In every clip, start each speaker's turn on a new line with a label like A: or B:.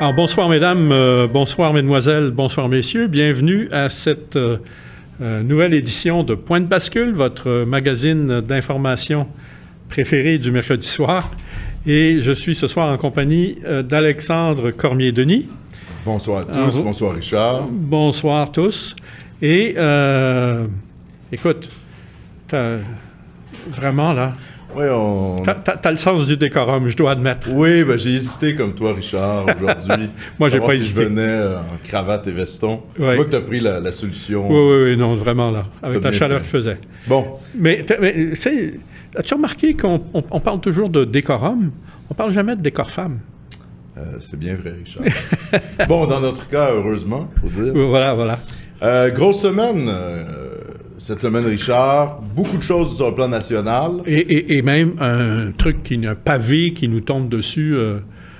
A: Alors, bonsoir mesdames, euh, bonsoir mesdemoiselles, bonsoir messieurs. Bienvenue à cette euh, euh, nouvelle édition de Point de bascule, votre magazine d'information préféré du mercredi soir. Et je suis ce soir en compagnie euh, d'Alexandre Cormier-Denis.
B: Bonsoir à tous,
A: Ah, vous-
B: bonsoir Richard.
A: Bonsoir tous. Et euh, écoute, t'as- vraiment là,
B: Oui, on...
A: t'as t'as- t'as le sens du décorum, je dois admettre.
B: oui ben, j'ai hésité comme toi, Richard, aujourd'hui.
A: Moi, j'ai
B: Savoir
A: pas
B: si
A: hésité.
B: je venais euh, en cravate et veston.
A: Ouais.
B: Je vois que tu as pris la, la solution.
A: Oui, oui, oui, non, vraiment là, avec
B: T'as
A: la
B: bien
A: chaleur
B: fait.
A: qu'il faisait.
B: Bon,
A: Mais, t'as- mais, tu sais, as-tu remarqué qu'on on- on parle toujours de décorum, on parle jamais de décor femme.
B: euh, c'est bien vrai, Richard. bon, dans notre cas, heureusement, il faut dire.
A: Oui, Voilà, voilà.
B: Euh, grosse semaine, euh, cette semaine, Richard. Beaucoup de choses sur le plan national.
A: Et, et- et même un truc, qui, un pavé qui nous tombe dessus euh,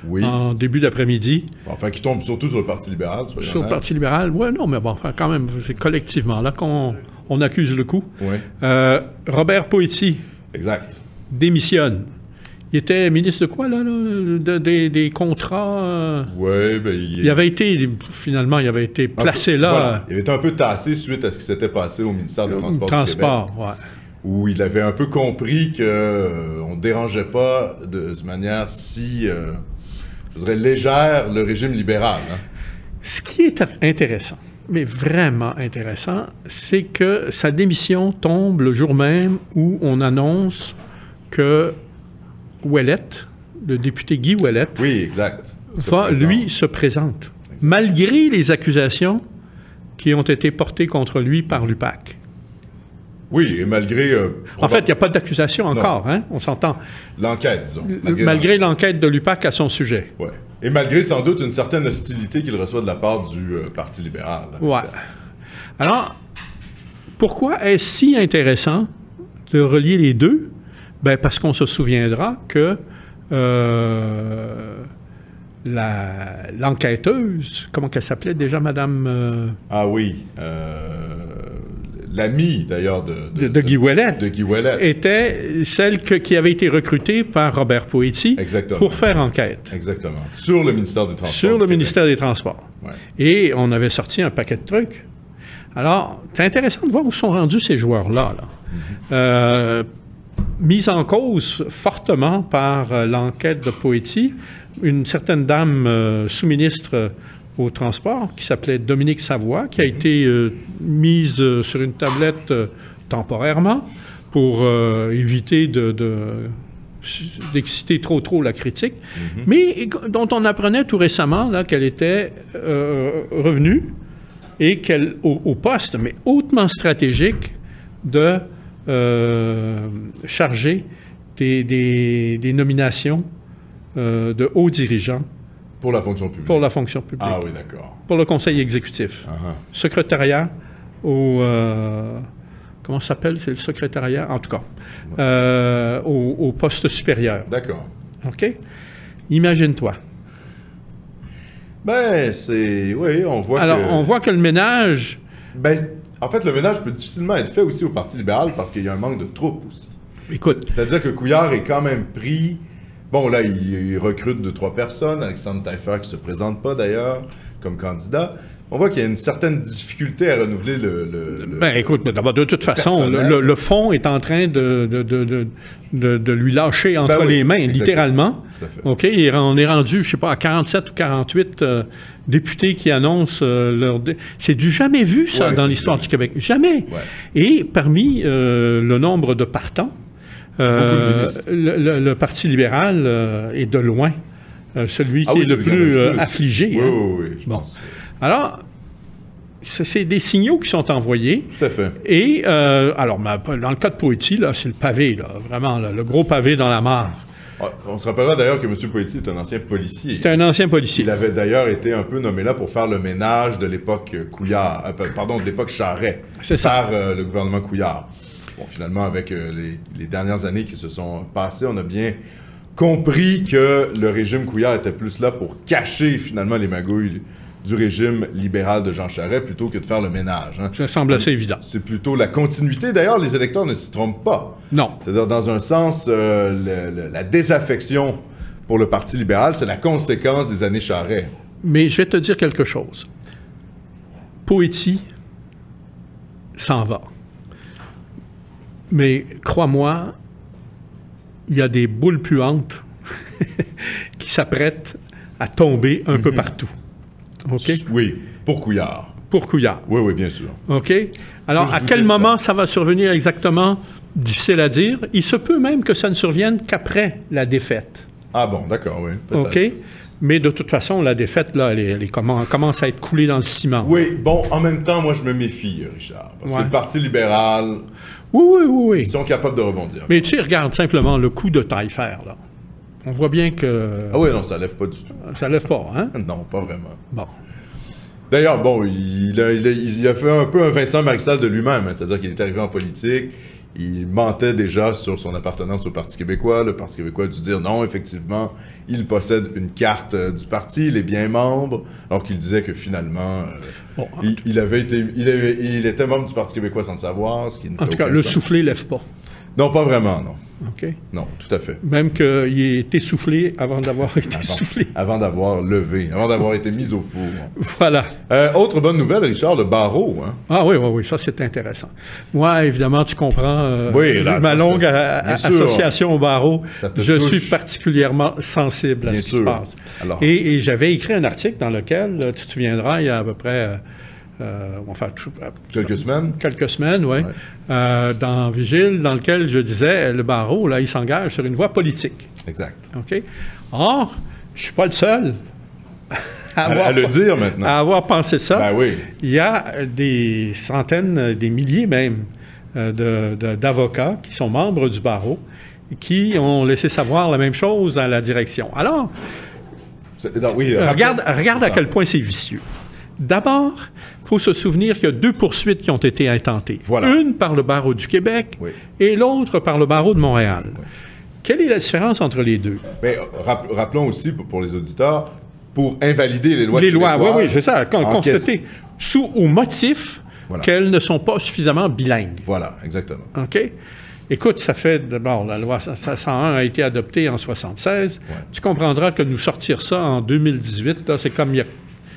B: Oui.
A: en début d'après-midi.
B: Enfin, qui tombe surtout sur le Parti libéral, soyons
A: Sur le
B: honnêtes.
A: Parti libéral, ouais, non, mais bon, enfin, quand même, c'est collectivement là qu'on on accuse le coup.
B: Oui,
A: Euh, Robert Poetti
B: exact.
A: démissionne. Il était ministre de quoi, là, là? De- des, des contrats... euh,
B: Oui, ben, il,
A: Il avait été, finalement, il avait été
B: un
A: placé
B: peu-
A: là... Euh,
B: voilà, Il avait été un peu tassé suite à ce qui s'était passé au ministère des Transports du Québec.
A: Transport, ouais.
B: où il avait un peu compris que euh, on dérangeait pas de, de manière si, euh, je dirais, légère le régime libéral. hein.
A: Ce qui est intéressant, mais vraiment intéressant, c'est que sa démission tombe le jour même où on annonce que Ouellette, le député Guy Ouellette,
B: Oui, exact. Se
A: va,
B: présente.
A: lui, se présente, malgré les accusations qui ont été portées contre lui par l'UPAC.
B: Oui, et malgré euh,
A: En fait, il n'y a pas d'accusation encore, hein, on s'entend,
B: l'enquête, disons.
A: malgré l'enquête de l'UPAC à son sujet.
B: l'enquête. Ouais. Et malgré sans doute une certaine hostilité qu'il reçoit de la part du euh, Parti libéral.
A: Ouais. Alors, pourquoi est-ce si intéressant de relier les deux? Ben, parce qu'on se souviendra que euh, la- l'enquêteuse, comment qu'elle s'appelait déjà, Madame euh,
B: Ah oui. euh, L'ami, d'ailleurs, de,
A: de, de Guy Ouellet,
B: de Guy Ouellet.
A: était celle que- qui avait été recrutée par Robert Poetti
B: Exactement.
A: pour faire enquête
B: Exactement. Sur le ministère des Transports.
A: sur
B: du
A: le
B: Québec.
A: ministère des Transports.
B: Ouais.
A: Et on avait sorti un paquet de trucs. Alors, c'est intéressant de voir où sont rendus ces joueurs-là. là. Euh, mis en cause fortement par euh, l'enquête de Poétie, une certaine dame euh, sous-ministre euh, au transport qui s'appelait Dominique Savoie, qui a été euh, mise euh, sur une tablette euh, temporairement pour euh, éviter de- de- d'exciter trop trop la critique, mais et- dont on apprenait tout récemment là, qu'elle était euh, revenue et qu'elle au, au poste, mais hautement stratégique, de euh, charger des, des- des nominations euh, de hauts dirigeants
B: Pour la fonction publique.
A: pour la fonction publique,
B: Ah oui, d'accord.
A: pour le conseil exécutif,
B: Ah, ah.
A: secrétariat au euh, comment ça s'appelle, c'est le secrétariat, en tout cas, euh, au, au poste supérieur.
B: D'accord.
A: Ok, imagine-toi.
B: Ben, c'est. Oui, on voit
A: Alors
B: que.
A: on voit que le ménage,
B: Ben, en fait, le ménage peut difficilement être fait aussi au Parti libéral parce qu'il y a un manque de troupes aussi.
A: écoute,
B: C'est-à-dire que Couillard est quand même pris. Bon, là, il, il recrute deux, trois personnes. Alexandre Taillefer qui se présente pas d'ailleurs comme candidat. On voit qu'il y a une certaine difficulté à renouveler le. le- le-
A: Ben, écoute, mais d'abord, de toute façon, le,
B: personnel.
A: le- le fond est en train de, de, de- de- de- de lui lâcher entre
B: Ben oui,
A: les mains,
B: exactement.
A: littéralement.
B: Tout à fait.
A: OK, il est- on est rendu, je sais pas, à 47 ou 48 euh, députés qui annoncent euh, leur... dé- C'est du jamais vu, ça,
B: Ouais,
A: dans
B: c'est
A: l'histoire
B: du-
A: du Québec. Jamais.
B: Ouais.
A: Et parmi euh, le nombre de partants, euh,
B: Beaucoup de ministres.
A: le, le- le Parti libéral euh, est de loin euh, celui
B: Ah
A: qui
B: oui,
A: est le
B: celui qui en a
A: plus
B: le
A: euh,
B: plus.
A: affligé.
B: Oui,
A: hein.
B: oui, oui, je
A: Bon.
B: pense.
A: Alors, c'est c'est des signaux qui sont envoyés.
B: Tout à fait.
A: Et euh, alors, ma- dans le cas de Poétie, là, c'est le pavé, là, vraiment, là, le gros pavé dans la mare.
B: On- On se rappellera d'ailleurs que M. Poitier est un ancien policier.
A: C'est un ancien policier.
B: Il avait d'ailleurs été un peu nommé là pour faire le ménage de l'époque euh, Couillard, euh, pa- pardon, de l'époque Charret,
A: C'est ça.
B: par euh, le gouvernement Couillard. Bon, finalement, avec euh, les, les dernières années qui se sont passées, on a bien compris que le régime Couillard était plus là pour cacher finalement les magouilles du régime libéral de Jean Charret plutôt que de faire le ménage. hein.
A: Ça semble assez évident.
B: C'est plutôt la continuité. D'ailleurs, les électeurs ne s'y trompent pas.
A: Non.
B: C'est-à-dire, dans un sens, euh, le- le- la désaffection pour le Parti libéral, c'est la conséquence des années Charret.
A: Mais je vais te dire quelque chose. Poétie s'en va. Mais crois-moi, il y a des boules puantes qui s'apprêtent à tomber un peu partout. OK?
B: Oui, pour Couillard.
A: Pour Couillard.
B: Oui, oui, bien sûr.
A: OK? Alors,
B: Plus
A: à
B: vous
A: quel
B: dites ça.
A: moment ça. va survenir exactement? Difficile à dire. Il se peut même que ça ne survienne qu'après la défaite.
B: Ah bon, d'accord, oui. peut-être.
A: OK? Mais de toute façon, la défaite, là, elle, est- elle est commen- commence à être coulée dans le ciment.
B: Oui, bon, en même temps, moi, je me méfie, euh, Richard. Parce
A: Ouais.
B: que le Parti libéral,
A: oui, oui, oui. oui.
B: ils sont capables de rebondir.
A: Mais tu sais, regarde simplement le coup de taille là. On voit bien que
B: Ah oui, non, ça lève pas du tout. Ah
A: ça lève pas, hein?
B: Non, pas vraiment.
A: Bon.
B: D'ailleurs, bon, il a, il a- il a fait un peu un Vincent Marissal de lui-même, hein, c'est-à-dire qu'il est arrivé en politique, il mentait déjà sur son appartenance au Parti québécois. Le Parti québécois a dû dire non, effectivement, il possède une carte euh, du parti, il est bien membre, alors qu'il disait que finalement, euh,
A: Bon, en
B: il, il avait été, il, avait- il était membre du Parti québécois sans le savoir, ce qui ne
A: En
B: fait
A: tout cas,
B: aucun
A: le
B: sens.
A: soufflé lève pas.
B: Non, pas vraiment, non.
A: OK?
B: Non, tout à fait.
A: Même qu'il est essoufflé avant d'avoir été
B: Avant-
A: soufflé.
B: avant d'avoir levé, avant d'avoir été mis au four.
A: Voilà.
B: Euh, autre bonne nouvelle, Richard, le barreau, hein.
A: Ah oui, oui, oui, ça c'est intéressant. Moi, évidemment, tu comprends, euh,
B: Oui,
A: vu
B: là,
A: ma
B: ça,
A: longue
B: ça,
A: a-
B: bien
A: a-
B: sûr.
A: association au barreau,
B: Ça te
A: je
B: touche.
A: suis particulièrement sensible à
B: Bien
A: ce qui
B: sûr.
A: se passe.
B: Alors-
A: Et, et j'avais écrit un article dans lequel, euh, tu te souviendras, il y a à peu près, euh, euh, enfin, tout-
B: Quelques semaines.
A: quelques semaines, oui, euh, dans Vigile, dans lequel je disais, euh, le barreau, là, il s'engage sur une voie politique.
B: Exact.
A: OK? Or, je suis pas le seul à
B: À,
A: avoir,
B: à le dire maintenant.
A: à avoir pensé ça.
B: Ben oui.
A: Il y a des centaines, euh, des milliers même, euh, de- de- d'avocats qui sont membres du barreau qui ont laissé savoir la même chose à la direction. Alors,
B: C'est- non, oui, euh,
A: regarde,
B: rappel-
A: regarde
B: c'est
A: à
B: ça.
A: quel point c'est vicieux. D'abord, il faut se souvenir qu'il y a deux poursuites qui ont été intentées.
B: Voilà.
A: Une par le barreau du Québec
B: Oui.
A: et l'autre par le barreau de Montréal. Quelle est la différence entre les deux?
B: Mais euh, rapp- rappelons aussi pour, pour les auditeurs, pour invalider les lois.
A: les lois, oui,
B: québécoises,
A: oui, c'est ça. Con-
B: en
A: Constater
B: question-
A: sous au motif
B: Voilà.
A: qu'elles ne sont pas suffisamment bilingues.
B: Voilà, exactement.
A: OK? Écoute, ça fait d'abord, la loi 501 a été adoptée en 76.
B: Ouais.
A: Tu comprendras que nous sortir ça en 2018, là, c'est comme il y a,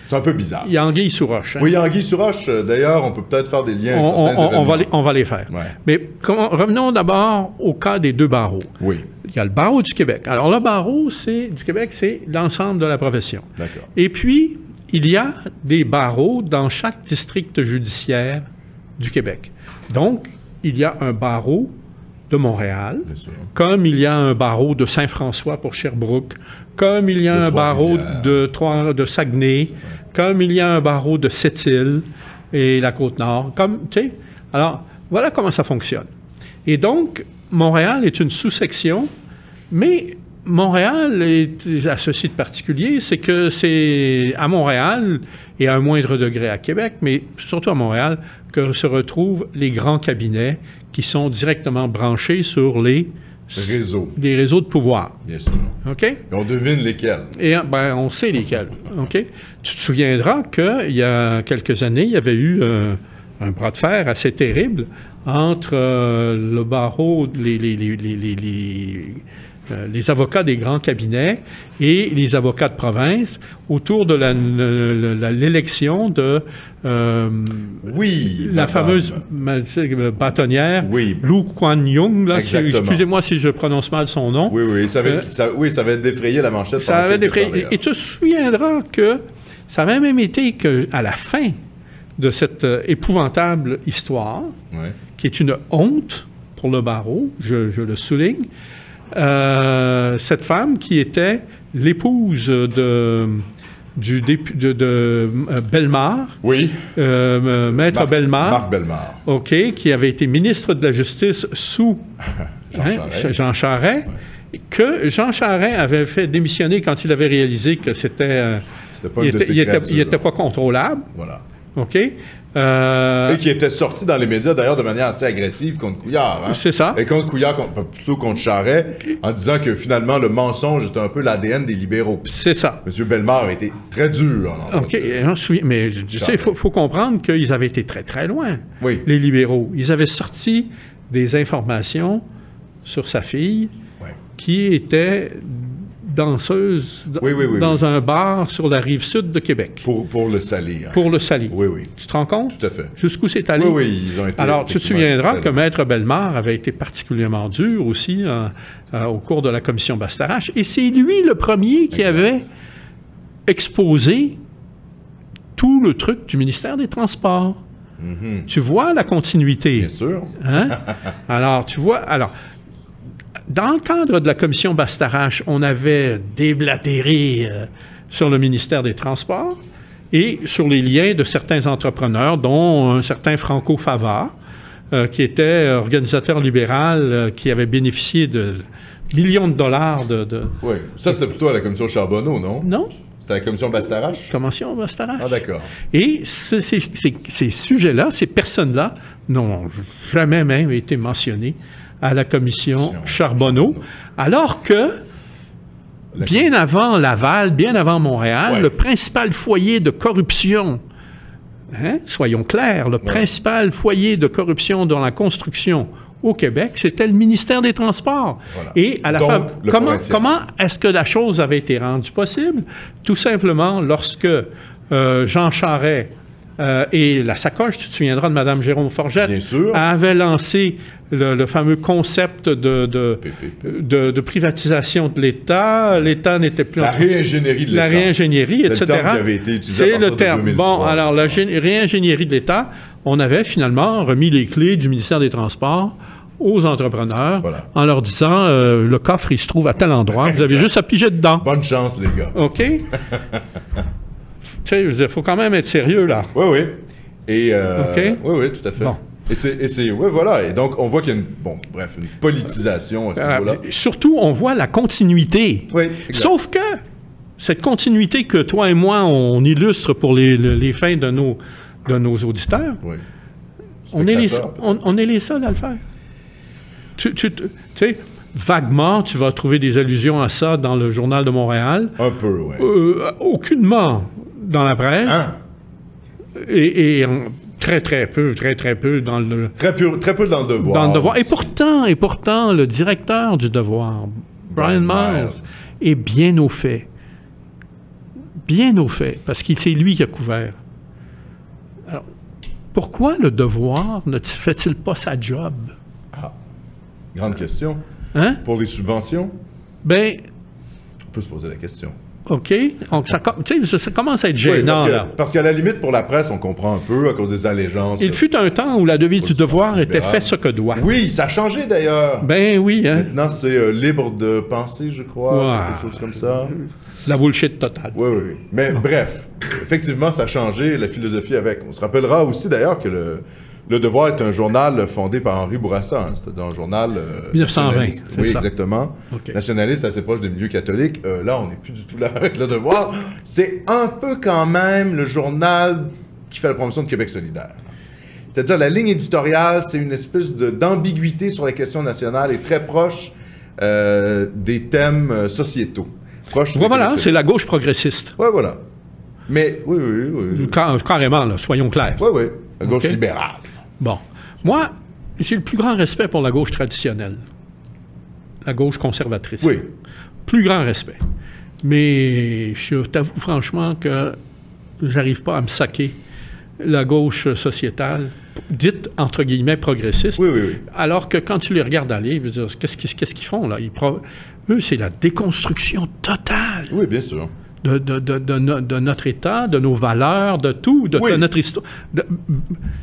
B: C'est un peu bizarre.
A: il y a anguille sous roche. hein.
B: Oui, Anguille sur roche, euh, d'ailleurs, on peut peut-être faire des
A: On,
B: liens avec
A: on- on-
B: certains
A: on
B: événements.
A: va les, on va les faire.
B: Ouais.
A: Mais comment- revenons d'abord au cas des deux barreaux.
B: Oui,
A: Il y a le barreau du Québec. Alors, le barreau c'est, du Québec, c'est l'ensemble de la profession.
B: d'accord.
A: Et puis, il y a des barreaux dans chaque district judiciaire du Québec. Donc, il y a un barreau de Montréal,
B: Bien sûr.
A: comme il y a un barreau de Saint-François pour Sherbrooke, comme il y a
B: De
A: un barreau
B: Trois-Rivières.
A: de, Trois- de Saguenay, comme il y a un barreau de Sept-Îles et la Côte-Nord, comme, tu sais. Alors, voilà comment ça fonctionne. Et donc, Montréal est une sous-section, mais Montréal est associé de particulier, c'est que c'est à Montréal et à un moindre degré à Québec, mais surtout à Montréal, que se retrouvent les grands cabinets qui sont directement branchés sur les
B: Réseau,
A: des réseaux de pouvoir.
B: bien sûr.
A: OK?
B: Et on devine lesquels.
A: Et euh, ben, on sait lesquels. OK? Tu te souviendras qu'il y a quelques années, il y avait eu euh, un bras de fer assez terrible entre euh, le barreau, les, les, les, les, les- les, euh, les avocats des grands cabinets et les avocats de province autour de la- le- le- la- l'élection de euh,
B: Oui.
A: la
B: madame.
A: fameuse ma- tu sais, euh, bâtonnière
B: Oui.
A: Lou Kuan Yeung. là, si-
B: Exactement.
A: Excusez-moi si je prononce mal son nom.
B: Oui, oui, ça avait,
A: Euh,
B: ça, oui, ça avait défrayé la manchette.
A: Ça
B: pendant
A: avait
B: quelques
A: défrayé.
B: temps, d'ailleurs.
A: Et tu te souviendras que ça avait même été que à la fin de cette euh, épouvantable histoire,
B: Ouais.
A: qui est une honte pour le barreau, je, je le souligne, euh, cette femme qui était l'épouse de, du dépu- de, de, euh, Bellemare,
B: Oui.
A: euh, euh, Maître
B: Marc-
A: Bellemare,
B: Marc Bellemare.
A: OK, qui avait été ministre de la Justice sous hein,
B: Jean Charest.
A: Jean Charest, que Jean Charest avait fait démissionner quand il avait réalisé que c'était. euh,
B: C'était pas
A: il
B: une de
A: était-
B: ses
A: il était- il
B: créatures.
A: était pas contrôlable,
B: Voilà.
A: OK? Euh,
B: Et qui était sorti dans les médias d'ailleurs de manière assez agressive contre Couillard. hein.
A: C'est ça.
B: Et contre Couillard, contre- plutôt contre Charret, en disant que finalement le mensonge était un peu l'ADN des libéraux.
A: C'est ça.
B: Monsieur Bellemare a été très dur en
A: OK,
B: entretien.
A: on se souvient- mais tu sais, il faut, faut comprendre qu'ils avaient été très, très loin,
B: Oui.
A: les libéraux. Ils avaient sorti des informations sur sa fille
B: Ouais.
A: qui étaient danseuse d-
B: Oui, oui, oui,
A: dans un bar sur la rive sud de Québec
B: Pour, pour le salir.
A: pour le salir.
B: Oui, oui.
A: Tu te rends compte
B: Tout à fait.
A: jusqu'où c'est allé?
B: Oui, oui, ils ont été.
A: Alors, tu te
B: effectivement,
A: souviendras
B: très
A: que
B: longs.
A: Maître Bellemare avait été particulièrement dur aussi hein, euh, au cours de la commission Bastarache, et c'est lui le premier qui avait exposé tout le truc du ministère des Transports. Tu vois la continuité.
B: Mm-hmm. Bien sûr.
A: Hein? Alors, tu vois, alors, dans le cadre de la commission Bastarache, on avait déblatéré euh, sur le ministère des Transports et sur les liens de certains entrepreneurs, dont un certain Franco Favard, euh, qui était organisateur libéral, euh, qui avait bénéficié de millions de dollars de... de-
B: Oui. Ça, c'était plutôt à la commission Charbonneau, non?
A: Non?
B: C'était à la commission Bastarache?
A: Commission Bastarache.
B: Ah, d'accord.
A: Et ce- ces, ces- ces sujets-là, ces personnes-là, n'ont jamais même été mentionnées à la commission Charbonneau, alors que,
B: La-
A: bien avant Laval, bien avant Montréal,
B: Ouais.
A: le principal foyer de corruption, hein, soyons clairs, le principal foyer de corruption dans la construction au Québec, c'était le ministère des Transports.
B: Voilà.
A: Et à la
B: Donc,
A: fin,
B: le
A: comment,
B: provincial.
A: comment est-ce que la chose avait été rendue possible? Tout simplement lorsque euh, Jean Charret euh, et la sacoche, tu te souviendras de Mme Jérôme Forgette,
B: Bien sûr.
A: avait lancé le, le fameux concept de, de,
B: PPP.
A: de- de privatisation de l'État. L'État n'était plus...
B: La
A: en-
B: réingénierie de
A: la
B: l'État.
A: réingénierie,
B: C'est le
A: etc.
B: terme qui avait été utilisé à
A: C'est
B: partir
A: le
B: de
A: terme.
B: 2003.
A: Bon, alors, la gé- réingénierie de l'État, on avait finalement remis les clés du ministère des Transports aux entrepreneurs
B: Voilà.
A: en leur disant euh, le coffre, il se trouve à tel endroit, vous avez juste à piger dedans.
B: Bonne chance, les gars.
A: OK? tu sais, je veux dire, faut quand même être sérieux, là.
B: Oui, oui. Et euh,
A: OK.
B: oui, oui, tout à fait.
A: Bon.
B: Et c'est, et c'est, ouais, voilà. Et donc, on voit qu'il y a une, bon, bref, une politisation à ce
A: Euh,
B: niveau-là.
A: surtout, on voit la continuité.
B: Oui, exact.
A: Sauf que cette continuité que toi et moi, on illustre pour les, les- les fins de nos, de nos auditeurs,
B: Oui.
A: On est, les,
B: Spectateurs,
A: on, on est les seuls à le faire. Tu, tu- tu sais, vaguement, tu vas trouver des allusions à ça dans le Journal de Montréal.
B: Un peu, oui.
A: Euh, aucunement dans la presse
B: Hein?
A: et, et en- très, très peu, très, très peu dans le,
B: Très, peu, très peu dans le devoir.
A: dans le Devoir. Et pourtant, et pourtant, le directeur du Devoir, Brian,
B: Brian
A: Miles,
B: Miles.
A: est bien au fait. Bien au fait, parce que c'est lui qui a couvert. Alors, pourquoi le Devoir ne fait-il pas sa job?
B: Grande question.
A: Hein?
B: Pour les subventions,
A: Ben,
B: on peut se poser la question.
A: OK. Donc, ça, com- tu sais, ça- ça commence à être
B: Oui,
A: gênant,
B: parce, que-
A: là.
B: parce qu'à la limite, pour la presse, on comprend un peu à cause des allégeances.
A: Il fut un temps où la devise du
B: Parti
A: devoir était
B: libéral.
A: fait ce que doit.
B: Oui, ça a changé d'ailleurs.
A: Ben oui, hein.
B: Maintenant, c'est euh, libre de penser, je crois,
A: Ouais.
B: quelque chose comme ça.
A: La bullshit totale.
B: Oui, oui, oui. Mais bref, effectivement, ça a changé la philosophie avec. On se rappellera aussi d'ailleurs que le, le Devoir est un journal fondé par Henri Bourassa, hein, c'est-à-dire un journal. euh,
A: 1920,
B: nationaliste.
A: c'est
B: Oui,
A: ça.
B: exactement.
A: Ok.
B: Nationaliste assez proche des milieux catholiques. Euh, là, on n'est plus du tout là avec le Devoir. C'est un peu quand même le journal qui fait la promotion de Québec solidaire. C'est-à-dire la ligne éditoriale, c'est une espèce de- d'ambiguïté sur la question nationale et très proche euh, des thèmes euh, sociétaux. Proche de Québec
A: Voilà,
B: solidaire.
A: c'est la gauche progressiste.
B: Ouais, voilà. Mais oui, oui, oui.
A: Car- carrément, là, soyons clairs.
B: Oui, oui. La gauche
A: Mm. Ok.
B: libérale.
A: Bon. Moi, j'ai le plus grand respect pour la gauche traditionnelle. La gauche conservatrice.
B: Oui.
A: Plus grand respect. Mais je t'avoue franchement que j'arrive pas à me saquer la gauche sociétale, dite entre guillemets progressiste.
B: Oui, oui, oui.
A: Alors que quand tu les regardes aller, je veux dire, qu'est-ce qu'ils qu'est-ce qu'ils font là Ils pro- Eux, c'est la déconstruction totale
B: Oui, bien sûr.
A: de, de- de- de no- de notre État, de nos valeurs, de tout, de,
B: Oui.
A: de notre histoire. de-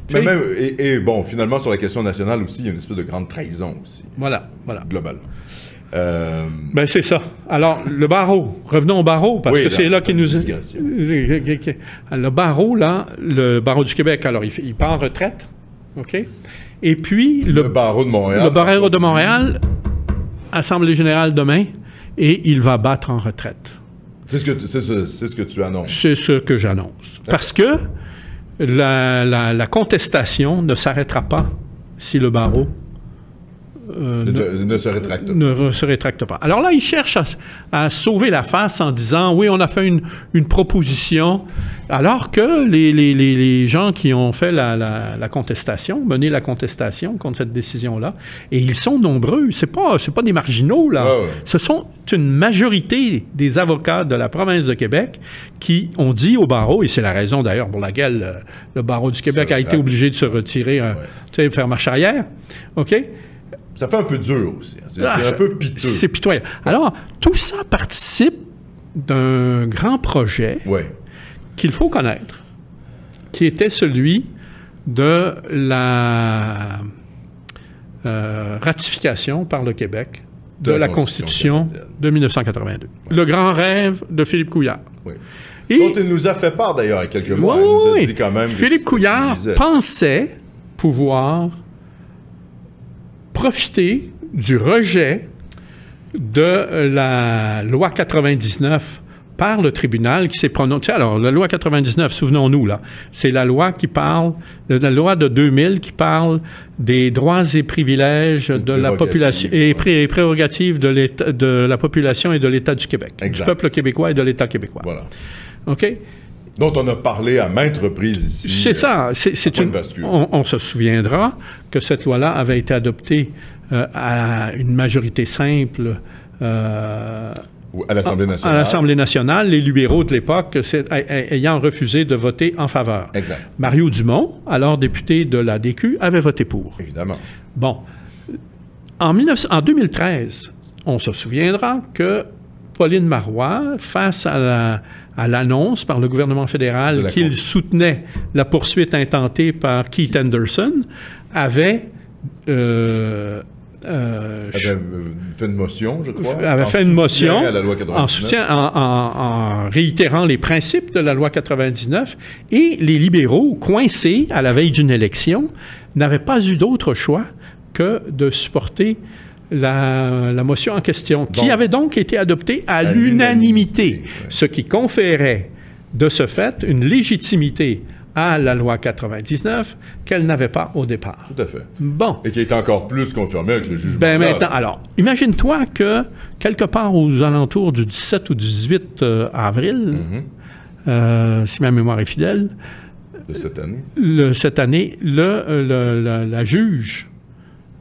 A: Tu
B: Mais
A: sais,
B: même, et, et bon, finalement, sur la question nationale aussi, il y a une espèce de grande trahison aussi,
A: Voilà, voilà.
B: globalement. Euh,
A: Ben c'est ça. Alors, le barreau. Revenons au barreau, parce
B: Oui,
A: que
B: là,
A: c'est là qu'il nous...
B: digression.
A: Le barreau, là, le barreau du Québec, alors, il, fait- il part en retraite, OK? Et puis,
B: le,
A: le,
B: barreau de Montréal.
A: le barreau de Montréal, Assemblée générale demain, et il va battre en retraite.
B: C'est ce, que tu- c'est ce- c'est ce que tu annonces.
A: C'est ce que j'annonce. Parce que la, la- la contestation ne s'arrêtera pas si le barreau euh,
B: Ne,
A: ne-
B: te- ne se rétracte pas.
A: ne re- se rétracte pas. Alors là, il cherche à, s- à sauver la face en disant oui, on a fait une, une proposition, alors que les, les- les- les gens qui ont fait la, la- la contestation, mené la contestation contre cette décision-là, et ils sont nombreux, c'est pas c'est pas des marginaux là,
B: Ouais, ouais.
A: ce sont une majorité des avocats de la province de Québec qui ont dit au barreau, et c'est la raison d'ailleurs pour laquelle euh, le barreau du Québec a été
B: retraite.
A: obligé de se retirer, euh, tu sais, faire marche arrière, ok.
B: Ça fait un peu dur aussi. hein. C'est
A: Ah,
B: c'est
A: ça-
B: un peu piteux.
A: C'est pitoyable. Alors, tout ça participe d'un grand projet
B: Ouais.
A: qu'il faut connaître, qui était celui de la euh, ratification par le Québec de, la, Constitution,
B: canadienne.
A: de 1982. Le grand rêve de Philippe Couillard.
B: Oui.
A: Et-
B: Dont il nous a fait part d'ailleurs à quelques mois.
A: Oui,
B: il nous a
A: oui, oui.
B: dit quand même que
A: Philippe
B: c'est-
A: Couillard
B: c'est-
A: pensait pouvoir profiter du rejet de la loi 99 par le tribunal qui s'est prononcé. Alors, la loi 99, souvenons-nous, là, c'est la loi qui parle, de la loi de 2000 qui parle des droits et privilèges de la
B: prérogatives,
A: population et
B: ouais.
A: pré- prérogatives de, l'État- de la population et de l'État du Québec,
B: Exact.
A: du peuple québécois et de l'État québécois.
B: Voilà.
A: OK?
B: Dont on a parlé à maintes reprises ici.
A: C'est ça. C'est, c'est
B: point de
A: une-
B: euh, bascule.
A: on, on se souviendra que cette loi-là avait été adoptée euh, à une majorité simple. euh,
B: Ou À l'Assemblée
A: à
B: nationale.
A: l'Assemblée nationale, les libéraux de l'époque c'est- ay- ay- ayant refusé de voter en faveur.
B: Exact.
A: Mario Dumont, alors député de la DQ, avait voté pour.
B: Évidemment.
A: Bon. En, 19 en 2013, on se souviendra que Pauline Marois, face à la- à l'annonce par le gouvernement
B: De
A: fédéral
B: la
A: qu'il
B: contre-
A: soutenait la poursuite intentée par Keith Anderson, avait, euh, euh,
B: Elle avait euh, fait une motion, je crois.
A: avait
B: en
A: fait une
B: soutien
A: motion
B: à la loi 99.
A: en soutien, en, en- en réitérant les principes de la loi 99, et les libéraux, coincés à la veille d'une élection, n'avaient pas eu d'autre choix que de supporter la, la motion en question, qui
B: Donc,
A: avait donc été adoptée à,
B: l'unanimité,
A: l'unanimité, ce qui conférait de ce fait une légitimité à la loi 99 qu'elle n'avait pas au départ.
B: Tout à fait.
A: Bon.
B: Et qui est encore plus confirmé avec le jugement.
A: Ben
B: de
A: maintenant,
B: l'ordre.
A: alors, imagine-toi que quelque part aux alentours du 17 ou 18 euh, avril, euh, si ma mémoire est fidèle,
B: De cette année.
A: le- cette année, le, euh, le- la, la juge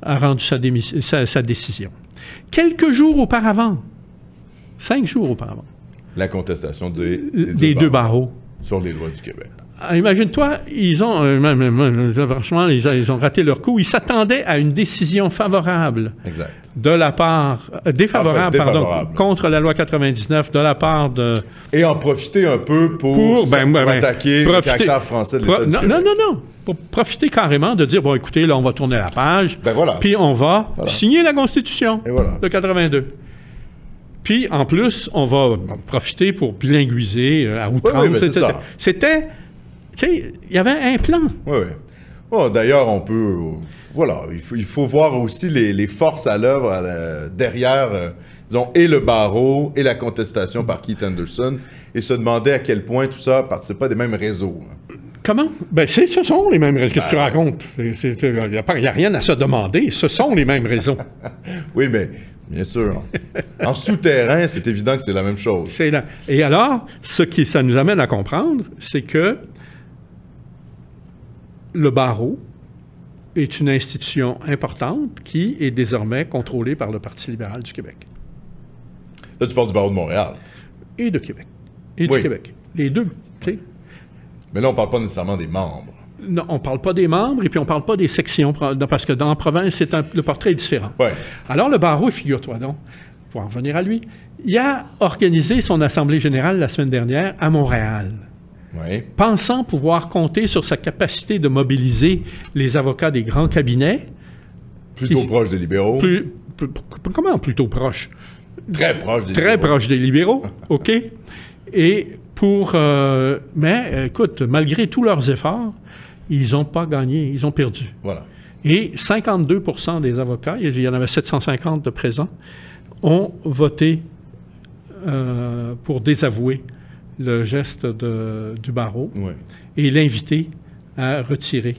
A: a rendu sa, démis- sa- sa décision. Quelques jours auparavant, cinq jours auparavant,
B: La contestation des, des
A: les deux barreaux.
B: Sur les lois du Québec.
A: Ah, Imagine-toi, ils ont, euh, même- même- franchement, ils, ont- ils ont raté leur coup. Ils s'attendaient à une décision favorable
B: Exact.
A: de la part euh, défavorable,
B: En fait, Ah, défavorable.
A: pardon, contre la loi 99 de la part de
B: Et en profiter un peu pour,
A: ben, ben, ben, profiter-
B: attaquer le caractère français de
A: pro-
B: l'État du
A: non,
B: Québec.
A: non, non, non, pour profiter carrément de dire bon écoutez là on va tourner la page,
B: Ben voilà.
A: puis on va
B: Voilà.
A: signer la Constitution
B: Et voilà.
A: de 82. Puis en plus on va bon, profiter pour bilinguiser euh, à outrance.
B: oui, ben, c'est
A: etc.
B: ça.
A: C'était, tu sais, il y avait un plan.
B: Oui, oui. Bon, D'ailleurs, on peut. euh, voilà, il faut, il faut voir aussi les, les forces à l'œuvre à la- derrière, euh, disons, et le barreau, et la contestation par Keith Anderson, et se demander à quel point tout ça participe pas des mêmes réseaux. hein.
A: Comment? Ben, c'est- ce sont les mêmes raisons. Qu'est-ce que
B: Ben,
A: tu racontes? Il n'y a, pas- y a rien à se demander. Ce sont les mêmes raisons.
B: Oui, mais bien sûr. en souterrain, c'est évident que c'est la même chose.
A: C'est là. Et alors, ce qui ça nous amène à comprendre, c'est que le barreau est une institution importante qui est désormais contrôlée par le Parti libéral du Québec
B: Là, tu parles du barreau de Montréal.
A: et de Québec. Et
B: Oui.
A: du Québec. Les deux. tu sais.
B: Mais là, on parle pas nécessairement des membres.
A: Non, on ne parle pas des membres et puis on ne parle pas des sections, pro- non, parce que dans la province, c'est un- le portrait est différent.
B: Ouais.
A: Alors, le barreau, figure-toi donc, pour en venir à lui, il a organisé son Assemblée générale la semaine dernière à Montréal.
B: Oui.
A: pensant pouvoir compter sur sa capacité de mobiliser les avocats des grands cabinets,
B: Plutôt
A: Qui-
B: proche des libéraux.
A: plus, plus- plus- comment plutôt proche,
B: Très proche des
A: très
B: libéraux.
A: proche des libéraux, ok, et pour, euh, mais euh, écoute, malgré tous leurs efforts, ils n'ont pas gagné, ils ont perdu.
B: Voilà.
A: Et 52 des avocats, il y en avait 750 de présents, ont voté euh, pour désavouer le geste de- du barreau
B: Oui.
A: et l'inviter à retirer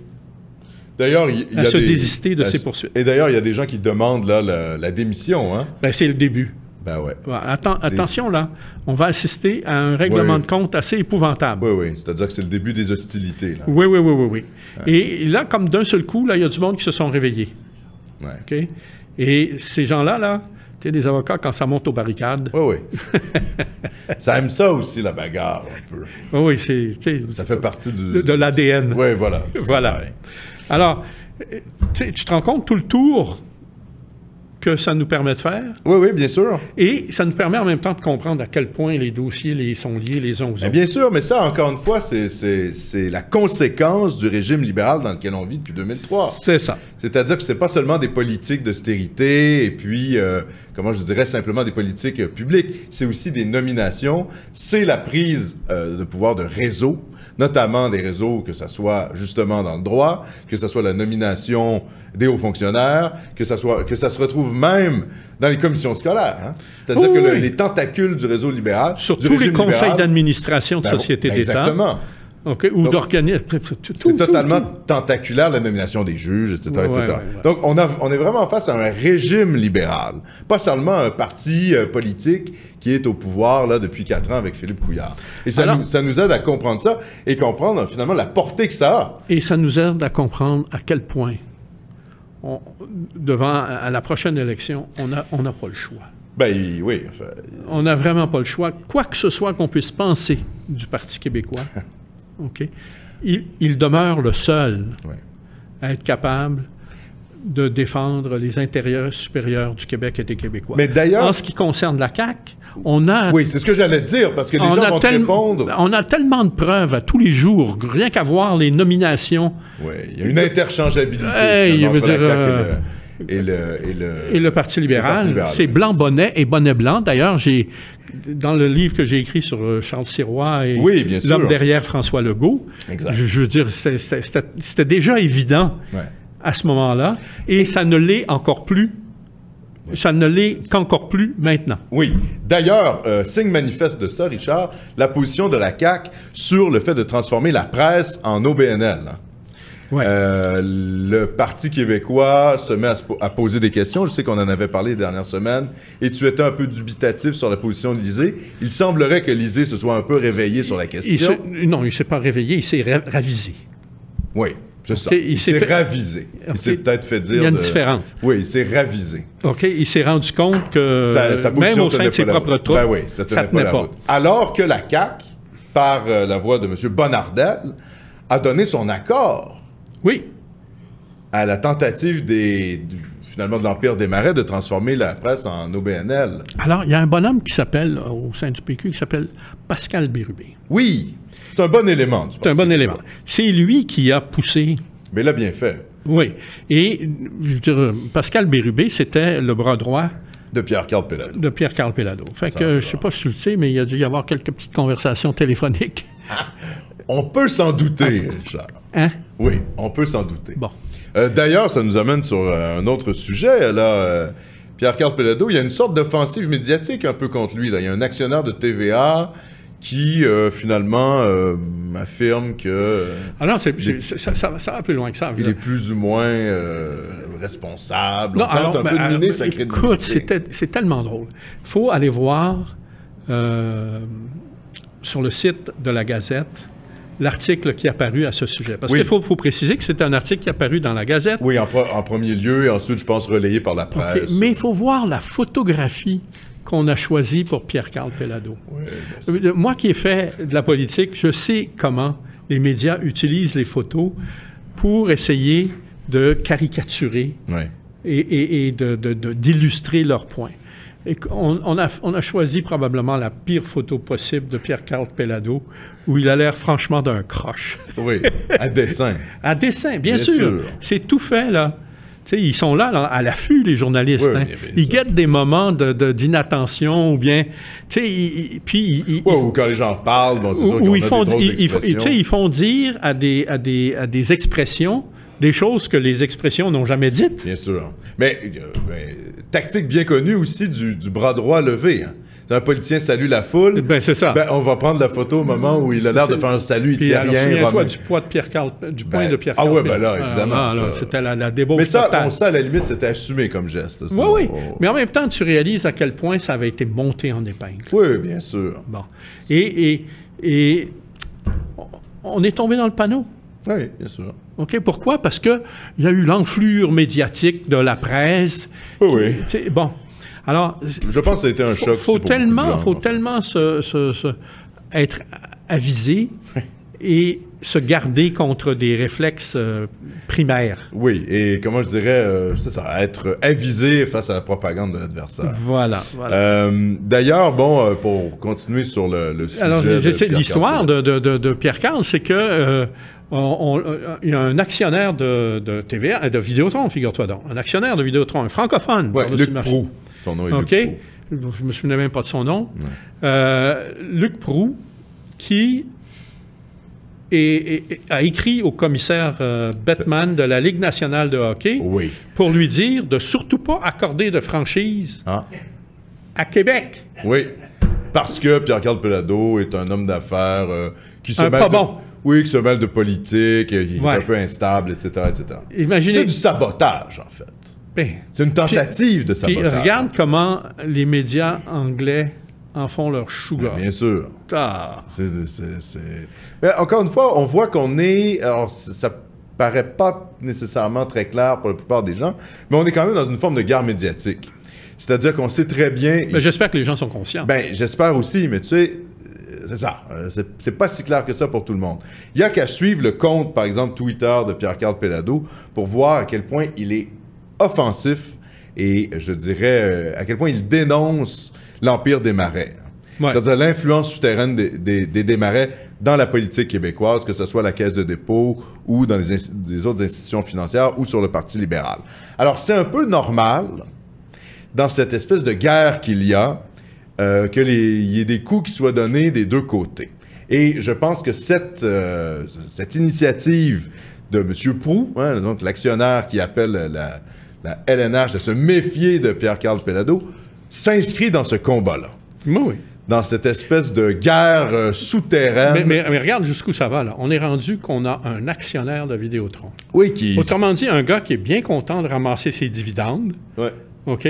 B: D'ailleurs, il il y,
A: à
B: a
A: se
B: des-
A: désister de
B: à
A: ses
B: se-
A: poursuites.
B: Et d'ailleurs, il y a des gens qui demandent là, la, la démission. Hein?
A: Ben, c'est le début.
B: Ben ouais.
A: Voilà. Atten- attention, là, on va assister à un règlement
B: Oui.
A: de compte assez épouvantable.
B: Oui, oui. C'est-à-dire que c'est le début des hostilités. Là.
A: Oui, oui, oui, oui, oui. Et là, comme d'un seul coup, là, il y a du monde qui se sont réveillés.
B: Ouais.
A: OK? Et ces gens-là, là, tu sais, des avocats, quand ça monte aux barricades,
B: Oui, oui. ça aime ça aussi, la bagarre, un peu.
A: oui, oui, c'est tu sais,
B: Ça fait partie du...
A: de, de l'ADN.
B: Oui, voilà.
A: Voilà.
B: Ouais.
A: Alors, euh, tu sais, tu te rends compte tout le tour que ça nous permet de faire,
B: Oui, oui, bien sûr.
A: et ça nous permet en même temps de comprendre à quel point les dossiers les, sont liés les uns aux
B: Mais
A: autres.
B: Eh bien sûr, mais ça, encore une fois, c'est- c'est c'est la conséquence du régime libéral dans lequel on vit depuis 2003.
A: C'est ça.
B: C'est-à-dire que c'est pas seulement des politiques d'austérité et puis, euh, comment je dirais, simplement des politiques euh, publiques. C'est aussi des nominations, c'est la prise euh, de pouvoir de réseaux, notamment des réseaux, que ce soit justement dans le droit, que ce soit la nomination des hauts fonctionnaires, que ça, soit, que ça se retrouve même dans les commissions scolaires. hein. C'est-à-dire
A: Oui,
B: que le-
A: oui.
B: les tentacules du réseau libéral,
A: Sur
B: du
A: tous les
B: régime
A: conseils
B: libéral,
A: d'administration de
B: ben,
A: sociétés
B: ben,
A: d'État,
B: Exactement.
A: OK, ou
B: Donc,
A: d'organismes.
B: C'est totalement tentaculaire la nomination des juges, etc.
A: Ouais,
B: etc.
A: ouais, ouais.
B: Donc, on, a- on est vraiment face à un régime libéral, pas seulement un parti euh, politique qui est au pouvoir là, depuis quatre ans avec Philippe Couillard. Et ça,
A: Alors-
B: nous, ça nous aide à comprendre ça et comprendre euh, finalement la portée que ça a.
A: Et ça nous aide à comprendre à quel point, on- devant à la prochaine élection, on n'a on n'a pas le choix.
B: Ben il- oui, enfin,
A: On n'a vraiment pas le choix. Quoi que ce soit qu'on puisse penser du Parti québécois, OK, il, il demeure le seul
B: ouais.
A: à être capable de défendre les intérieurs supérieurs du Québec et des Québécois.
B: Mais d'ailleurs-
A: en ce qui concerne la CAQ, on a
B: oui c'est ce que j'allais te dire parce que les
A: on
B: gens
A: a,
B: vont te
A: tel-
B: répondre.
A: on a tellement de preuves à tous les jours, rien qu'à voir les nominations
B: Oui, il y a une interchangeabilité
A: Hey,
B: finalement,
A: je
B: entre
A: veux
B: la
A: dire, euh,
B: CAQ et le, et le-
A: et le Parti
B: Le Parti
A: libéral.
B: libéral,
A: C'est
B: oui.
A: blanc bonnet et bonnet blanc. D'ailleurs, j'ai dans le livre que j'ai écrit sur euh, Charles Sirois et
B: Oui, bien sûr.
A: l'homme derrière François Legault,
B: Exact.
A: Je, je veux dire, c'est- c'est- c'était c'était déjà évident
B: Ouais.
A: à ce moment-là, et ça ne l'est encore plus. Ça ne l'est qu'encore plus maintenant.
B: Oui. D'ailleurs, euh, signe manifeste de ça, Richard, la position de la CAQ sur le fait de transformer la presse en OBNL. hein.
A: Ouais.
B: Euh, le Parti québécois se met à, se po- à poser des questions. Je sais qu'on en avait parlé les dernières semaines et tu étais un peu dubitatif sur la position de Lisée. Il semblerait que Lisée se soit un peu réveillé sur la
A: Il
B: question.
A: se- non, il ne s'est pas réveillé, il s'est ra- ravisé.
B: Oui, c'est ça.
A: Ok, il
B: il
A: s'est
B: s'est
A: fait-
B: ravisé.
A: Ok.
B: Il s'est peut-être fait dire.
A: Il y a une
B: de-
A: différence.
B: Oui, il s'est ravisé.
A: OK, il s'est rendu compte que
B: sa, sa position
A: Euh, même au sein
B: tenait
A: de ses
B: pas la
A: propres
B: route.
A: troupes,
B: Ben oui, ça tenait, pas, la route. Alors que la CAQ, par euh, la voix de M. Bonnardel, a donné son accord
A: Oui,
B: à la tentative des, du- finalement de l'Empire des Marais de transformer la presse en OBNL.
A: Alors, il y a un bonhomme qui s'appelle, euh, au sein du PQ, qui s'appelle Pascal Bérubé.
B: Oui, c'est un bon élément. du
A: C'est un
B: Parti
A: bon
B: libéral.
A: élément. C'est lui qui a poussé.
B: Mais là, bien fait.
A: Oui. Et je veux dire, Pascal Bérubé, c'était le bras droit
B: De Pierre-Carl Pellado.
A: de Pierre-Carl Pellado. Fait
B: Ça,
A: que,
B: alors.
A: je sais pas si tu le sais, mais il y a dû y avoir quelques petites conversations téléphoniques.
B: On peut s'en douter, Richard.
A: Hein?
B: Oui, on peut s'en douter.
A: Bon.
B: Euh, D'ailleurs, ça nous amène sur euh, un autre sujet. Là, euh, Pierre-Carl Pelado, il y a une sorte d'offensive médiatique un peu contre lui. Là. Il y a un actionnaire de TVA qui, euh, finalement, euh, affirme que euh,
A: Alors, c'est- c'est- c'est- ça, ça va- ça va plus loin que ça.
B: il
A: là.
B: est plus ou moins euh, responsable. On tente un
A: ben,
B: peu de
A: alors,
B: miner sa
A: écoute,
B: crédibilité.
A: c'était- c'est tellement drôle. faut aller voir euh, sur le site de la Gazette l'article qui est apparu à ce sujet. Parce
B: Oui.
A: qu'il faut, faut préciser que c'est un article qui est apparu dans la Gazette.
B: Oui, en, pre- en premier lieu, et ensuite, je pense, relayé par la
A: OK,
B: presse.
A: mais il faut voir la photographie qu'on a choisie pour Pierre-Carl Pellado.
B: Ouais, ben,
A: Je veux dire, Moi qui ai fait de la politique, je sais comment les médias utilisent les photos pour essayer de caricaturer
B: c'est- ouais.
A: et, et- et de- de- de- d'illustrer leurs points. Et qu'on- on, a, on a choisi probablement la pire photo possible de Pierre-Carl Pellado, où il a l'air franchement d'un croche.
B: Oui, à dessein.
A: À dessin, bien,
B: Bien
A: sûr.
B: sûr.
A: C'est tout fait, là. Tu sais, ils sont là, là, à l'affût, les journalistes.
B: Oui,
A: hein.
B: bien, bien
A: Ils
B: sûr.
A: guettent des moments de- de- d'inattention ou bien... Tu sais, ils- ils- puis ils- ils-
B: Ouais, ou quand les gens parlent, bon, c'est sûr
A: où, où
B: qu'on
A: ils
B: a
A: font,
B: des drôles
A: ils, ils font- tu sais,
B: d'expressions.
A: ils font dire à des, à, des, à des expressions des choses que les expressions n'ont jamais dites.
B: ben, Bien sûr. Mais, euh, mais, tactique bien connue aussi du, du bras droit levé. hein. C'est-à-dire un politicien salue la foule.
A: Ben, c'est ça.
B: Ben, on va prendre la photo au moment où il a l'air de faire un salut
A: Puis alors,
B: italien.
A: souviens-toi
B: romain.
A: du poids de Pierre Carl, du point
B: Ben,
A: de Pierre
B: ah ouais,
A: Carl-
B: ben là, évidemment,
A: Ah, là,
B: ça-
A: C'était la, la débauche
B: Mais ça,
A: totale.
B: bon, ça, à la limite, c'était assumé comme geste. ça. Oh.
A: Oui, oui.
B: On-
A: Mais en même temps, tu réalises à quel point ça avait été monté en épingle.
B: Oui, bien sûr.
A: Bon. Et, et, et on est tombé dans le panneau.
B: Oui, bien sûr.
A: OK? Pourquoi? Parce qu'il y a eu l'enflure médiatique de la presse.
B: Oui, oui.
A: Tu sais, Bon. Alors,
B: Je pense que ça a été un choc. aussi
A: faut
B: pour beaucoup de
A: tellement,
B: gens,
A: faut
B: en fait.
A: tellement se, se- se- être avisé et se garder contre des réflexes euh, primaires.
B: Oui, et comment je dirais, euh, c'est ça, être avisé face à la propagande de l'adversaire.
A: Voilà. voilà.
B: Euh, D'ailleurs, bon, euh, pour continuer sur le, le sujet.
A: Alors,
B: de
A: j'essaie-
B: Pierre
A: l'histoire
B: Carpentier.
A: de, de- de- de Pierre Carl, c'est que euh, on- on- euh, il y a un actionnaire de, de TVA, euh, de Vidéotron, figure-toi donc, un actionnaire de Vidéotron, un francophone.
B: Ouais,
A: par-dessus
B: Luc
A: le marché.
B: Proux. Son nom est
A: OK.
B: Luc Proulx.
A: Je me souvenais même pas de son nom. Euh, Luc Proux, qui est- est- est- a écrit au commissaire euh, Bettman de la Ligue nationale de hockey
B: Oui.
A: pour lui dire de surtout pas accorder de franchise
B: Ah.
A: à Québec.
B: Oui. Parce que Pierre-Carl Pelado est un homme d'affaires euh, qui se
A: Un
B: mêle
A: pas
B: de-
A: bon.
B: Oui, qui se mêle de politique, euh, il
A: Ouais.
B: est un peu instable, etc., etc.
A: Imaginez.
B: C'est du sabotage, en fait.
A: Ben,
B: C'est une tentative de
A: Puis
B: sabotage.
A: regarde comment les médias anglais en font leur sugar.
B: Bien sûr.
A: Ah.
B: C'est- c'est- c'est- Mais encore une fois, on voit qu'on est. Alors, c- ça paraît pas nécessairement très clair pour la plupart des gens, mais on est quand même dans une forme de guerre médiatique. C'est-à-dire qu'on sait très bien.
A: Ben, J'espère que les gens sont conscients.
B: Ben, j'espère aussi, mais tu sais, euh, c'est ça. Euh, c'est- C'est pas si clair que ça pour tout le monde. Il y a qu'à suivre le compte, par exemple, Twitter de Pierre-Carl Pelado pour voir à quel point il est offensif et, je dirais, euh, à quel point il dénonce l'Empire des Marais.
A: Ouais.
B: C'est-à-dire l'influence souterraine des, des- des- des Marais dans la politique québécoise, que ce soit la Caisse de dépôt ou dans les, ins- les autres institutions financières ou sur le Parti libéral. Alors, c'est un peu normal dans cette espèce de guerre qu'il y a, euh, que les- il y ait des coups qui soient donnés des deux côtés. Et je pense que cette, euh, cette initiative de M. Prou, hein, donc l'actionnaire qui appelle la, la LNH de se méfier de Pierre-Carl Pelado, s'inscrit dans ce combat-là,
A: Oui, oui.
B: dans cette espèce de guerre euh, souterraine.
A: Mais, mais- mais regarde jusqu'où ça va, là. On est rendu qu'on a un actionnaire de Vidéotron.
B: oui, qui.
A: Autrement dit, un gars qui est bien content de ramasser ses dividendes,
B: Ouais.
A: OK,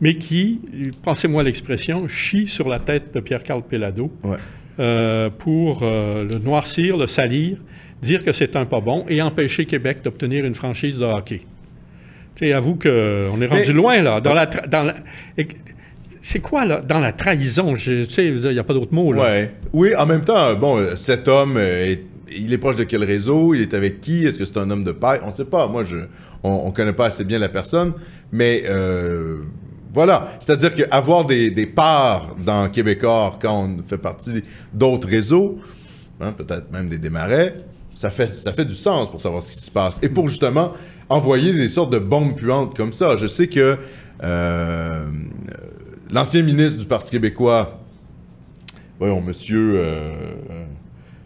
A: mais qui, pensez-moi l'expression, chie sur la tête de Pierre-Carl Pellado
B: Ouais.
A: euh, pour euh, le noircir, le salir, dire que c'est un pas bon et empêcher Québec d'obtenir une franchise de hockey. Tu sais, avoue qu'on est rendu
B: Mais-
A: loin, là. Dans la tra- dans la- et- C'est quoi, là? Dans la trahison, je- tu sais, il n'y a pas d'autre mot, là.
B: Ouais. Oui, en même temps, bon, euh, cet homme, euh, est- il est proche de quel réseau? Il est avec qui? Est-ce que c'est un homme de paille? On ne sait pas. Moi, je, on ne connaît pas assez bien la personne. Mais euh, voilà. C'est-à-dire qu'avoir des, des parts dans Québécois quand on fait partie d'autres réseaux, hein, peut-être même des démarrais, ça fait, ça fait du sens pour savoir ce qui se passe. Et pour justement envoyer des sortes de bombes puantes comme ça. Je sais que euh, l'ancien ministre du Parti québécois, Voyons, monsieur. euh, euh,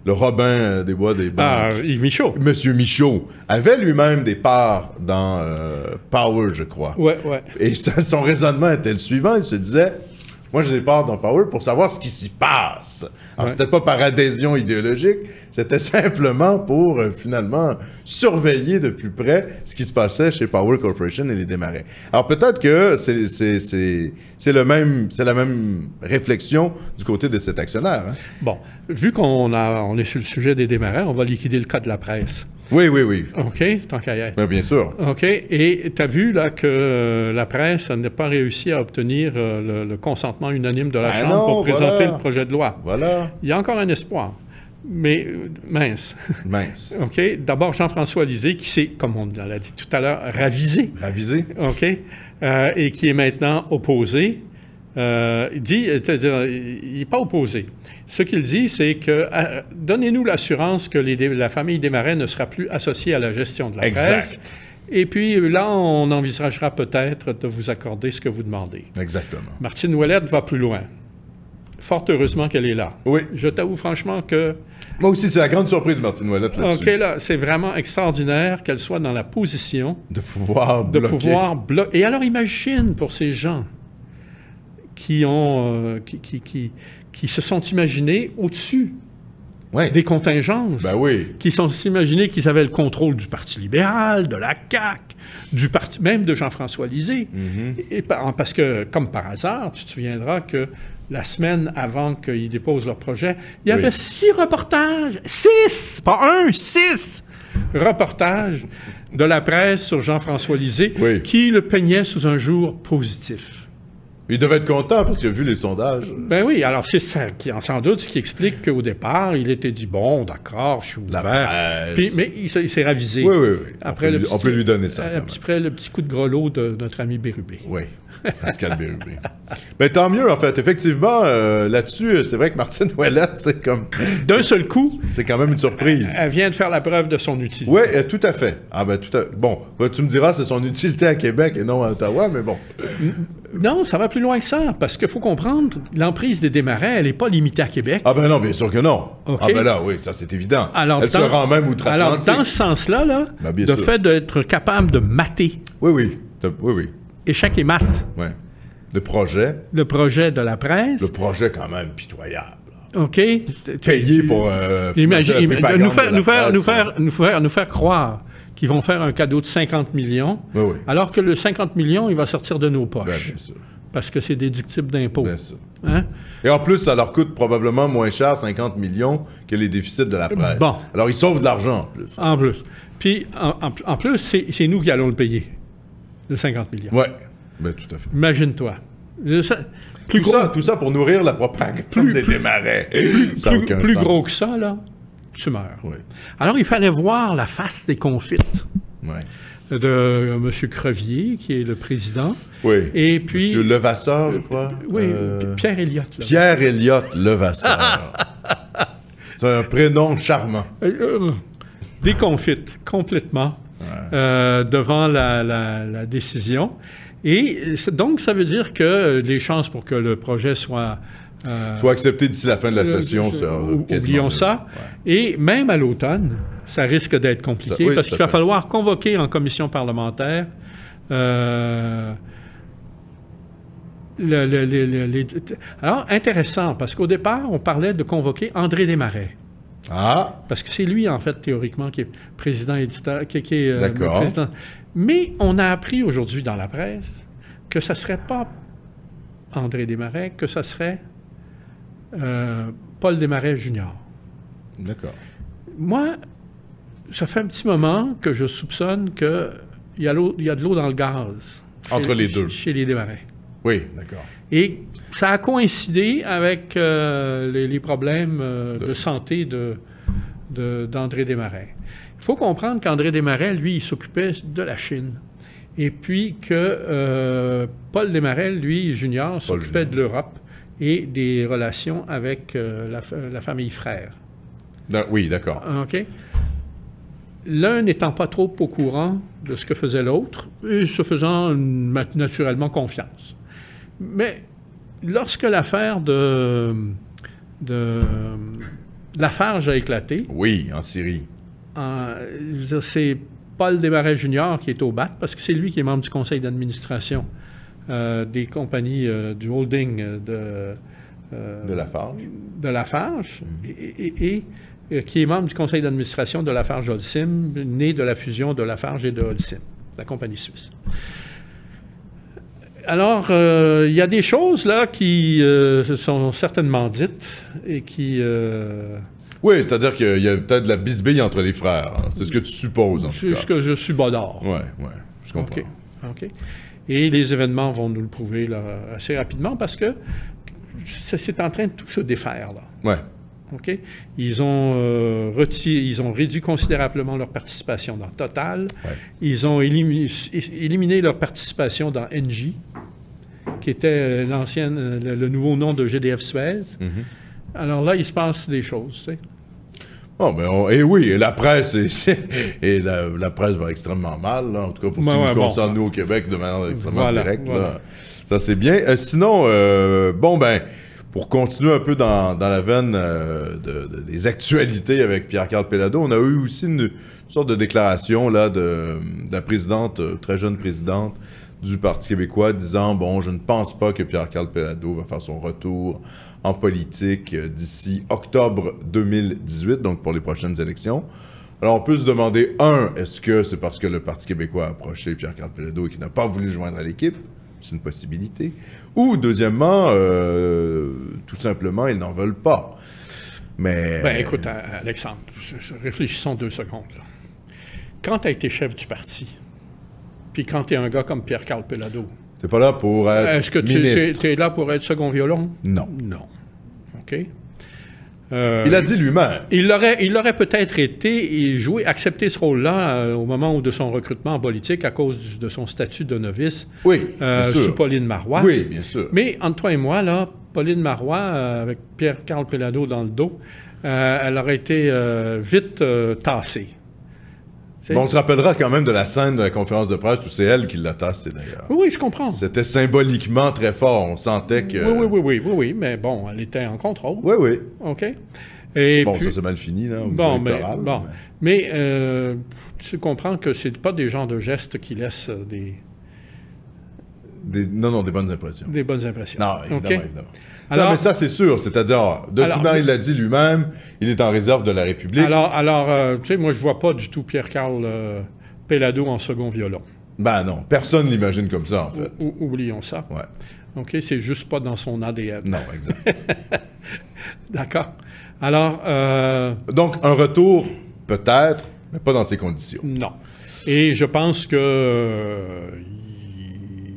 B: le Robin euh, des Bois des Banques.
A: Ah, Yves Michaud.
B: Monsieur Michaud avait lui-même des parts dans euh, Power, je crois.
A: Ouais, ouais.
B: Et ça, son raisonnement était le suivant il se disait. Moi, j'ai des parts dans Power pour savoir ce qui s'y passe. Alors,
A: Ouais.
B: c'était pas par adhésion idéologique, c'était simplement pour, euh, finalement, surveiller de plus près ce qui se passait chez Power Corporation et les démarrais. Alors, peut-être que c'est- c'est c'est- c'est le même- c'est la même réflexion du côté de cet actionnaire. hein.
A: Bon, vu qu'on a- on est sur le sujet des démarrants, on va liquider le cas de la presse.
B: Oui, oui, oui.
A: OK? Tant qu'à y être.
B: Oui, bien sûr.
A: OK. Et tu as vu là, que euh, la presse n'a pas réussi à obtenir euh, le, le consentement unanime de la
B: Ben
A: Chambre
B: non,
A: pour
B: voilà.
A: présenter le projet de loi.
B: Voilà.
A: Il y a encore un espoir. Mais euh, mince.
B: Mince.
A: OK. D'abord, Jean-François Lisée, qui s'est, comme on l'a dit tout à l'heure, ravisé.
B: Ravisé.
A: OK, euh, et qui est maintenant opposé, euh, il dit, c'est-à-dire, il n'est pas opposé. Ce qu'il dit, c'est que ah, donnez-nous l'assurance que les dé- la famille Desmarais ne sera plus associée à la gestion de la presse.
B: Exact.
A: Et puis là, on envisagera peut-être de vous accorder ce que vous demandez.
B: Exactement.
A: Martine Ouellette va plus loin. Fort heureusement qu'elle est là.
B: Oui.
A: Je t'avoue franchement que
B: Moi aussi, c'est la grande surprise, Martine Ouellette,
A: OK,
B: là-dessus.
A: là, c'est vraiment extraordinaire qu'elle soit dans la position
B: De pouvoir
A: de
B: bloquer.
A: pouvoir bloquer. Et alors imagine pour ces gens qui, ont, euh, qui, qui, qui- qui se sont imaginés au-dessus
B: Ouais.
A: des contingences,
B: Ben oui.
A: qui se sont imaginés qu'ils avaient le contrôle du Parti libéral, de la CAQ, du parti, même de Jean-François Lisée.
B: Mhm.
A: Et par- parce que, comme par hasard, tu te souviendras que la semaine avant qu'ils déposent leur projet, il y
B: Oui.
A: avait six reportages, six, pas un, six reportages de la presse sur Jean-François Lisée
B: Oui.
A: qui le peignait sous un jour positif.
B: Il devait être content parce qu'il a vu les sondages.
A: Ben oui, alors c'est ça, qui, sans doute, ce qui explique qu'au départ, il était dit, bon, d'accord, je suis
B: La
A: ouvert.
B: presse.
A: Puis- mais il, s'est- il s'est ravisé.
B: Oui, oui, oui.
A: Après
B: on, peut
A: le
B: lui,
A: petit-
B: on peut lui donner ça.
A: euh,
B: quand
A: petit- après le petit coup de grelot de notre ami Bérubé.
B: Oui, Pascal Bérubé. Ben tant mieux, en fait. Effectivement, euh, là-dessus, euh, c'est vrai que Martine Ouellette, c'est comme...
A: D'un seul coup,
B: C'est quand même une surprise.
A: elle vient de faire la preuve de son utilité.
B: Oui, tout à fait. Ah ben tout à Bon, ben, tu me diras, c'est son utilité à Québec et non à Ottawa, mais bon.
A: Non, ça va plus loin que ça, parce qu'il faut comprendre, l'emprise des démarrais, elle n'est pas limitée à Québec.
B: Ah ben non, bien sûr que non.
A: Ok.
B: Ah ben là, oui, ça c'est évident.
A: Alors,
B: Elle se
A: dans-
B: rend même
A: Alors,
B: outre-Atlantique.
A: dans ce sens-là, là,
B: Ben, bien
A: le
B: sûr.
A: fait d'être capable de mater,
B: Oui, oui. De- Oui, oui.
A: échec et mat,
B: Ouais. Le projet,
A: le projet de la presse,
B: le projet quand même pitoyable.
A: OK? t- t-
B: Payé pour... euh,
A: Imagine,
B: financer la
A: imagine-
B: propagande
A: nous,
B: de
A: faire,
B: la
A: nous, faire,
B: presse,
A: nous, faire, nous, faire, nous faire croire qu'ils vont faire un cadeau de 50 millions,
B: Ben Oui, oui.
A: alors que le 50 millions, il va sortir de nos
B: Ben,
A: poches,
B: bien Ben, sûr,
A: parce que c'est déductible d'impôts.
B: bien sûr.
A: Hein?
B: Et en plus, ça leur coûte probablement moins cher, 50 millions, que les déficits de la presse.
A: Eh ben, Bon.
B: Alors, ils sauvent de l'argent, en plus.
A: En plus. Puis, en, en- en plus, c'est c'est nous qui allons le payer, le 50 millions.
B: Ouais. Ben, tout à fait.
A: Imagine-toi. Le- ça- Plus,
B: Tout
A: gros,
B: ça, tout ça pour nourrir la propagande des démarrais. Ça a
A: plus,
B: aucun
A: plus
B: sens.
A: gros que ça, là, tu meurs.
B: Oui.
A: Alors, il fallait voir la face des confites
B: Ouais.
A: de euh, M. Crevier, qui est le président,
B: Oui.
A: et puis...
B: Monsieur Levasseur, je crois.
A: oui,
B: Euh,
A: P- Pierre Elliott. là.
B: Pierre Elliott Levasseur. C'est un prénom charmant.
A: Euh, euh, déconfite complètement euh, devant la, la- la décision. Et euh, c'est- donc, ça veut dire que euh, les chances pour que le projet soit... euh,
B: Soit accepté d'ici la fin de la
A: Euh,
B: session.
A: je-
B: c'est, euh,
A: ou-
B: quasiment
A: Oublions
B: nul.
A: ça.
B: Ouais.
A: Et même à l'automne, ça risque d'être compliqué
B: Ça- oui,
A: parce
B: tout à
A: qu'il va
B: fait.
A: falloir convoquer en commission parlementaire euh, le- le- le- le- les- Alors, intéressant, parce qu'au départ, on parlait de convoquer André Desmarais.
B: Ah,
A: Parce que c'est lui, en fait, théoriquement, qui est président éditeur, qui, qui est euh,
B: D'accord.
A: le président. Mais on a appris aujourd'hui dans la presse que ça serait pas André Desmarais, que ça serait euh, Paul Desmarais Junior.
B: d'accord.
A: Moi, ça fait un petit moment que je soupçonne qu'il y, a l'eau- il y a de l'eau dans le gaz.
B: Entre les deux.
A: Chez les Desmarais.
B: Oui, d'accord.
A: Et ça a coïncidé avec euh, les, les problèmes euh, de santé de- de- d'André Desmarais. Il faut comprendre qu'André Desmarais, lui, il s'occupait de la Chine. Et puis que euh, Paul Desmarais, lui, junior, s'occupait
B: Junior.
A: de l'Europe et des relations avec euh, la, fa- la famille frère.
B: Da- Oui, d'accord.
A: Ah, OK? L'un n'étant pas trop au courant de ce que faisait l'autre et se faisant ma- naturellement confiance. Mais lorsque l'affaire de, de Lafarge a éclaté,
B: Oui, en Syrie.
A: en- je veux dire, c'est Paul Desmarais Junior qui est au BAT parce que c'est lui qui est membre du conseil d'administration euh, des compagnies euh, du holding euh, de, euh,
B: De la Farge.
A: de Lafarge et, et- et- et, euh, qui est membre du conseil d'administration de Lafarge Holcim, né de la fusion de Lafarge et de Holcim, la compagnie suisse. Alors, euh, il y a des choses là qui euh, se sont certainement dites et qui... euh,
B: Oui, c'est-à-dire qu'il y a peut-être de la bisbille entre les frères. hein. C'est ce que tu supposes, en tout
A: c'est
B: cas.
A: ce que je suis d'or.
B: Ouais, ouais, je comprends.
A: OK. OK. Et les événements vont nous le prouver là, assez rapidement parce que c'est c'est en train de tout se défaire. Là.
B: Ouais.
A: OK? Ils ont, euh, reti- ils ont réduit considérablement leur participation dans Total.
B: Ouais.
A: Ils ont élimi- é- éliminé leur participation dans NJ, qui était euh, l'ancienne, euh, le, le nouveau nom de GDF Suez.
B: Mm-hmm.
A: Alors là, il se passe des choses. tu sais.
B: Euh. Oh, ben, on- et oui, et la presse, est- et la, la presse va extrêmement mal, là, en tout cas pour ce
A: Ben
B: qui
A: ouais,
B: nous
A: bon.
B: concerne, nous, au Québec, de manière extrêmement
A: Voilà,
B: directe. là.
A: voilà.
B: Ça, c'est bien. Euh, sinon, euh, bon, ben, pour continuer un peu dans, dans la veine euh, de- de- des actualités avec Pierre-Carl Pelado, on a eu aussi une, sorte de déclaration là, de, de la présidente, euh, très jeune présidente du Parti québécois, disant Bon, je ne pense pas que Pierre-Carl Pelado va faire son retour en politique euh, d'ici octobre 2018, donc pour les prochaines élections. Alors, on peut se demander, un, est-ce que c'est parce que le Parti québécois a approché Pierre-Carl Pelado et qu'il n'a pas voulu joindre à l'équipe? C'est une possibilité. Ou, deuxièmement, euh, tout simplement, ils n'en veulent pas. Mais...
A: Ben, écoute, euh, Alexandre, je- je- réfléchissons deux secondes. là. Quand tu as été chef du parti, puis quand tu es un gars comme Pierre-Carl Pelado,
B: T'es pas là pour être
A: ben, est-ce que tu
B: Euh, ministre.
A: es, là pour être second violon?
B: Non.
A: Non. OK? Euh,
B: Il a dit lui-même.
A: il l'aurait il l'aurait peut-être été et joué, accepté ce rôle-là euh, au moment où de son recrutement en politique à cause du- de son statut de novice
B: Oui,
A: euh,
B: bien
A: sous
B: sûr.
A: Pauline Marois.
B: Oui, bien sûr.
A: Mais entre toi et moi, là, Pauline Marois, euh, avec Pierre-Carl Pelado dans le dos, euh, elle aurait été euh, vite euh, tassée. Tu sais?
B: Bon, on se rappellera quand même de la scène de la conférence de presse où c'est elle qui l'a tassé, d'ailleurs.
A: Oui, oui, je comprends. Oui,
B: C'était symboliquement très fort. On sentait que...
A: oui, oui, oui, oui, oui, mais bon, elle était en contrôle.
B: Oui, oui.
A: OK? Et
B: Bon,
A: puis-
B: ça, c'est mal fini, là, au niveau
A: Bon, mais,
B: électoral,
A: bon.
B: mais-
A: mais euh, tu comprends que c'est pas des genres de gestes qui laissent euh, des,
B: Des- Non, non, des bonnes impressions.
A: des bonnes impressions.
B: Non, évidemment,
A: OK?
B: évidemment.
A: Alors-
B: non, mais ça, c'est sûr. C'est-à-dire, ah, de
A: Alors-
B: tout temps, il l'a dit lui-même, il est en réserve de la République.
A: Alors, alors euh, tu sais, moi, je vois pas du tout Pierre-Carl euh, Pelado en second violon. Euh,
B: Ben non, personne l'imagine comme ça, en fait.
A: Ou- oublions ça.
B: Ouais.
A: OK? C'est juste pas dans son ADN.
B: Non, exact.
A: D'accord. Alors, euh,
B: Donc, un retour, peut-être, mais pas dans ces conditions.
A: non. Et je pense que euh, il-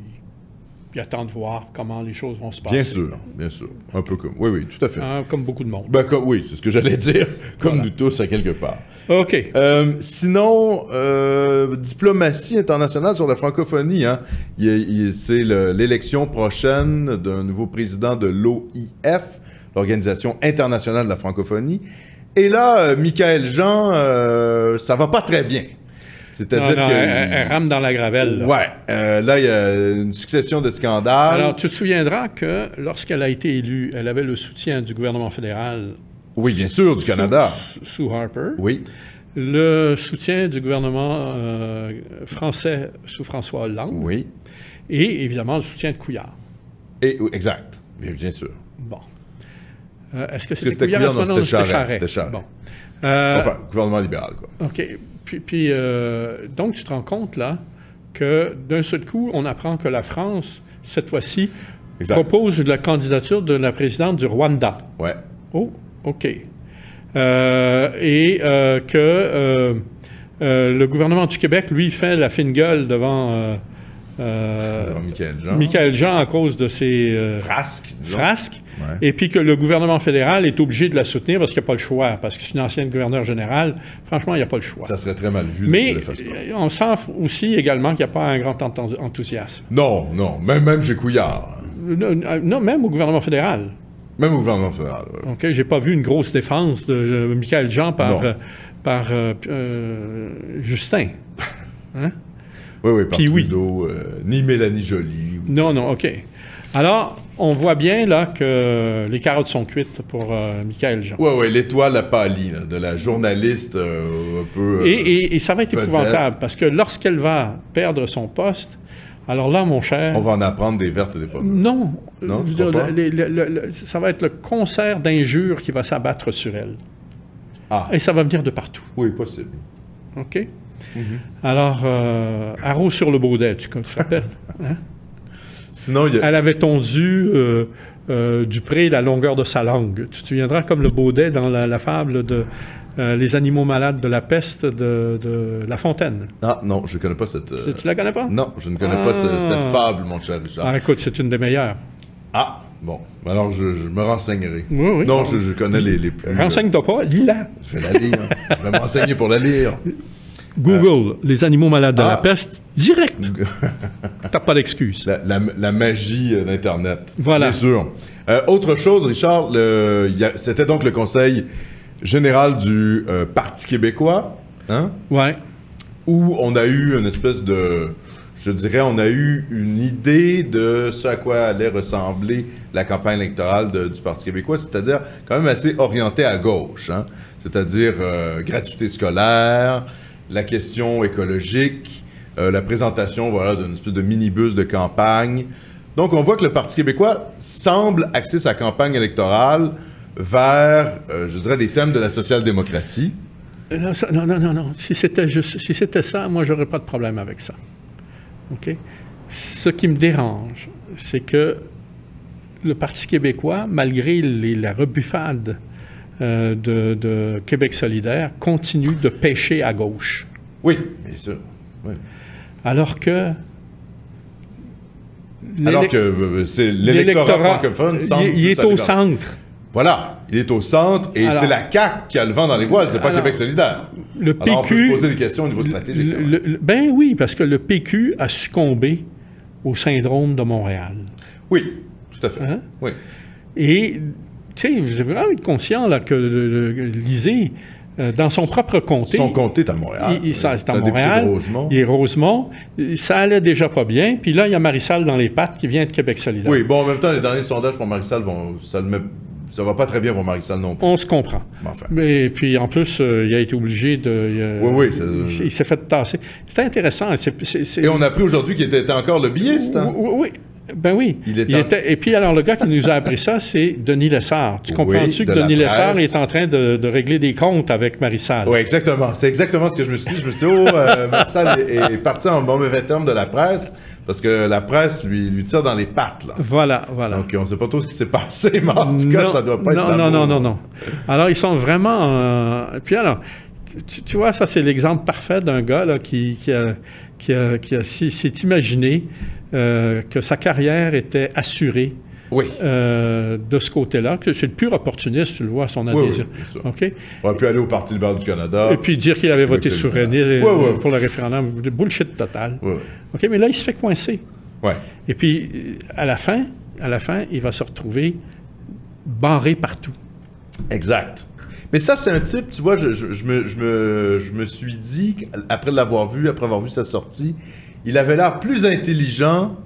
A: il attend de voir comment les choses vont se passer.
B: Bien sûr, bien sûr. Un peu comme. Oui, oui, tout à fait.
A: Hein, comme beaucoup de monde.
B: Ben, comme- oui, c'est ce que j'allais dire, comme nous tous, à quelque part.
A: OK.
B: Euh, sinon, euh, diplomatie internationale sur la francophonie. Hein. Il y a- il- c'est le- l'élection prochaine d'un nouveau président de l'OIF, l'Organisation internationale de la francophonie. Et là, euh, Michael Jean, euh, ça va pas très bien.
A: Ah, Non,
B: C'est-à-dire
A: non,
B: que...
A: elle, elle- elle rame dans la gravelle. là.
B: ouais, euh, là, il y a une succession de scandales.
A: Alors, tu te souviendras que lorsqu'elle a été élue, elle avait le soutien du gouvernement fédéral
B: oui, bien sûr, du Canada.
A: sous, sous Harper,
B: Oui,
A: le soutien du gouvernement euh, français sous François Hollande
B: oui.
A: et évidemment le soutien de Couillard.
B: Et, oui, exact. Bien, bien sûr.
A: Bon. Euh, Est-ce que
B: que
A: c'était
B: c'était
A: Couillard à ce
B: Couillard? Non,
A: moment-là ou
B: c'était
A: c'était
B: Charest,
A: Charest?
B: c'était Charest.
A: Bon. Euh,
B: Enfin, gouvernement libéral, quoi.
A: OK. Puis, puis, euh, donc, tu te rends compte, là, que d'un seul coup, on apprend que la France, cette fois-ci,
B: Exact.
A: propose la candidature de la présidente du Rwanda.
B: Ouais.
A: Oh, OK. Euh, et euh, que euh, euh, le gouvernement du Québec, lui, fait la fine gueule devant euh, euh,
B: Alors, Michael Jean.
A: Michael Jean à cause de ses euh,
B: Frasque, disons.
A: frasques.
B: Ouais.
A: Et puis que le gouvernement fédéral est obligé de la soutenir parce qu'il n'y a pas le choix, parce que c'est une ancienne gouverneure générale. Franchement, il n'y a pas le choix.
B: Ça serait très mal vu
A: Mais
B: de le faire.
A: euh, on sent f- aussi également qu'il n'y a pas un grand enten- enthousiasme.
B: Non, non, même, même chez Couillard. hein.
A: Non, euh, non, même au gouvernement fédéral.
B: Même au gouvernement
A: Ah,
B: fédéral. ouais.
A: Ok, j'ai pas vu une grosse défense de euh, Michael Jean par,
B: Non.
A: euh, par euh, p- euh, Justin.
B: Oui, oui, par
A: Puis oui.
B: Trudeau, euh, ni Mélanie Joly. ou-
A: Non, non, OK. Alors, on voit bien là que les carottes sont cuites pour euh, Michael Jean.
B: Ouais, ouais, l'étoile a pâli, là, de la journaliste euh, un peu... euh,
A: Et, et- et ça va être
B: Vedette.
A: épouvantable parce que lorsqu'elle va perdre son poste, alors là, mon cher,
B: On va en apprendre des vertes et des pommes.
A: non,
B: Non,
A: Je
B: tu
A: veux dire,
B: crois pas?
A: le- le- le- le- ça va être le concert d'injures qui va s'abattre sur elle.
B: Ah,
A: Et ça va venir de partout.
B: oui, possible.
A: OK? Alors, euh, Arrow sur le baudet, tu tu te rappelles?
B: Sinon, il y a...
A: hein? Elle avait tondu euh, euh, du pré la longueur de sa langue. Tu te souviendras comme le baudet dans la, la fable de euh, Les animaux malades de la peste de, de La Fontaine.
B: Ah, non, je connais pas cette... euh,
A: Tu la connais pas?
B: Non, je ne connais pas ce-
A: Ah.
B: cette fable, mon cher Richard.
A: Ah, écoute, c'est une des meilleures.
B: Ah, bon. Alors, je, je me renseignerai.
A: Oui, oui.
B: Non, je, je connais les, les plus... euh,
A: Renseigne-toi pas, lis-la.
B: Je vais la lire. je vais me renseigner pour la lire.
A: Google, les animaux malades de la
B: Euh. ah.
A: peste, direct. T'as pas d'excuse.
B: La, la- la magie euh, d'Internet.
A: Voilà.
B: Bien sûr. Euh, autre chose, Richard, le- il y a- c'était donc le Conseil général du euh, Parti québécois, hein,
A: Ouais.
B: où on a eu une espèce de je dirais, on a eu une idée de ce à quoi allait ressembler la campagne électorale de- du Parti québécois, c'est-à-dire quand même assez orientée à gauche, hein. c'est-à-dire euh, gratuité scolaire, la question écologique, euh, la présentation voilà, d'une espèce de minibus de campagne. Donc on voit que le Parti québécois semble axer sa campagne électorale vers, euh, je dirais, des thèmes de la social-démocratie.
A: Euh, Non, ça- non, non, non, non. Si c'était juste- si c'était ça, moi, j'aurais pas de problème avec ça. OK? Ce qui me dérange, c'est que le Parti québécois, malgré les- la rebuffade euh, de, de Québec solidaire, continue de pêcher à gauche.
B: Oui, bien sûr. Oui.
A: Alors que.
B: Alors
A: l'élec-
B: que euh, c'est l'électorat francophone
A: il,
B: semble
A: il
B: plus
A: est
B: aller
A: au
B: dans-
A: centre.
B: Voilà, il est au centre et
A: Alors-
B: c'est la CAQ qui a le vent dans les voiles, c'est pas
A: Alors,
B: Québec solidaire.
A: Le PQ.
B: Alors on peut se poser des questions au niveau stratégique. hein.
A: Le- le- le- ben oui, parce que le PQ a succombé au syndrome de Montréal.
B: Oui, tout à fait.
A: Hein?
B: Oui.
A: Et, tu sais, vous avez vraiment être conscient là, que le- le- Lisée, euh, dans son propre comté,
B: Son comté est à Montréal.
A: il- il- ça, c'est à
B: un député de
A: Montréal,
B: Rosemont.
A: il est Rosemont, ça allait déjà pas bien, puis là, il y a Marisol dans les pattes qui vient de Québec solidaire.
B: Oui, bon, en même temps, les derniers sondages pour Marisal vont. Ça, le met- ça va pas très bien pour Marisal non plus.
A: On se comprend.
B: Mais enfin.
A: Et puis, en plus, euh, il a été obligé de... il a-
B: Oui, oui, ça-
A: il s- il s'est fait tasser. C'était intéressant. hein, c'est- c'est- c'est-
B: Et on a appris aujourd'hui qu'il était encore lobbyiste. Hein?
A: Oui, oui, oui. Ben oui.
B: Il est en-
A: était- Et puis, alors, le gars qui nous a appris ça, c'est Denis Lessard. Tu
B: Oui,
A: comprends-tu
B: de
A: que
B: la
A: Denis Lessard
B: presse.
A: est en train de, de régler des comptes avec Marissal?
B: Oui, exactement. C'est exactement ce que je me suis dit. Je me suis dit, oh, euh, Marisal est, est parti en bon mauvais terme de la presse parce que la presse lui, lui tire dans les pattes. Là.
A: Voilà, voilà.
B: Donc, on ne sait pas trop ce qui s'est passé, mais en tout cas, ça doit pas
A: non,
B: être
A: Non, non,
B: l'amour.
A: non, non. Alors, ils sont vraiment... euh, Puis alors, tu, tu vois, ça, c'est l'exemple parfait d'un gars là, qui, qui, a- qui, a- qui a- s'est s'est imaginé euh, que sa carrière était assurée
B: Oui.
A: euh, de ce côté-là, que c'est le pur opportuniste, tu le vois, à son
B: Oui, oui,
A: adhésion.
B: bien sûr.
A: OK?
B: On aurait pu aller au Parti libéral du Canada.
A: Et puis dire qu'il avait voté
B: Absolument.
A: souveraineté euh,
B: Ouais, ouais.
A: pour le référendum. De Bullshit total.
B: Ouais, ouais.
A: OK, mais là, il se fait coincer.
B: Ouais.
A: Et puis, euh, à la fin, à la fin, il va se retrouver barré partout.
B: Exact. Mais ça, c'est un type, tu vois, je, je- je me, je me- je me suis dit, après l'avoir vu, après avoir vu sa sortie, il avait l'air plus intelligent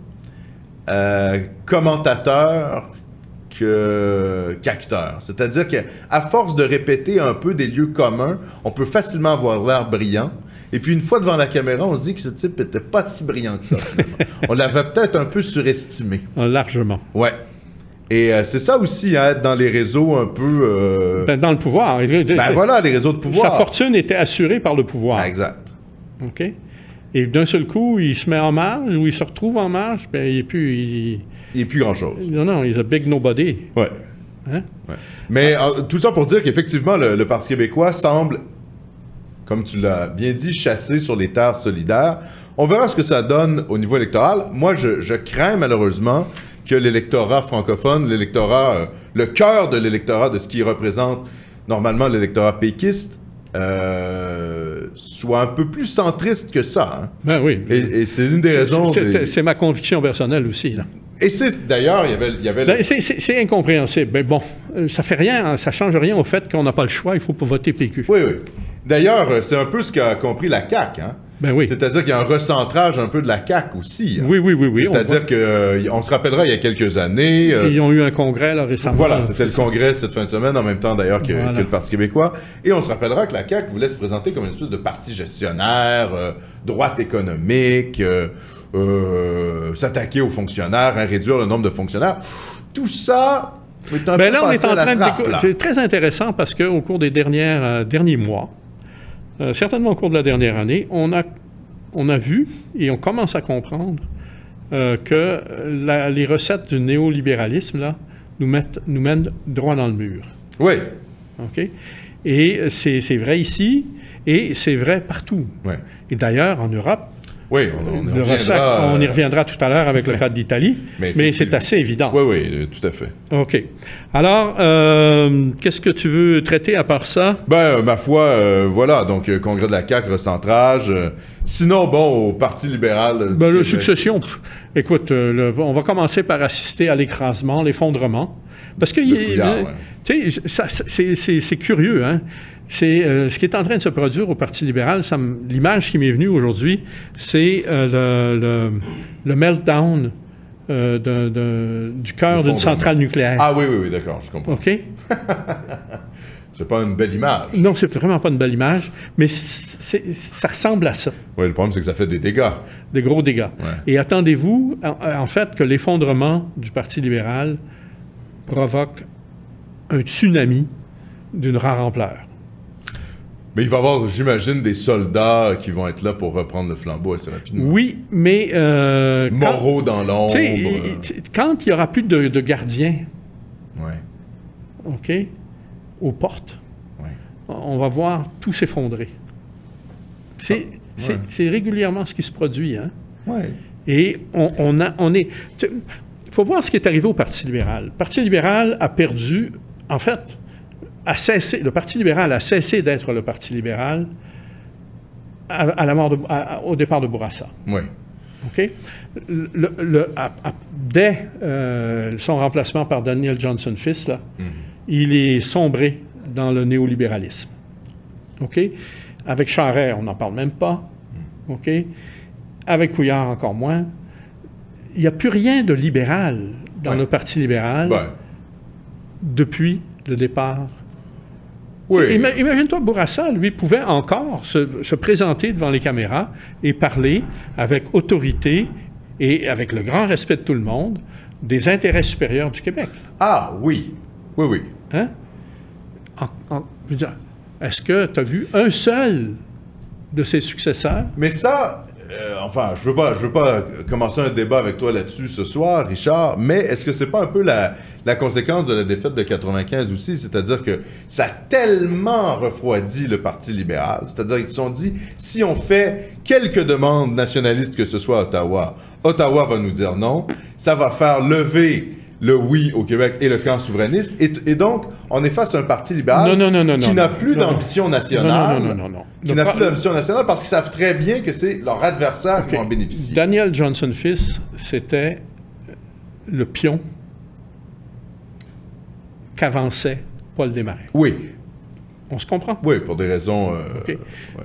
B: euh, commentateur que- qu'acteur. C'est-à-dire qu'à force de répéter un peu des lieux communs, on peut facilement avoir l'air brillant. Et puis une fois devant la caméra, on se dit que ce type était pas si brillant que ça. finalement. on l'avait peut-être un peu surestimé.
A: Euh, Largement.
B: Ouais. Et euh, c'est ça aussi, hein, être dans les réseaux un peu... euh,
A: Ben, dans le pouvoir. Il-
B: ben
A: il-
B: voilà, les réseaux de
A: Sa
B: pouvoir.
A: fortune était assurée par le pouvoir.
B: Ah, exact.
A: OK? Et d'un seul coup, il se met en marge ou il se retrouve en marge, ben, il est plus. il-
B: Il n'y a plus grand-chose.
A: Non, non, il a big nobody.
B: Ouais.
A: Hein?
B: Ouais. Mais euh, tout ça pour dire qu'effectivement, le, le Parti québécois semble, comme tu l'as bien dit, chasser sur les terres solidaires. On verra ce que ça donne au niveau électoral. Moi, je, je crains malheureusement que l'électorat francophone, l'électorat, euh, le cœur de l'électorat, de ce qui représente normalement l'électorat péquiste, euh, soit un peu plus centriste que ça. hein.
A: Ben oui.
B: Et, et c'est l'une des
A: C'est-
B: raisons.
A: c'est-
B: des-
A: C'est ma conviction personnelle aussi. Là.
B: Et c'est d'ailleurs, il y avait, il y avait le-
A: Ben, c'est- c'est c'est incompréhensible. Mais bon, euh, ça fait rien, hein, ça change rien au fait qu'on n'a pas le choix, il faut pas voter PQ.
B: Oui, oui. D'ailleurs, euh, c'est un peu ce qu'a compris la CAQ. Hein?
A: Ben oui.
B: C'est-à-dire qu'il y a un recentrage un peu de la CAQ aussi. hein.
A: Oui, oui, oui, oui. on
B: C'est-à-dire qu'on se rappellera, il y a quelques années...
A: voit-
B: euh,
A: Ils ont eu un congrès là, récemment.
B: voilà, c'était le congrès cette fin de semaine, en même temps d'ailleurs que,
A: Voilà.
B: que le Parti québécois. Et on se rappellera que la CAQ voulait se présenter comme une espèce de parti gestionnaire, euh, droite économique, euh, euh, s'attaquer aux fonctionnaires, hein, réduire le nombre de fonctionnaires. Tout ça est un
A: Ben
B: peu
A: là, on est
B: passé
A: en
B: à la
A: train de
B: trappe,
A: décou-
B: là.
A: C'est très intéressant parce qu'au cours des dernières, euh, derniers mois, euh, certainement au cours de la dernière année, on a, on a vu et on commence à comprendre euh, que la- les recettes du néolibéralisme là, nous, mettent, nous mènent droit dans le mur.
B: Oui,
A: OK? Et euh, c'est c'est vrai ici et c'est vrai partout.
B: oui.
A: Et d'ailleurs, en Europe,
B: Oui, on, on y
A: le
B: reviendra,
A: ressac, on y
B: euh,
A: reviendra tout à l'heure avec le cas d'Italie,
B: Mais
A: mais,
B: effectivement.
A: c'est assez évident.
B: Oui, oui, euh, tout à fait.
A: OK. Alors, euh, qu'est-ce que tu veux traiter à part ça?
B: Ben, euh, ma foi, euh, voilà, donc euh, congrès de la CAQ, recentrage. euh, sinon, bon, au Parti libéral. euh, du
A: Ben, le
B: Québec.
A: succession, pff, écoute, euh, le- on va commencer par assister à l'écrasement, l'effondrement. Parce que il-
B: Couillard,
A: le-
B: ouais.
A: tu sais, ça- c'est- c'est c'est curieux, hein? c'est euh, ce qui est en train de se produire au Parti libéral. ça me- L'image qui m'est venue aujourd'hui, c'est euh, le, le- le meltdown euh, d'un- d'un- du cœur d'une
B: fondement.
A: centrale nucléaire.
B: Ah oui, oui, oui, d'accord, je comprends.
A: OK?
B: C'est pas une belle image.
A: Non, c'est vraiment pas une belle image, mais c- c'est- ça ressemble à ça,
B: Oui, le problème, c'est que ça fait des dégâts.
A: des gros dégâts.
B: Ouais.
A: Et attendez-vous, en, en fait, que l'effondrement du Parti libéral provoque un tsunami d'une rare ampleur.
B: Mais il va y avoir, j'imagine, des soldats qui vont être là pour reprendre le flambeau assez rapidement.
A: Oui, mais... euh, quand-
B: Moraux dans l'ombre.
A: Tu sais, il-
B: euh,
A: il- quand il n'y aura plus de, de gardiens,
B: Ouais,
A: OK, aux portes,
B: ouais.
A: on va voir tout s'effondrer. C'est c'est- c'est régulièrement ce qui se produit. Hein?
B: Ouais.
A: Et on, on a- on est. Il faut voir ce qui est arrivé au Parti libéral. Le Parti libéral a perdu, en fait, a cessé, le Parti libéral a cessé d'être le Parti libéral à, à la mort de- à- au départ de Bourassa.
B: Ouais.
A: OK? Le- le- le- à- à- dès euh, son remplacement par Daniel Johnson Fils, là, il est sombré dans le néolibéralisme. OK? Avec Charest, on n'en parle même pas. OK? Avec Couillard, encore moins. Il n'y a plus rien de libéral dans
B: Ouais.
A: le Parti libéral
B: Ben,
A: depuis le départ.
B: oui.
A: Ima- Imagine-toi, Bourassa, lui, pouvait encore se, se présenter devant les caméras et parler avec autorité et avec le grand respect de tout le monde des intérêts supérieurs du Québec.
B: Ah oui. Oui, oui.
A: Hein? En- en- je veux dire, Est-ce que tu as vu un seul de ses successeurs?
B: Mais ça, euh, enfin, je veux pas, je veux pas commencer un débat avec toi là-dessus ce soir, Richard. Mais est-ce que c'est pas un peu la, la conséquence de la défaite de 95 aussi, c'est-à-dire que ça a tellement refroidi le Parti libéral, c'est-à-dire qu'ils se sont dit si on fait quelques demandes nationalistes que ce soit à Ottawa, Ottawa va nous dire non, ça va faire lever le oui au Québec et le camp souverainiste, et, et donc on est face à un parti libéral
A: Non, non, non, non,
B: qui
A: non,
B: n'a
A: non,
B: plus
A: non, non.
B: d'ambition nationale,
A: Non, non, non, non, non, non.
B: qui
A: Le
B: n'a
A: pro-
B: plus d'ambition nationale parce qu'ils savent très bien que c'est leur adversaire qui va en bénéficier.
A: Daniel Johnson Fils, c'était le pion qu'avançait Paul Desmarais.
B: Oui,
A: On se comprend?
B: oui, pour des raisons. euh,
A: OK.
B: ouais,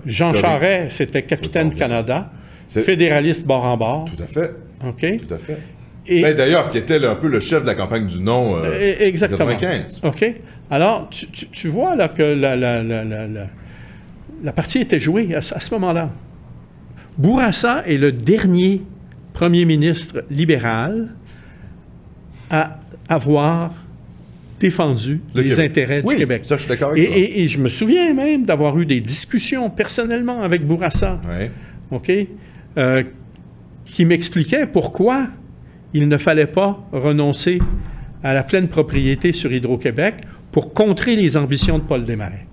A: Jean
B: historiques.
A: Charest, c'était capitaine
B: Faut pas
A: Canada,
B: C'est-
A: fédéraliste bord en bord.
B: Tout à fait,
A: OK?
B: tout à fait.
A: Et,
B: Ben, D'ailleurs, qui était là, un peu le chef de la campagne du non. euh,
A: et- exactement.
B: 95.
A: OK? Alors, tu, tu- tu vois là que la, la- la- la- la- la partie était jouée à, ce- à ce moment-là. Bourassa est le dernier premier ministre libéral à avoir défendu
B: Le
A: les
B: Québec.
A: intérêts
B: Oui,
A: du Québec.
B: ça, je suis d'accord
A: et,
B: avec toi.
A: et- et je me souviens même d'avoir eu des discussions personnellement avec Bourassa.
B: Ouais.
A: OK, euh, qui m'expliquait pourquoi il ne fallait pas renoncer à la pleine propriété sur Hydro-Québec pour contrer les ambitions de Paul Desmarais.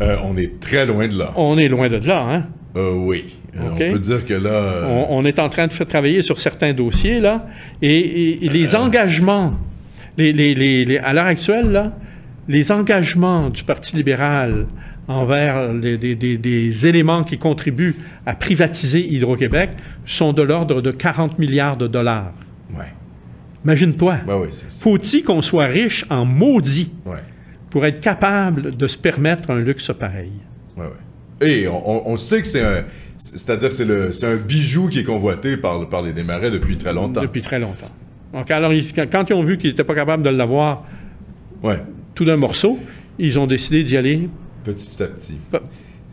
B: Euh, on est très loin de là.
A: On est loin de là, hein?
B: Euh, oui. Euh,
A: OK.
B: On peut dire que là. euh,
A: On, on est en train de faire travailler sur certains dossiers, là, et, et- et les engagements, les, les- les- les- à l'heure actuelle, là, les engagements du Parti libéral envers les- des- des- des éléments qui contribuent à privatiser Hydro-Québec sont de l'ordre de 40 milliards de dollars.
B: Ouais.
A: Imagine-toi.
B: Ben oui, c'est ça.
A: Faut-il qu'on soit riche en maudit
B: Ouais.
A: pour être capable de se permettre un luxe pareil?
B: Ouais, ouais. Et on, on- on sait que c'est un. C'est-à-dire que c'est le- c'est un bijou qui est convoité par, le- par les démarrais depuis très longtemps.
A: Depuis très longtemps. Donc, alors, ils- quand quand ils ont vu qu'ils n'étaient pas capables de l'avoir
B: Ouais.
A: tout d'un morceau, ils ont décidé d'y aller
B: Petit à petit.
A: p-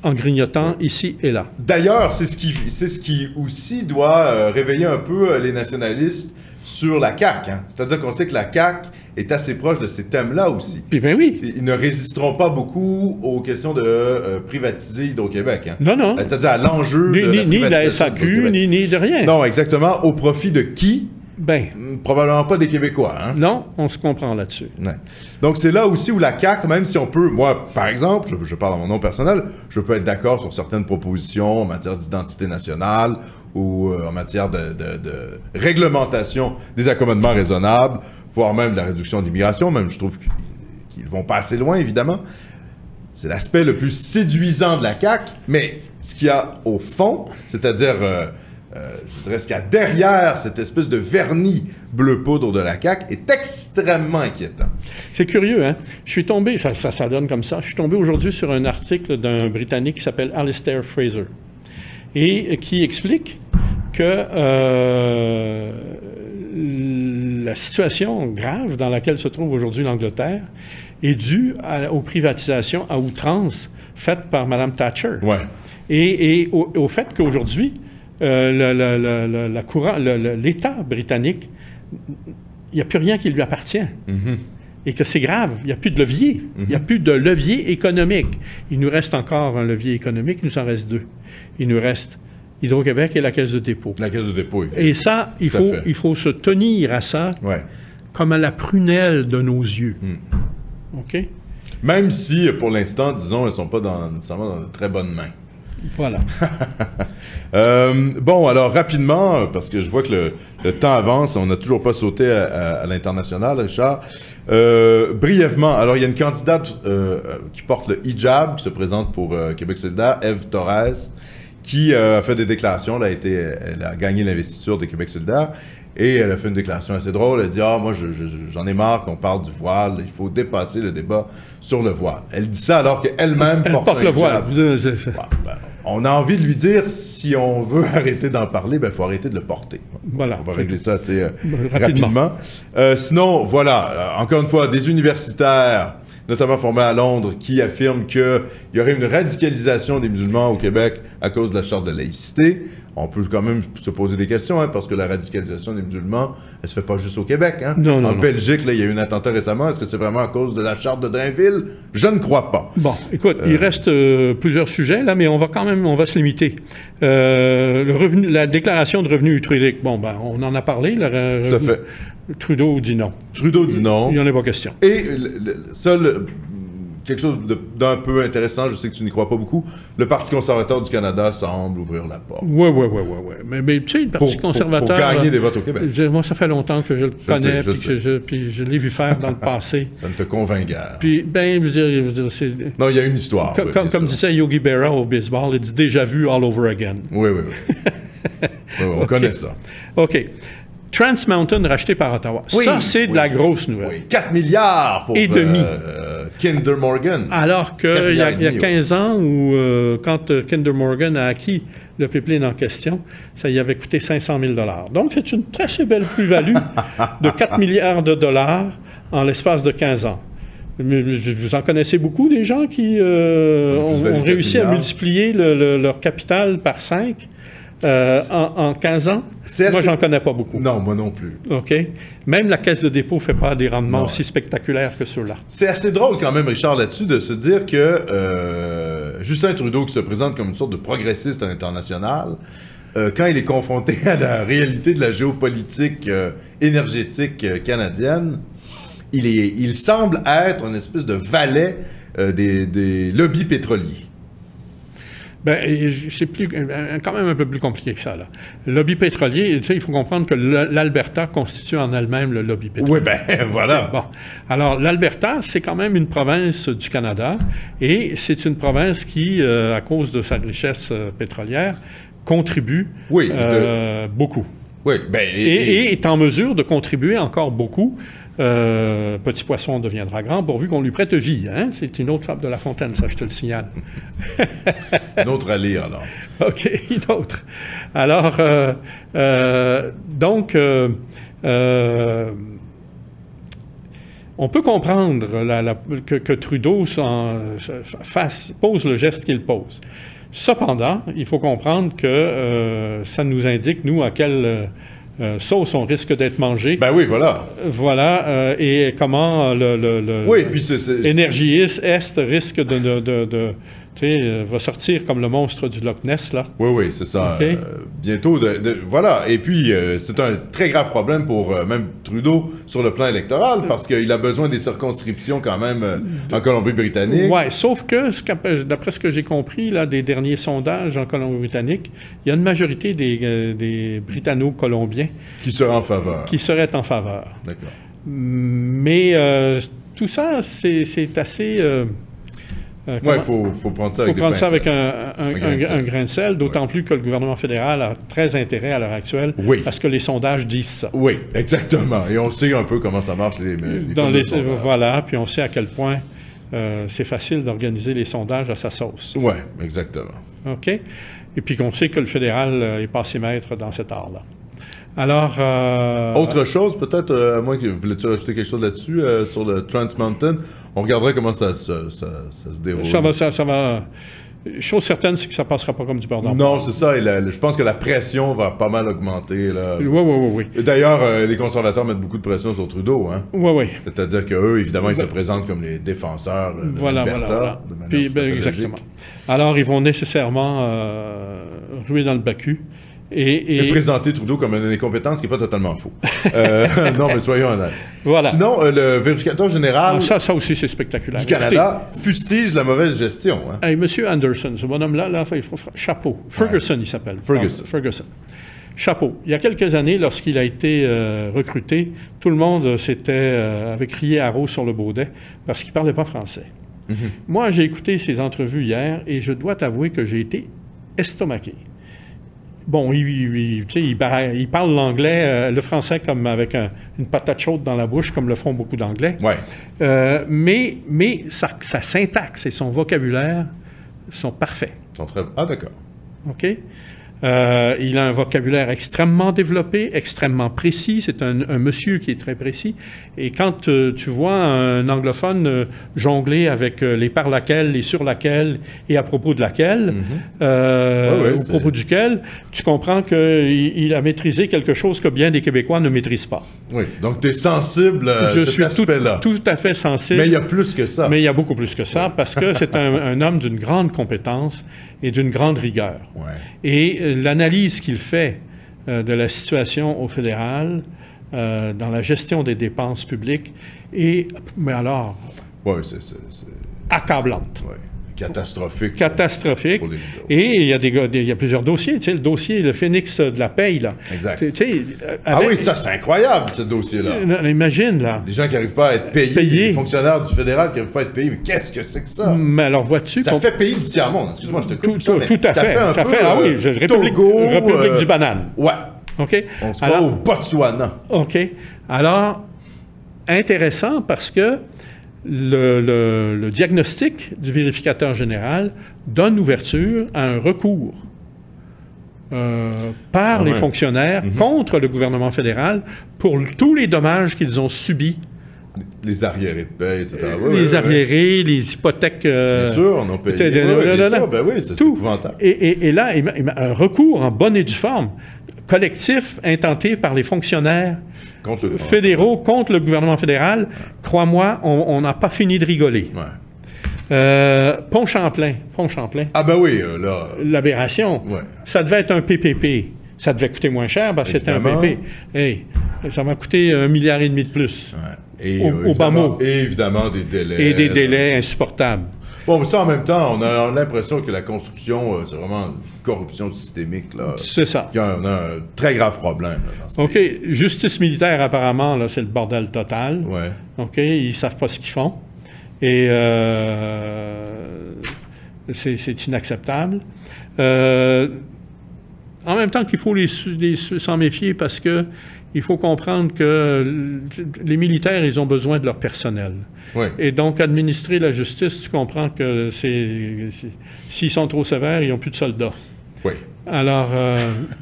A: en grignotant ici et là.
B: D'ailleurs, c'est ce qui, c'est ce qui aussi doit euh, réveiller un peu euh, les nationalistes sur la CAQ. hein. C'est-à-dire qu'on sait que la CAQ est assez proche de ces thèmes-là aussi.
A: Puis ben oui.
B: Ils ils ne résisteront pas beaucoup aux questions de euh, privatiser Hydro-Québec. hein.
A: Non, non.
B: C'est-à-dire à l'enjeu
A: Ni,
B: de
A: ni-
B: la
A: ni de la
B: privatisation
A: SAQ,
B: d'Hydro-Québec.
A: ni, ni de rien.
B: Non, exactement. Au profit de qui?
A: Ben,
B: Hmm, Probablement pas des Québécois. hein.
A: non, on se comprend là-dessus.
B: Ouais. Donc c'est là aussi où la CAQ, même si on peut, moi par exemple, je, je parle en mon nom personnel, je peux être d'accord sur certaines propositions en matière d'identité nationale ou euh, en matière de, de- de réglementation des accommodements raisonnables, voire même de la réduction de l'immigration, même je trouve qu'ils- qu'ils vont pas assez loin évidemment. C'est l'aspect le plus séduisant de la CAQ, mais ce qu'il y a au fond, c'est-à-dire euh, euh, je dirais ce qu'il y a derrière cette espèce de vernis bleu poudre de la CAQ est extrêmement inquiétant.
A: C'est curieux, hein? Je suis tombé, ça, ça, ça donne comme ça, je suis tombé aujourd'hui sur un article d'un Britannique qui s'appelle Alistair Fraser et qui explique que euh, la situation grave dans laquelle se trouve aujourd'hui l'Angleterre est due à- aux privatisations à outrance faites par Mme Thatcher.
B: Ouais.
A: Et, et au, au fait qu'aujourd'hui, euh, le- le- le- le- la courant- le- le- l'État britannique, il n'y a plus rien qui lui appartient.
B: Mm-hmm.
A: Et que c'est grave, il n'y a plus de levier. Il n'y a plus de levier économique. Il nous reste encore un levier économique, il nous en reste deux. Il nous reste Hydro-Québec et la Caisse de dépôt.
B: La caisse de dépôt. effectivement.
A: Et ça, il
B: Tout à
A: faut,
B: fait.
A: il faut se tenir à ça
B: Ouais.
A: comme à la prunelle de nos yeux.
B: Mm.
A: OK?
B: Même si, pour l'instant, disons, elles sont pas dans, nécessairement dans de très bonnes mains.
A: Voilà.
B: Euh, bon, alors rapidement, euh, parce que je vois que le, le temps avance, on n'a toujours pas sauté à, à- à l'international, Richard. Euh, brièvement, alors il y a une candidate euh, euh, qui porte le hijab, qui se présente pour euh, Québec solidaire, Eve Torres, qui euh, a fait des déclarations, elle a, été, elle a gagné l'investiture de Québec solidaire, et elle a fait une déclaration assez drôle, elle dit « Ah, moi, je- je- je- j'en ai marre qu'on parle du voile, il faut dépasser le débat sur le voile. » Elle dit ça alors qu'elle-même
A: Elle
B: porte,
A: porte,
B: un
A: le
B: hijab.
A: voile. Vous- vous- vous-
B: Ah, ben, on a envie de lui dire si on veut arrêter d'en parler, ben faut arrêter de le porter.
A: Voilà. Bah,
B: On va régler ça assez euh, rapidement.
A: Rapidement.
B: Euh, sinon, voilà, euh, encore une fois, des universitaires, notamment formés à Londres, qui affirment qu'il y aurait une radicalisation des musulmans au Québec à cause de la charte de laïcité. On peut quand même se poser des questions, hein, parce que la radicalisation des musulmans, elle se fait pas juste au Québec. Hein.
A: Non, non,
B: en
A: non.
B: Belgique, là, il y a eu un attentat récemment. Est-ce que c'est vraiment à cause de la charte de Drainville? Je ne crois pas.
A: Bon, écoute, il reste euh, plusieurs sujets là, mais on va quand même, on va se limiter. Euh, le revenu, la déclaration de revenu utrudique, bon, ben, on en a parlé. le re-
B: Tout à
A: revenu-
B: fait.
A: Trudeau dit non.
B: Trudeau dit non.
A: Il n'y en a pas question.
B: Et le- le- seul euh, quelque chose de- d'un peu intéressant, je sais que tu n'y crois pas beaucoup, le Parti conservateur du Canada semble ouvrir la porte.
A: Oui, oui, oui, oui, oui. Mais, mais tu sais, le
B: Pour,
A: Parti
B: pour-
A: conservateur.
B: pour gagner
A: là,
B: des votes au Québec.
A: je- moi, ça fait longtemps que je le
B: sais,
A: connais,
B: je
A: puis
B: sais.
A: que je, puis je l'ai vu faire dans le passé.
B: Ça ne te convainc guère.
A: Puis, ben, je veux dire, je veux dire, c'est.
B: non, il y a une histoire.
A: Comme,
B: oui,
A: comme-
B: bien
A: comme
B: sûr.
A: disait Yogi Berra au baseball, il dit déjà vu all over again.
B: Oui, oui, oui. Oui, oui, on connaît ça.
A: OK. Trans Mountain racheté par Ottawa.
B: Oui,
A: ça, c'est de
B: oui,
A: la grosse nouvelle.
B: Oui, 4 milliards pour
A: Et demi. Ah.
B: euh, Kinder Morgan.
A: Alors
B: Quatre
A: qu'il y, a-
B: milliards et
A: il y a
B: demi,
A: 15 ans, où, euh, quand euh, Kinder Morgan a acquis le pipeline en question, ça y avait coûté 500 000 Donc, c'est une très assez belle plus-value de 4 milliards de dollars en l'espace de 15 ans. Mais je- Vous en connaissez beaucoup des gens qui euh,
B: Une
A: ont,
B: plus-value
A: ont
B: de
A: réussi
B: 4
A: à
B: milliards.
A: multiplier le- le- leur capital par 5 en, en 15 ans.
B: C'est
A: Moi,
B: assez-
A: j'en connais pas beaucoup.
B: Non, moi non plus.
A: OK? Même la caisse de dépôt fait pas des rendements
B: Non.
A: aussi spectaculaires que ceux-là.
B: C'est assez drôle quand même, Richard, là-dessus, de se dire que euh, Justin Trudeau, qui se présente comme une sorte de progressiste à l'international, euh, quand il est confronté à la réalité de la géopolitique euh, énergétique euh, canadienne, il, est, il semble être une espèce de valet euh, des, des lobbies pétroliers.
A: Ben, et j- c'est plus, euh, quand même un peu plus compliqué que ça. Là. Le lobby pétrolier, tu sais, il faut comprendre que le- l'Alberta constitue en elle-même le lobby pétrolier.
B: Oui, ben voilà.
A: Bon. Alors, l'Alberta, c'est quand même une province du Canada et c'est une province qui, euh, à cause de sa richesse euh, pétrolière, contribue
B: Oui, de-
A: euh, beaucoup.
B: Oui, ben, et-
A: Et,
B: et-
A: et est en mesure de contribuer encore beaucoup. Euh, petit poisson deviendra grand pourvu qu'on lui prête vie. Hein? C'est une autre fable de La Fontaine, ça, je te le signale.
B: une autre à lire, alors.
A: OK, d'autres. Alors, euh, euh, donc, euh, euh, on peut comprendre la- la- que, que Trudeau s'en- fasse, pose le geste qu'il pose. Cependant, il faut comprendre que euh, ça nous indique, nous, à quelle euh, euh, sauce on risque d'être mangé.
B: Ben oui, voilà.
A: voilà, euh, et comment euh, le, le- le-
B: Oui, puis c'est... c'est-
A: Énergie Est risque de, de, de- de- tu sais, euh, va sortir comme le monstre du Loch Ness, là.
B: Oui, oui, c'est ça.
A: OK.
B: Euh, bientôt, de, de- voilà. Et puis, euh, c'est un très grave problème pour euh, même Trudeau sur le plan
A: Mm.
B: électoral parce qu'il a besoin des circonscriptions quand même euh, en Colombie-Britannique.
A: Ouais, sauf que, ce qu'ap- d'après ce que j'ai compris, là, des derniers sondages en Colombie-Britannique, il y a une majorité des, euh, des Britanno-Colombiens
B: Qui sera en faveur.
A: qui seraient en faveur.
B: D'accord.
A: Mais euh, tout ça, c'est c'est assez euh, Euh,
B: Ouais,
A: comment-
B: il faut, faut prendre ça
A: faut
B: avec
A: prendre
B: des
A: ça avec
B: pincettes.
A: un, un-
B: Un grain de
A: un-
B: sel.
A: un grain de sel, d'autant plus que le gouvernement fédéral a très intérêt à l'heure actuelle,
B: Oui.
A: parce que les sondages disent ça.
B: Oui, exactement. Et on sait un peu comment ça marche, les, les
A: Dans
B: films de
A: les,
B: sondage.
A: voilà, puis on sait à quel point euh, c'est facile d'organiser les sondages à sa sauce.
B: Ouais, exactement.
A: OK? Et puis qu'on sait que le fédéral euh, est passé maître dans cet art-là. Alors. euh,
B: Autre chose, peut-être, euh, à moins que voulais-tu ajouter quelque chose là-dessus, euh, sur le Trans Mountain, on regardera comment ça, se- ça- ça se déroule.
A: Ça va, ça, ça va. Chose certaine, c'est que ça passera pas comme du beurre dans le
B: Non, c'est ça. et la- la- je pense que la pression va pas mal augmenter. Là.
A: Oui, oui, oui, oui.
B: Et D'ailleurs, euh, les conservateurs mettent beaucoup de pression sur Trudeau. Hein?
A: Oui, oui.
B: C'est-à-dire qu'eux, évidemment, ils se présentent comme les défenseurs euh, de
A: Bah. Voilà,
B: l'Alberta,
A: voilà, voilà.
B: de manière
A: Puis,
B: tout à
A: ben,
B: fait logique.
A: exactement. Alors, ils vont nécessairement euh, ruer dans le bacu. Et,
B: Et
A: et-
B: présenter Trudeau comme un incompétent, ce qui n'est pas totalement faux. Euh, non, mais soyons honnêtes.
A: Voilà.
B: Sinon, euh, le vérificateur général
A: Ah, ça, ça aussi, c'est spectaculaire.
B: du Canada fustige la mauvaise gestion. hein.
A: Écoutez, hey, Monsieur Anderson, ce bonhomme-là, là, il faut- chapeau. Ferguson, il s'appelle.
B: Ferguson.
A: Ah, Ferguson. Chapeau. Il y a quelques années, lorsqu'il a été euh, recruté, tout le monde euh, s'était, euh, avait crié à Rowe sur le baudet parce qu'il ne parlait pas français.
B: Mhm.
A: Moi, j'ai écouté ses entrevues hier et je dois t'avouer que j'ai été estomaqué. Bon, il, il- il- tu sais, il bara- il parle l'anglais, euh, le français comme avec un- une patate chaude dans la bouche, comme le font beaucoup d'anglais.
B: Ouais.
A: Euh, mais mais sa, sa syntaxe et son vocabulaire sont parfaits.
B: Ils sont très- Ah, d'accord.
A: OK? Euh, il a un vocabulaire extrêmement développé, extrêmement précis. C'est un, un monsieur qui est très précis. Et quand euh, tu vois un anglophone euh, jongler avec euh, les par laquelle, les sur laquelle et à propos de laquelle, euh,
B: Mhm. Ouais, ouais,
A: au
B: c'est-
A: propos duquel, tu comprends qu'il il a maîtrisé quelque chose que bien des Québécois ne maîtrisent pas.
B: Oui. Donc, tu es sensible à
A: Je
B: Euh, cet
A: suis tout,
B: aspect-là.
A: tout à fait sensible.
B: Mais il y a plus que ça.
A: Mais il y a beaucoup plus que ça, parce que c'est un, un homme d'une grande compétence et d'une grande rigueur.
B: Ouais.
A: Et euh, l'analyse qu'il fait euh, de la situation au fédéral, euh, dans la gestion des dépenses publiques, est, mais alors,
B: Ouais, c'est- c'est c'est-
A: accablante,
B: ouais. catastrophique.
A: catastrophique.
B: Pour les libéraux.
A: Et il y, a des, gars- des- il y a plusieurs dossiers. Tu sais, le dossier, le phénix de la paye, là.
B: Exact.
A: Tu sais, euh,
B: Ah
A: avec-
B: oui, ça, c'est incroyable, ce dossier-là.
A: euh, Imagine, là.
B: Les gens qui n'arrivent pas à être payés,
A: Payés.
B: les fonctionnaires du fédéral qui n'arrivent pas à être payés, mais qu'est-ce que c'est que ça?
A: Mais alors, vois-tu
B: Ça
A: qu'on-
B: fait pays du tiers-monde, excuse-moi, je te coupe.
A: Tout,
B: Michel,
A: tout-
B: mais
A: tout à fait.
B: un
A: ça
B: peu,
A: fait, ah
B: euh,
A: oui, je- République,
B: Togo,
A: République
B: euh,
A: du banane.
B: Ouais,
A: OK?
B: on se croit
A: Alors,
B: au Botswana.
A: OK. Alors, intéressant parce que le, le- le diagnostic du vérificateur général donne ouverture à un recours euh, par
B: Ah
A: les
B: ouais.
A: fonctionnaires contre le gouvernement fédéral pour l- tous les dommages qu'ils ont subis.
B: Les arriérés de paie, etc. Ah Ouais, ouais,
A: Euh, les
B: ouais.
A: arriérés, les hypothèques... euh,
B: Bien sûr, on a payé.
A: t'es-
B: Ouais, ouais,
A: non, non,
B: bien sûr,
A: non.
B: ben oui, c'est c'est
A: Tout.
B: épouvantable.
A: Et, et- et là, il m'a- il m'a- un recours en bonne et due forme, collectif, intenté par les fonctionnaires
B: Contre le
A: fédéraux contre le gouvernement fédéral. Crois-moi, on on n'a pas fini de rigoler.
B: Ouais.
A: Euh, Pont Champlain, Pont Champlain,
B: Ah ben oui, euh, là, euh,
A: l'aberration,
B: Ouais.
A: ça devait être un PPP. Ça devait coûter moins cher parce que c'était un
B: Évidemment.
A: PPP. Hey, ça m'a coûté un milliard et demi de plus.
B: ouais. Et,
A: Au-
B: euh,
A: au bas
B: évidemment-
A: mot.
B: et évidemment des délais. euh,
A: Et des délais insupportables.
B: Bon, mais ça, en même temps, on a l'impression que la construction, euh, c'est vraiment une corruption systémique, là.
A: C'est ça.
B: Il y a un- On a un très grave problème, là, dans ce
A: OK, justice militaire, apparemment, là, c'est le bordel total.
B: pays. Ouais.
A: OK, ils savent pas ce qu'ils font. Et euh, c'est c'est inacceptable. Euh, en même temps qu'il faut les, su- les su- s'en méfier parce que il faut comprendre que l- les militaires, ils ont besoin de leur personnel.
B: Oui.
A: Et donc, administrer la justice, tu comprends que c'est c'est- s'ils sont trop sévères, ils n'ont plus de soldats.
B: Oui.
A: Alors, euh,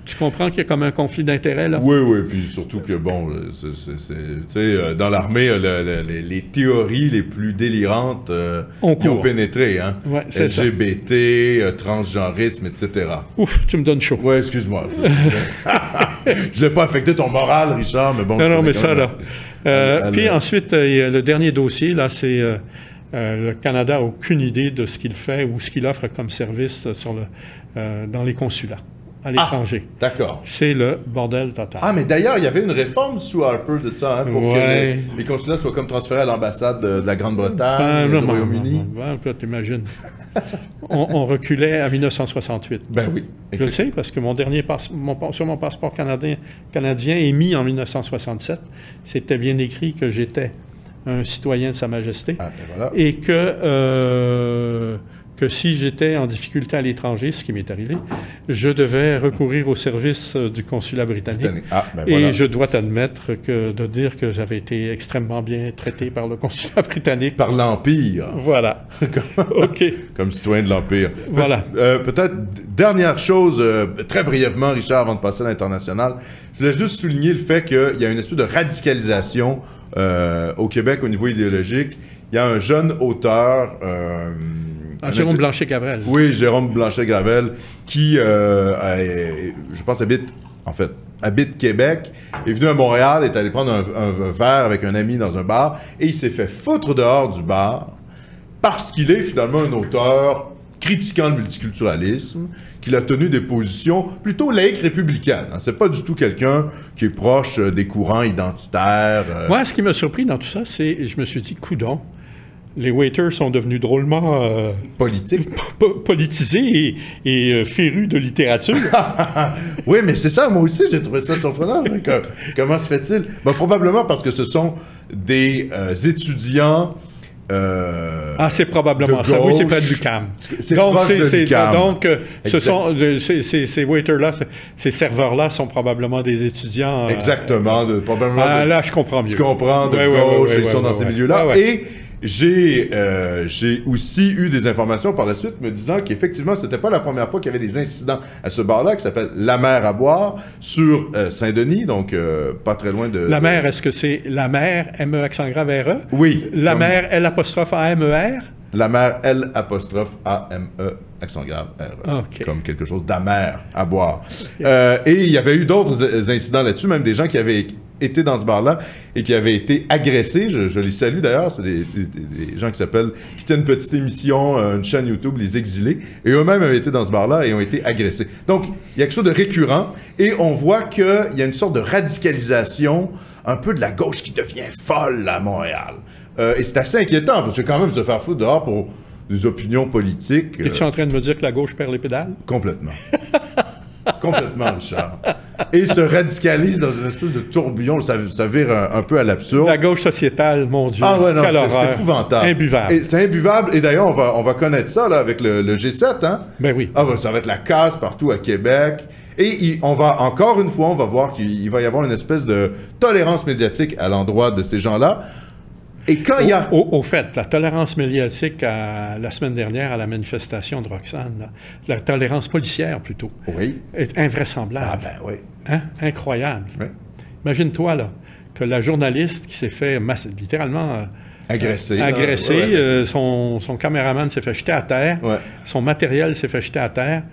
A: tu comprends qu'il y a comme un conflit d'intérêts là.
B: Oui, oui, puis surtout que, bon, euh, c'est- c'est- c'est- tu sais, euh, dans l'armée, euh, le- le- les, les théories les plus délirantes euh,
A: On
B: qui ont
A: court.
B: pénétré, hein?
A: Ouais, c'est ça.
B: LGBT, euh, transgenrisme, etc.
A: Ouf, tu me donnes chaud.
B: Ouais, excuse-moi. Je ne l'ai pas affecté ton moral, Richard, mais bon.
A: Non,
B: je
A: non,
B: voulais
A: mais
B: quand
A: ça,
B: même-
A: là. Euh,
B: Allez,
A: puis
B: allez.
A: ensuite, euh, il y a le dernier dossier, là, c'est euh, euh, le Canada n'a aucune idée de ce qu'il fait ou ce qu'il offre comme service euh, sur le, euh, dans les consulats à l'étranger.
B: D'accord.
A: C'est le bordel total.
B: Ah, mais d'ailleurs, il y avait une réforme sous Harper de ça, hein, pour
A: Ouais.
B: que les, les consulats soient comme transférés à l'ambassade de, de la
A: Ah,
B: Grande-Bretagne,
A: non,
B: du
A: non, non,
B: Royaume-Uni.
A: non, non, écoute, t'imagines. on, on reculait à 1968.
B: Ben oui.
A: Je le
B: exact-
A: sais parce que mon dernier passe- mon pa- sur mon passeport canadien, canadien émis en 1967, c'était bien écrit que j'étais un citoyen de Sa Majesté,
B: Ah, ben voilà.
A: et que, euh, que si j'étais en difficulté à l'étranger, ce qui m'est arrivé, je devais recourir au service euh, du consulat britannique.
B: Ah, ben
A: Et
B: voilà.
A: je dois admettre que de dire que j'avais été extrêmement bien traité par le consulat britannique.
B: Par l'Empire,
A: Voilà. OK.
B: comme citoyen de l'Empire. Pe-
A: Voilà.
B: euh, Peut-être d- dernière chose, euh, très brièvement, Richard, avant de passer à l'international, je voulais juste souligner le fait qu'il y a une espèce de radicalisation euh, au Québec au niveau idéologique. Il y a un jeune auteur... euh,
A: Ah,
B: un
A: Jérôme
B: inté-
A: Blanchet-Gavrel.
B: Oui, Jérôme Blanchet-Gravel, qui, euh, est- je pense, habite, en fait, habite Québec, est venu à Montréal, est allé prendre un, un- un verre avec un ami dans un bar, et il s'est fait foutre dehors du bar parce qu'il est finalement un auteur critiquant le multiculturalisme, qu'il a tenu des positions plutôt laïques républicaines. hein. C'est pas du tout quelqu'un qui est proche euh, des courants identitaires. euh,
A: Moi, ce qui m'a surpris dans tout ça, c'est je me suis dit, coudon, les waiters sont devenus drôlement euh,
B: politiques.
A: po- politisés et, et, euh, férus de littérature.
B: Oui, mais c'est ça, moi aussi, j'ai trouvé ça surprenant. là, que- comment se fait-il? Ben, probablement parce que ce sont des euh, étudiants. euh,
A: Ah, c'est probablement
B: De
A: ça. Oui, c'est
B: gauche.
A: près du CAM.
B: C'est
A: donc,
B: proche
A: c'est-
B: de
A: c'est-
B: l'UQAM.
A: donc, euh, ce
B: Exact.
A: sont, euh, ces- ces ces waiters-là, ces- ces serveurs-là sont probablement des étudiants. euh,
B: exactement, de- probablement.
A: Ah,
B: de-
A: là, je comprends mieux.
B: tu comprends, de
A: Ouais, ouais, ouais,
B: gauche,
A: ouais,
B: ils sont
A: ouais,
B: dans
A: ouais,
B: ces
A: ouais.
B: milieux-là.
A: Ouais, ouais.
B: Et j'ai euh, j'ai aussi eu des informations par la suite me disant qu'effectivement, c'était pas la première fois qu'il y avait des incidents à ce bar-là qui s'appelle La Mer à boire sur euh, Saint-Denis, donc euh, pas très loin de.
A: La
B: de-
A: mer, est-ce que c'est la mer, M-E accent grave R-E?
B: Oui.
A: La
B: comme- Euh.
A: mer, L apostrophe E A-M-E-R?
B: La mer, L apostrophe A-M-E, accent grave, R. E.
A: Ah, ok.
B: Comme quelque chose d'amer à boire. Euh, et il y avait eu d'autres euh, incidents là-dessus, même des gens qui avaient été dans ce bar-là et qui avaient été agressés. Je, je les salue d'ailleurs. C'est des, des- des gens qui s'appellent, qui tiennent une petite émission, euh, une chaîne YouTube, Les Exilés. Et eux-mêmes avaient été dans ce bar-là et ont été agressés. Donc, il y a quelque chose de récurrent et on voit qu'il y a une sorte de radicalisation un peu de la gauche qui devient folle à Montréal. Euh, et c'est assez inquiétant parce que quand même se faire foutre dehors pour des opinions politiques. euh,
A: Es-tu en train de me dire que la gauche perd les pédales?
B: Complètement. Complètement, Richard. Et il se radicalise dans une espèce de tourbillon, ça, ça vire un, un peu à l'absurde.
A: La gauche sociétale, mon Dieu.
B: Oh. Ah ouais, non,
A: quelle
B: c'est- c'est
A: horreur.
B: épouvantable.
A: Imbuvable.
B: Et C'est imbuvable. Et d'ailleurs, on va, on va connaître ça là, avec le, le G7, hein?
A: Ben oui.
B: Ah ben, ça va être la casse partout à Québec. Et il- on va, encore une fois, on va voir qu'il il va y avoir une espèce de tolérance médiatique à l'endroit de ces gens-là. Et quand Ah, il y a...
A: Au, au fait, la tolérance médiatique à- la semaine dernière à la manifestation de Roxane, là, la tolérance policière plutôt,
B: Oui.
A: est invraisemblable.
B: Ah ben oui.
A: Hein? Incroyable.
B: Oui.
A: Imagine-toi, là, que la journaliste qui s'est fait mass- littéralement euh,
B: Agressé. là.
A: agressée,
B: Ouais, ouais.
A: euh, son, son caméraman s'est fait jeter à terre,
B: Ouais.
A: son matériel s'est fait jeter à terre.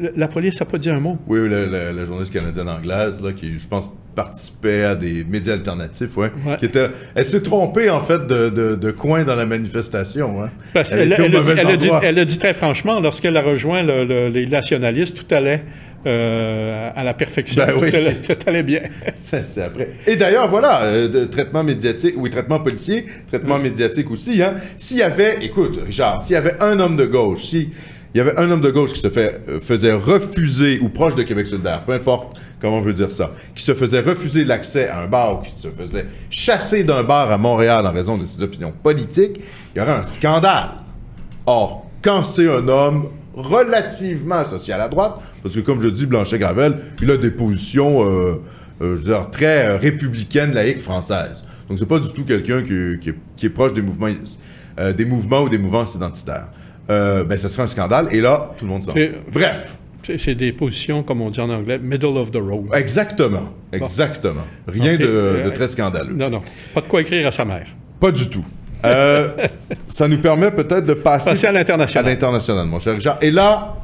A: Le- La police n'a pas dit un mot.
B: Oui, oui, la, la- la journaliste canadienne-anglaise, là, qui, je pense, participait à des médias alternatifs, ouais,
A: Ouais.
B: qui était... Elle s'est trompée, en fait, de, de- de coin dans la manifestation, hein.
A: Parce
B: Elle
A: qu'elle-
B: était au
A: elle a dit-
B: mauvais
A: elle a dit-
B: endroit.
A: elle a dit très franchement, lorsqu'elle a rejoint le- le- les nationalistes, tout allait euh, à la perfection.
B: Ben oui.
A: tout, allait, tout allait bien.
B: Ça, c'est après. Et d'ailleurs, voilà, euh, de- traitement médiatique, oui, traitement policier, traitement médiatique aussi, hein. S'il y avait, écoute, Richard, s'il y avait un homme de gauche, si il y avait un homme de gauche qui se fait, euh, faisait refuser, ou proche de Québec solidaire, peu importe comment on veut dire ça, qui se faisait refuser l'accès à un bar ou qui se faisait chasser d'un bar à Montréal en raison de ses opinions politiques, il y aurait un scandale. Or, quand c'est un homme relativement associé à la droite, parce que comme je dis, Blanchet-Gravel, il a des positions, euh, euh, je veux dire, très euh, républicaines, laïques, françaises. Donc, c'est pas du tout quelqu'un qui, qui est- qui est proche des mouvements, euh, des mouvements ou des mouvances identitaires. Euh, ben, ça serait un scandale, et là, tout le monde s'en fout.
A: Et-
B: Bref,
A: C'est c'est des positions, comme on dit en anglais, middle of the road.
B: exactement, exactement. Rien
A: Ok,
B: de- de
A: euh,
B: très scandaleux.
A: Non, non. Pas de quoi écrire à sa mère.
B: Pas du tout. Euh, ça nous permet peut-être de passer,
A: Passer à
B: à
A: l'international.
B: l'international, mon cher Richard. Et là,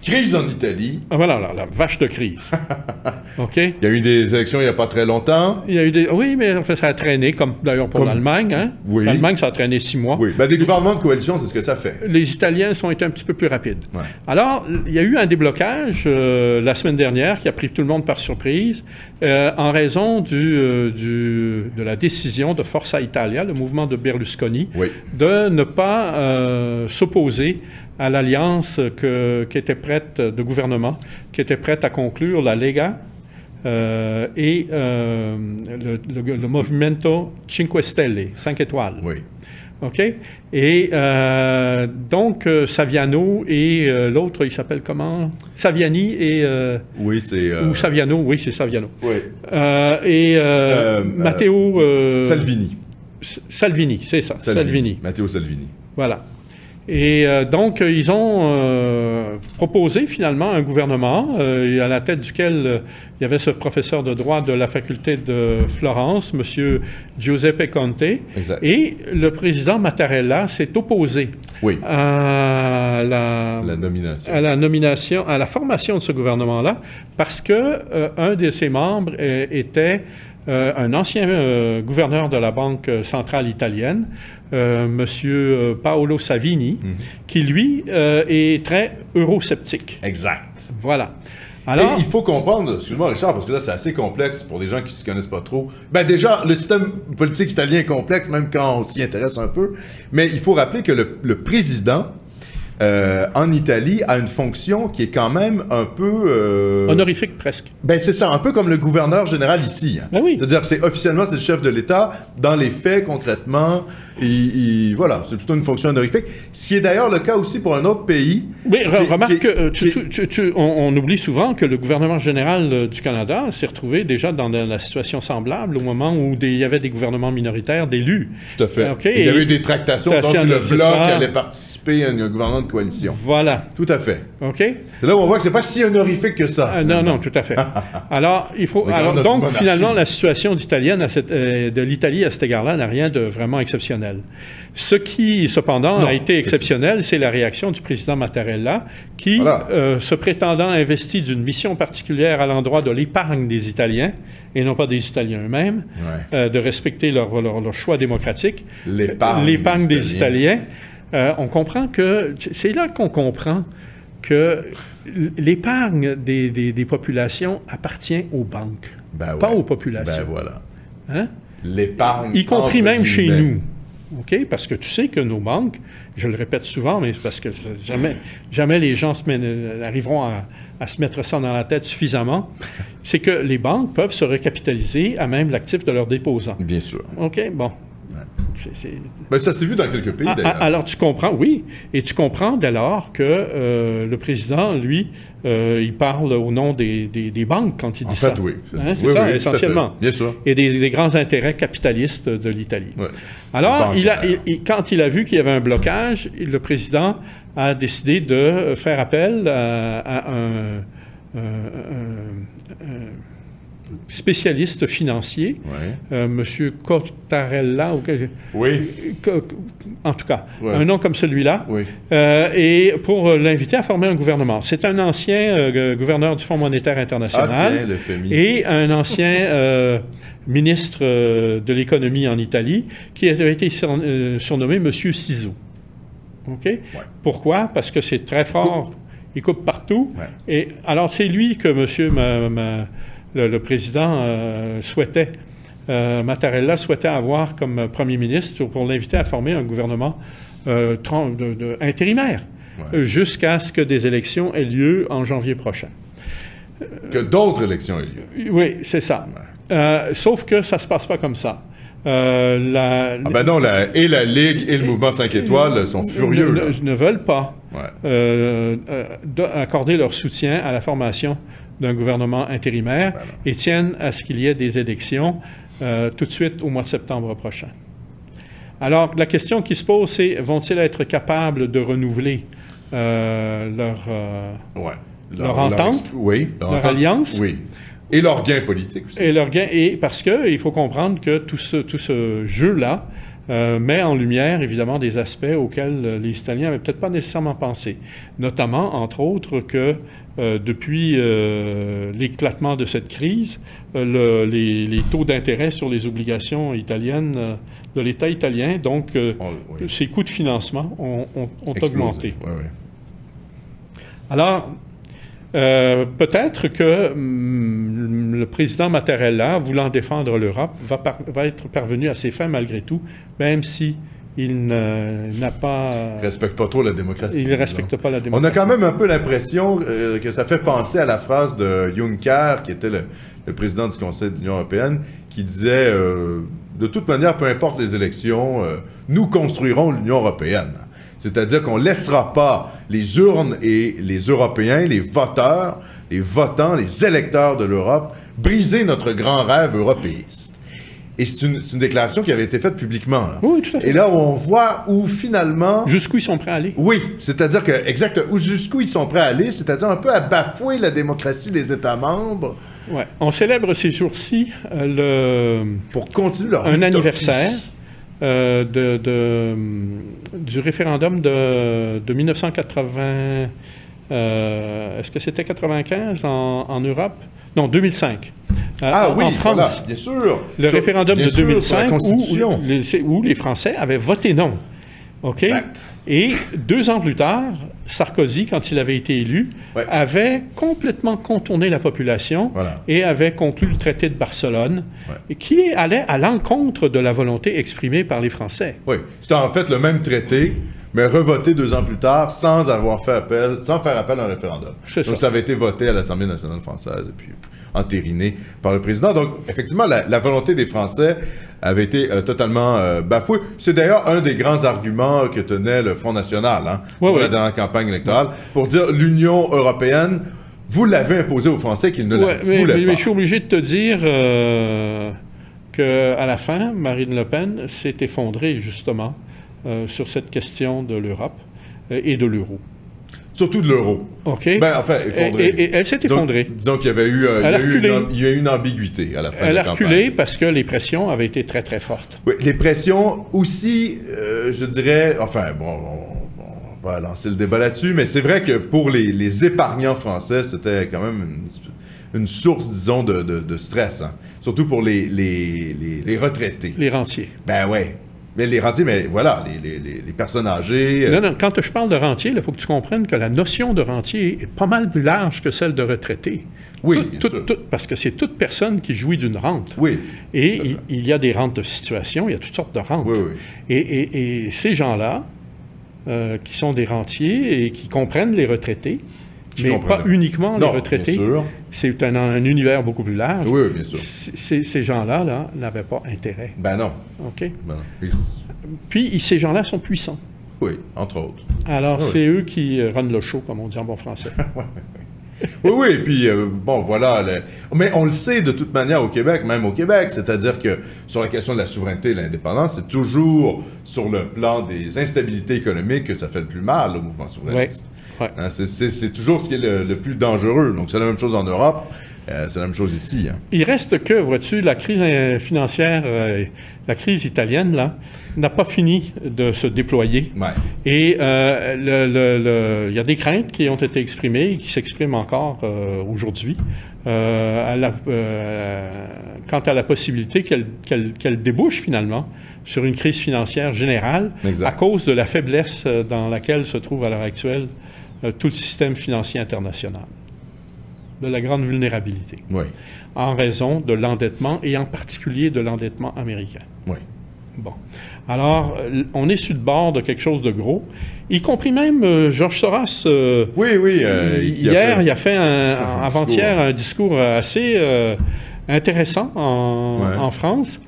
B: crise en Italie.
A: Ah, Voilà, la, la vache de crise. OK?
B: Il y a eu des élections il n'y a pas très longtemps.
A: Il y a eu des... Oui, mais en fait, ça a traîné, comme d'ailleurs pour
B: Comme-
A: l'Allemagne. Hein?
B: Oui.
A: L'Allemagne, ça a traîné six mois.
B: Oui. Ben, des gouvernements de coalition, c'est ce que ça fait.
A: Les Italiens sont été un petit peu plus rapides.
B: Ouais.
A: Alors, il y a eu un déblocage euh, la semaine dernière qui a pris tout le monde par surprise euh, en raison du, euh, du- de la décision de Forza Italia, le mouvement de Berlusconi,
B: Oui.
A: de ne pas euh, s'opposer à euh, l'alliance que- qui était prête de gouvernement, qui était prête à conclure la Lega euh, et euh, le, le- le Movimento Cinque Stelle, 5 étoiles.
B: Oui.
A: OK? Et euh, donc, euh, Saviano et euh, l'autre, il s'appelle comment? Saviani et... euh,
B: Oui, c'est. euh,
A: Ou Saviano, oui, c'est Saviano.
B: oui.
A: Euh, et euh,
B: Euh,
A: Matteo... euh,
B: Salvini.
A: S- Salvini, c'est ça, Salvini.
B: Matteo Salvini.
A: Voilà. Et euh, donc, euh, ils ont euh, proposé finalement un gouvernement euh, à la tête duquel euh, il y avait ce professeur de droit de la faculté de Florence, M. Giuseppe Conte.
B: Exact.
A: Et le président Mattarella s'est opposé
B: Oui,
A: à la,
B: la nomination.
A: à la nomination, à la formation de ce gouvernement-là, parce que euh, un de ses membres euh, était euh, un ancien euh, gouverneur de la Banque centrale italienne, euh, Monsieur euh, Paolo Savini,
B: Mhm.
A: qui lui euh, est très eurosceptique.
B: Exact.
A: Voilà.
B: Et
A: Alors,
B: il faut comprendre, excuse-moi Richard, parce que là c'est assez complexe pour des gens qui ne se connaissent pas trop. Ben déjà, le système politique italien est complexe, même quand on s'y intéresse un peu. Mais il faut rappeler que le, le président euh, en Italie a une fonction qui est quand même un peu... euh,
A: honorifique presque.
B: Ben c'est ça, un peu comme le gouverneur général ici. hein.
A: Ben oui.
B: C'est-à-dire que c'est officiellement c'est le chef de l'État. Dans les faits, concrètement, il, il- voilà, c'est plutôt une fonction honorifique. Ce qui est d'ailleurs le cas aussi pour un autre pays.
A: Oui, re-
B: qui-
A: remarque
B: qui-
A: que euh, tu-
B: qui-
A: tu- tu- tu- on, on oublie souvent que le gouvernement général euh, du Canada s'est retrouvé déjà dans la, la situation semblable au moment où des- il y avait des gouvernements minoritaires d'élus.
B: Tout à fait.
A: Ok,
B: il y avait
A: et-
B: eu des tractations sur si
A: Tractations
B: le
A: nécessaires.
B: bloc allait participer à un gouvernement de coalition.
A: Voilà.
B: Tout à fait.
A: OK?
B: C'est là où on voit que c'est pas si honorifique que ça.
A: Ah, non, non, tout à fait. Alors, il faut.
B: On est quand
A: alors,
B: même dans une
A: donc,
B: monarchie.
A: finalement, la situation d'italienne à cette- euh, de l'Italie à cet égard-là n'a rien de vraiment exceptionnel. Ce qui, cependant,
B: Non,
A: a été
B: effectivement.
A: exceptionnel, c'est la réaction du président Mattarella, qui,
B: Voilà.
A: euh, se prétendant investi d'une mission particulière à l'endroit de l'épargne des Italiens, et non pas des Italiens eux-mêmes,
B: Ouais.
A: euh, de respecter leur, leur- leur choix démocratique,
B: L'épargne
A: l'épargne
B: des
A: des,
B: Italiens.
A: Italiens, euh, on comprend que c'est là qu'on comprend que l'épargne des, des- des populations appartient aux banques,
B: Ben ouais.
A: pas aux
B: Ben
A: populations,
B: voilà.
A: hein?
B: L'épargne.
A: y compris
B: entre
A: même chez
B: guillemets.
A: nous. OK? Parce que tu sais que nos banques, je le répète souvent, mais c'est parce que ça- jamais, jamais les gens se mènent- euh, arriveront à, à se mettre ça dans la tête suffisamment, c'est que les banques peuvent se recapitaliser à même l'actif de leurs déposants.
B: Bien sûr.
A: OK? Bon. C'est- c'est-
B: Ben ça s'est vu dans quelques pays
A: ah,
B: d'ailleurs.
A: ah, alors tu comprends, oui, et tu comprends dès lors que euh, le président, lui, euh, il parle au nom des, des- des banques quand il dit
B: En
A: ça.
B: fait, oui.
A: Hein, c'est ça,
B: Oui, oui, tout à fait.
A: essentiellement.
B: Bien sûr.
A: Et des, des grands intérêts capitalistes de l'Italie.
B: Ouais.
A: Alors, il a-
B: Bancaire.
A: il- il- quand il a vu qu'il y avait un blocage, il- le président a décidé de faire appel à, à un, un- un- un spécialiste financier,
B: Ouais.
A: euh, M. Cottarella, ou que-
B: Oui.
A: que- que- en tout cas,
B: Ouais.
A: un nom comme celui-là,
B: Oui.
A: euh, et pour euh, l'inviter à former un gouvernement. C'est un ancien euh, gu- gouverneur du Fonds monétaire
B: Ah
A: international
B: tiens, le FMI.
A: et un ancien euh, ministre euh, de l'économie en Italie qui avait été sur- euh, surnommé Monsieur Ciseaux. OK? Pourquoi? Parce que c'est très fort. Il coupe partout.
B: Ouais.
A: Et alors, c'est lui que Monsieur ma- ma- le, le président euh, souhaitait, euh, Mattarella souhaitait avoir comme premier ministre pour l'inviter à former un gouvernement euh, tran- de- de- intérimaire
B: Ouais.
A: euh, jusqu'à ce que des élections aient lieu en janvier prochain.
B: Que d'autres élections aient lieu.
A: Oui, c'est ça. Euh, sauf que ça se passe pas comme ça. Euh, la-
B: Ah ben non, la- et la Ligue et le mouvement 5 étoiles sont furieux.
A: ne,
B: là.
A: ne- ne veulent pas
B: Ouais.
A: euh, euh, de- accorder leur soutien à la formation d'un gouvernement intérimaire
B: Ben
A: et tiennent à ce qu'il y ait des élections euh, tout de suite au mois de septembre prochain. Alors, la question qui se pose, c'est vont-ils être capables de renouveler euh, leur... euh,
B: Ouais.
A: Leur entente?
B: exp- oui.
A: Leur
B: entente-
A: alliance?
B: Oui. Et leur gain politique aussi.
A: Et leur gain, et parce que il faut comprendre que tout ce, tout ce jeu-là euh, met en lumière évidemment des aspects auxquels euh, les Italiens n'avaient peut-être pas nécessairement pensé, notamment entre autres que euh, depuis euh, l'éclatement de cette crise, euh, le- les, les taux d'intérêt sur les obligations italiennes euh, de l'État italien, donc euh,
B: On- oui.
A: ces coûts de financement ont, ont- ont
B: Explosé.
A: augmenté.
B: Ouais, ouais.
A: Alors, euh, peut-être que hum, le président Mattarella, voulant défendre l'Europe, va, par- va être parvenu à ses fins malgré tout, même si Il ne- n'a pas. euh,
B: respecte pas trop la démocratie.
A: il ne
B: disons.
A: respecte pas la
B: On
A: démocratie.
B: a quand même un peu l'impression euh, que ça fait penser à la phrase de Juncker, qui était le, le président du Conseil de l'Union européenne, qui disait euh, De toute manière, peu importe les élections, euh, nous construirons l'Union européenne. C'est-à-dire qu'on ne laissera pas les urnes et les Européens, les voteurs, les votants, les électeurs de l'Europe briser notre grand rêve européiste. Et c'est une, c'est une déclaration qui avait été faite publiquement. là.
A: Oui, tout à fait.
B: Et là, on voit où finalement.
A: Jusqu'où ils sont prêts à aller?
B: Oui, c'est-à-dire que, exact, où- jusqu'où ils sont prêts à aller, c'est-à-dire un peu à bafouer la démocratie des États membres
A: Ouais. On célèbre ces jours-ci euh, le.
B: pour continuer leur
A: un
B: utopie.
A: anniversaire euh, de, de, hum, du référendum de, de 1980. euh, Est-ce que c'était 95 en, en Europe? Non, 2005. Euh,
B: Ah
A: en-
B: oui,
A: en France.
B: voilà, bien sûr.
A: Le
B: Sur-
A: référendum
B: bien
A: de
B: sûr, sur
A: 2005
B: la Constitution.
A: Où, les, où les Français avaient voté non. OK?
B: Exact.
A: Et deux ans plus tard, Sarkozy, quand il avait été élu,
B: Ouais.
A: avait complètement contourné la population
B: Voilà.
A: et avait conclu le traité de Barcelone,
B: Ouais.
A: et qui allait à l'encontre de la volonté exprimée par les Français.
B: Oui, c'était en fait le même traité, mais revoté deux ans plus tard sans avoir fait appel, sans faire appel à un référendum.
A: C'est
B: Donc
A: ça.
B: ça. avait été voté à l'Assemblée nationale française et puis entériné par le président. Donc effectivement, la, la volonté des Français avait été euh, totalement euh, bafouée. C'est d'ailleurs un des grands arguments que tenait le Front national hein,
A: Ouais,
B: pour
A: ouais.
B: la dernière campagne électorale, pour dire l'Union européenne, vous l'avez imposée aux Français qu'ils ne
A: Ouais,
B: la
A: mais,
B: voulaient
A: mais-
B: pas.
A: mais je suis obligé de te dire euh, que à la fin, Marine Le Pen s'est effondrée justement euh, sur cette question de l'Europe euh, et de l'euro.
B: Surtout de l'euro.
A: OK?
B: Ben, enfin, effondré.
A: Et, et- et elle s'est
B: Donc,
A: effondrée.
B: disons qu'il y avait eu, euh, il y
A: Elle a
B: a eu une,
A: reculé.
B: amb- il y a eu une ambiguïté à la fin de
A: elle
B: la
A: a
B: campagne.
A: reculé parce que les pressions avaient été très, très fortes.
B: Oui, les pressions aussi, euh, je dirais, enfin, bon, on- on va pas lancer le débat là-dessus, mais c'est vrai que pour les, les épargnants français, c'était quand même une, une source, disons, de, de- de stress, hein. surtout pour les, les, les- les retraités.
A: Les rentiers.
B: Ben ouais, mais les rentiers, mais voilà, les, les- les- les personnes âgées. euh,
A: Non, non, quand je parle de rentier, il faut que tu comprennes que la notion de rentier est pas mal plus large que celle de retraité.
B: Oui,
A: Tout-
B: bien
A: tout-
B: sûr.
A: tout- parce que c'est toute personne qui jouit d'une rente.
B: Oui,
A: Et il, il y a des rentes de situation, il y a toutes sortes de rentes.
B: oui, oui.
A: Et, et- et ces gens-là, euh, qui sont des rentiers et qui comprennent les retraités, mais
B: comprennent
A: pas
B: les-
A: uniquement
B: Non,
A: les retraités,
B: bien sûr.
A: c'est un, un univers beaucoup plus large.
B: Oui, oui, bien sûr.
A: C- c- Ces gens-là là, n'avaient pas intérêt.
B: Ben non.
A: OK?
B: ben non. Ils-
A: Puis, ils- ces gens-là sont puissants.
B: Oui, entre autres.
A: Alors,
B: Ah oui.
A: c'est eux qui euh, runnent le show, comme on dit en bon français.
B: Oui, oui, et puis euh, bon, voilà. le- Mais on le sait de toute manière au Québec, même au Québec, c'est-à-dire que sur la question de la souveraineté et de l'indépendance, c'est toujours sur le plan des instabilités économiques que ça fait le plus mal au mouvement souverainiste.
A: Ouais.
B: Hein, c'est- c'est c'est toujours ce qui est le, le plus dangereux. Donc c'est la même chose en Europe, euh, c'est la même chose ici. hein.
A: Il reste que, vois-tu, la crise euh, financière, euh, la crise italienne, là, n'a pas fini de se déployer.
B: Ouais.
A: Et euh, le- le- le- il y a des craintes qui ont été exprimées et qui s'expriment encore euh, aujourd'hui euh, à la- euh, quant à la possibilité qu'elle qu'elle- qu'elle débouche finalement sur une crise financière générale
B: Exact.
A: à cause de la faiblesse euh, dans laquelle se trouve à l'heure actuelle euh, tout le système financier international, de la grande vulnérabilité,
B: Oui,
A: en raison de l'endettement et en particulier de l'endettement américain.
B: oui.
A: Bon. Alors, euh, on est sur le bord de quelque chose de gros, y compris même euh, Georges Soros. euh,
B: Oui, oui. euh, qui a
A: hier,
B: fait-
A: il a fait un-
B: un
A: avant-hier un discours assez euh, intéressant en,
B: Ouais.
A: en France.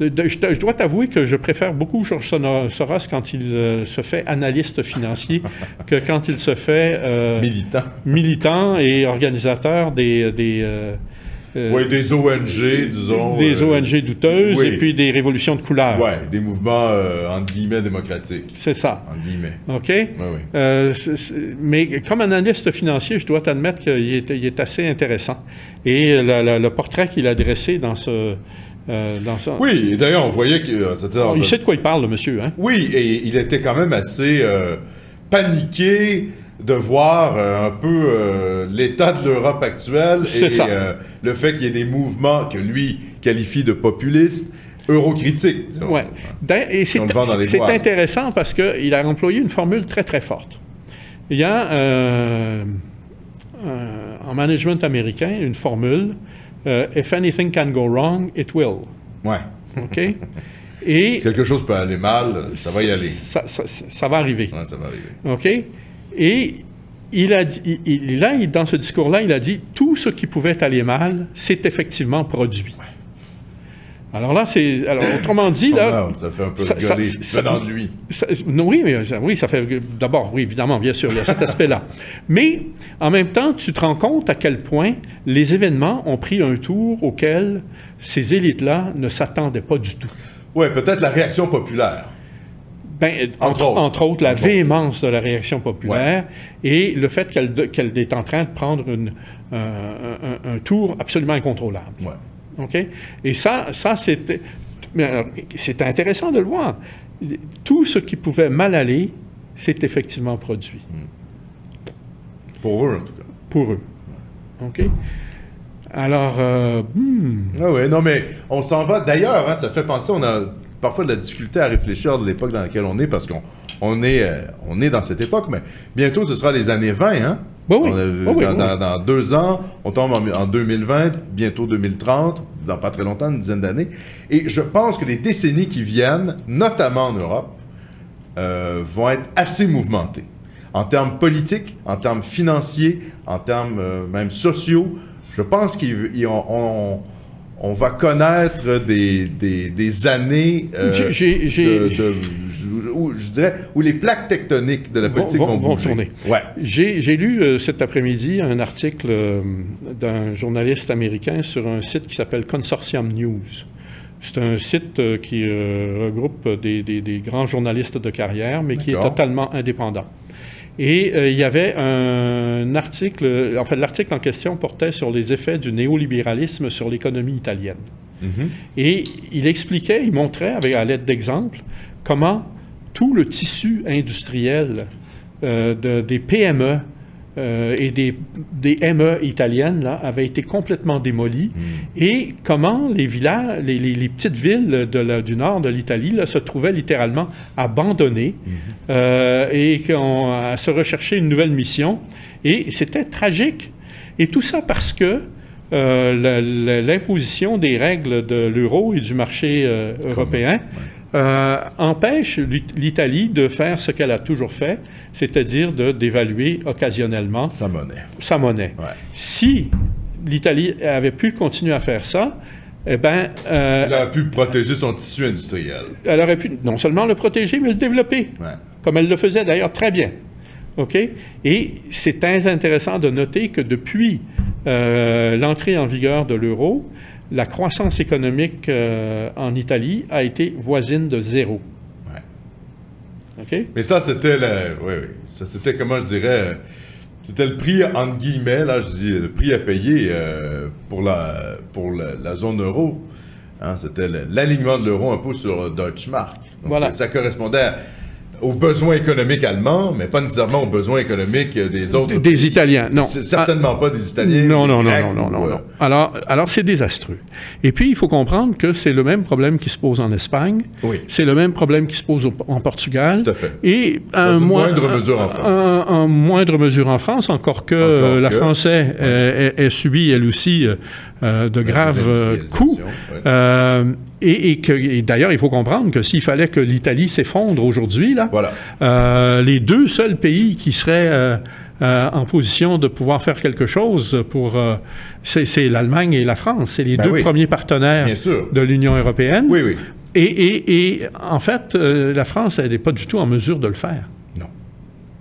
A: De- de- je, te- je dois t'avouer que je préfère beaucoup Georges Sono- Soros quand il euh, se fait analyste financier que quand il se fait euh,
B: militant.
A: militant et organisateur des, des, euh, euh,
B: Oui, des ONG, disons.
A: des
B: euh,
A: ONG douteuses
B: oui.
A: et puis des révolutions de couleur.
B: Ouais, des mouvements euh, entre guillemets démocratiques.
A: C'est ça.
B: Entre guillemets.
A: OK?
B: Oui, oui.
A: Euh, c'est- c'est- mais comme analyste financier, je dois t'admettre qu'il est, il est assez intéressant. Et le, le- le portrait qu'il a dressé dans ce... euh, dans ce-
B: Oui, et d'ailleurs, on voyait que. euh, c'est-à-dire,
A: il sait de quoi il parle, le monsieur, hein?
B: Oui, et il était quand même assez euh, paniqué de voir euh, un peu euh, l'état de l'Europe actuelle
A: C'est
B: et
A: ça.
B: euh, le fait qu'il y ait des mouvements que lui qualifie de populistes, eurocritiques. disons.
A: Ouais. D'ailleurs, Et c'est
B: on le vend dans les
A: c'est
B: bois, là.
A: intéressant parce qu'il a employé une formule très, très forte. Il y a euh, euh, en management américain une formule euh, If anything can go wrong, it will.
B: Ouais.
A: OK? Et
B: Si quelque chose peut aller mal, ça va y aller.
A: Ça, ça- ça- ça va arriver.
B: Ouais, ça va arriver.
A: OK? Et il a dit, il- il- là, il- dans ce discours-là, il a dit tout ce qui pouvait aller mal s'est effectivement produit. Alors là, c'est. Alors, autrement dit, là.
B: Oh non, ça fait un peu
A: ça- ça-
B: rigoler.
A: ça-
B: Venant de lui.
A: ça- non, oui, mais, ça- oui, ça fait. euh, D'abord, oui, évidemment, bien sûr, il y a cet aspect-là. Mais en même temps, tu te rends compte à quel point les événements ont pris un tour auquel ces élites-là ne s'attendaient pas du tout.
B: Ouais, peut-être la réaction populaire.
A: Ben,
B: Entre
A: entre,
B: autres.
A: entre autres, la
B: Entre autres.
A: véhémence de la réaction populaire et le fait qu'elle de- qu'elle est en train de prendre une, euh, un, un- un tour absolument incontrôlable.
B: Ouais.
A: OK? Et ça, ça c'était- mais alors, c'est intéressant de le voir. Tout ce qui pouvait mal aller s'est effectivement produit
B: Pour eux, en tout cas.
A: pour eux. OK? Alors, euh, hmm,
B: Ah ouais, non, mais on s'en va. D'ailleurs, hein, ça fait penser, on a parfois de la difficulté à réfléchir de l'époque dans laquelle on est, parce qu'on on est, euh, on est dans cette époque, mais bientôt, ce sera les années 20, hein?
A: Ben oui.
B: On a-
A: Ben oui,
B: dans,
A: oui.
B: dans- dans deux ans, on tombe en, en 2020, bientôt 2030, dans pas très longtemps, une dizaine d'années. Et je pense que les décennies qui viennent, notamment en Europe, euh, vont être assez mouvementés. En termes politiques, en termes financiers, en termes euh, même sociaux, je pense qu'on on, on va connaître des, des, des années euh,
A: J'ai- j'ai- j'ai-
B: de- de- je- où, je dirais, où les plaques tectoniques de la
A: Vont-
B: politique
A: vont-
B: vont,
A: vont
B: bouger.
A: tourner.
B: Ouais.
A: J'ai j'ai lu euh, cet après-midi un article euh, d'un journaliste américain sur un site qui s'appelle Consortium News. C'est un site euh, qui euh, regroupe des, des- des grands journalistes de carrière, mais qui est
B: D'accord.
A: totalement indépendant. Et euh, il y avait un article, en fait, l'article en question portait sur les effets du néolibéralisme sur l'économie italienne.
B: Mhm.
A: Et il expliquait, il montrait avec, à l'aide d'exemples comment tout le tissu industriel euh, de- des PME euh, et des, des ME italiennes là, avait été complètement démoli et comment les villages, les, les- les petites villes de la- du nord de l'Italie là, se trouvaient littéralement abandonnées euh, et qu'on, à se rechercher une nouvelle mission. Et c'était tragique. Et tout ça parce que euh, la- la- l'imposition des règles de l'euro et du marché euh, européen euh, empêche l'I- l'Italie de faire ce qu'elle a toujours fait, c'est-à-dire de dévaluer occasionnellement
B: Sa monnaie.
A: sa monnaie.
B: Ouais.
A: Si l'Italie avait pu continuer à faire ça, eh ben, euh,
B: Elle a pu protéger son tissu industriel.
A: elle aurait pu non seulement le protéger, mais le développer
B: Ouais.
A: comme elle le faisait d'ailleurs très bien. OK? Et c'est très intéressant de noter que depuis euh, l'entrée en vigueur de l'euro, la croissance économique euh, en Italie a été voisine de zéro. OK?
B: Mais ça, c'était le. Oui, oui. Ça, c'était, comment je dirais. euh, C'était le prix, entre guillemets, là, je dis, le prix à payer euh, pour, la, pour la, la zone euro. Hein, c'était le- l'alignement de l'euro un peu sur euh, Deutsche Mark. Donc,
A: Voilà.
B: euh, Ça correspondait à- aux besoins économiques allemands, mais pas nécessairement aux besoins économiques euh, des autres.
A: Des Italiens, non. Ah.
B: C'est certainement pas des
A: Non,
B: Italiens. des
A: non, non,
B: Grecs
A: non, non,
B: ou,
A: non,
B: euh,
A: non. Alors, alors c'est désastreux. Et puis, il faut comprendre que c'est le même problème qui se pose en Espagne.
B: Oui.
A: C'est le même problème qui se pose au- en Portugal.
B: Tout à fait.
A: Et à
B: Dans
A: un
B: une
A: mois-
B: moindre
A: un-
B: mesure en France.
A: un- en moindre mesure en France, encore que euh, la
B: que.
A: Française euh, ait- ait subi, elle aussi, euh, euh, de graves euh, coups.
B: ouais.
A: Euh, et et que- et d'ailleurs, il faut comprendre que s'il fallait que l'Italie s'effondre aujourd'hui, là,
B: Voilà.
A: euh, les deux seuls pays qui seraient euh, euh, en position de pouvoir faire quelque chose pour euh, c'est c'est l'Allemagne et la France, c'est les
B: Ben
A: deux
B: oui.
A: premiers partenaires
B: Bien sûr.
A: de l'Union européenne.
B: Oui, oui.
A: Et, et- et, en fait, euh, la France, elle n'est pas du tout en mesure de le faire.
B: Non.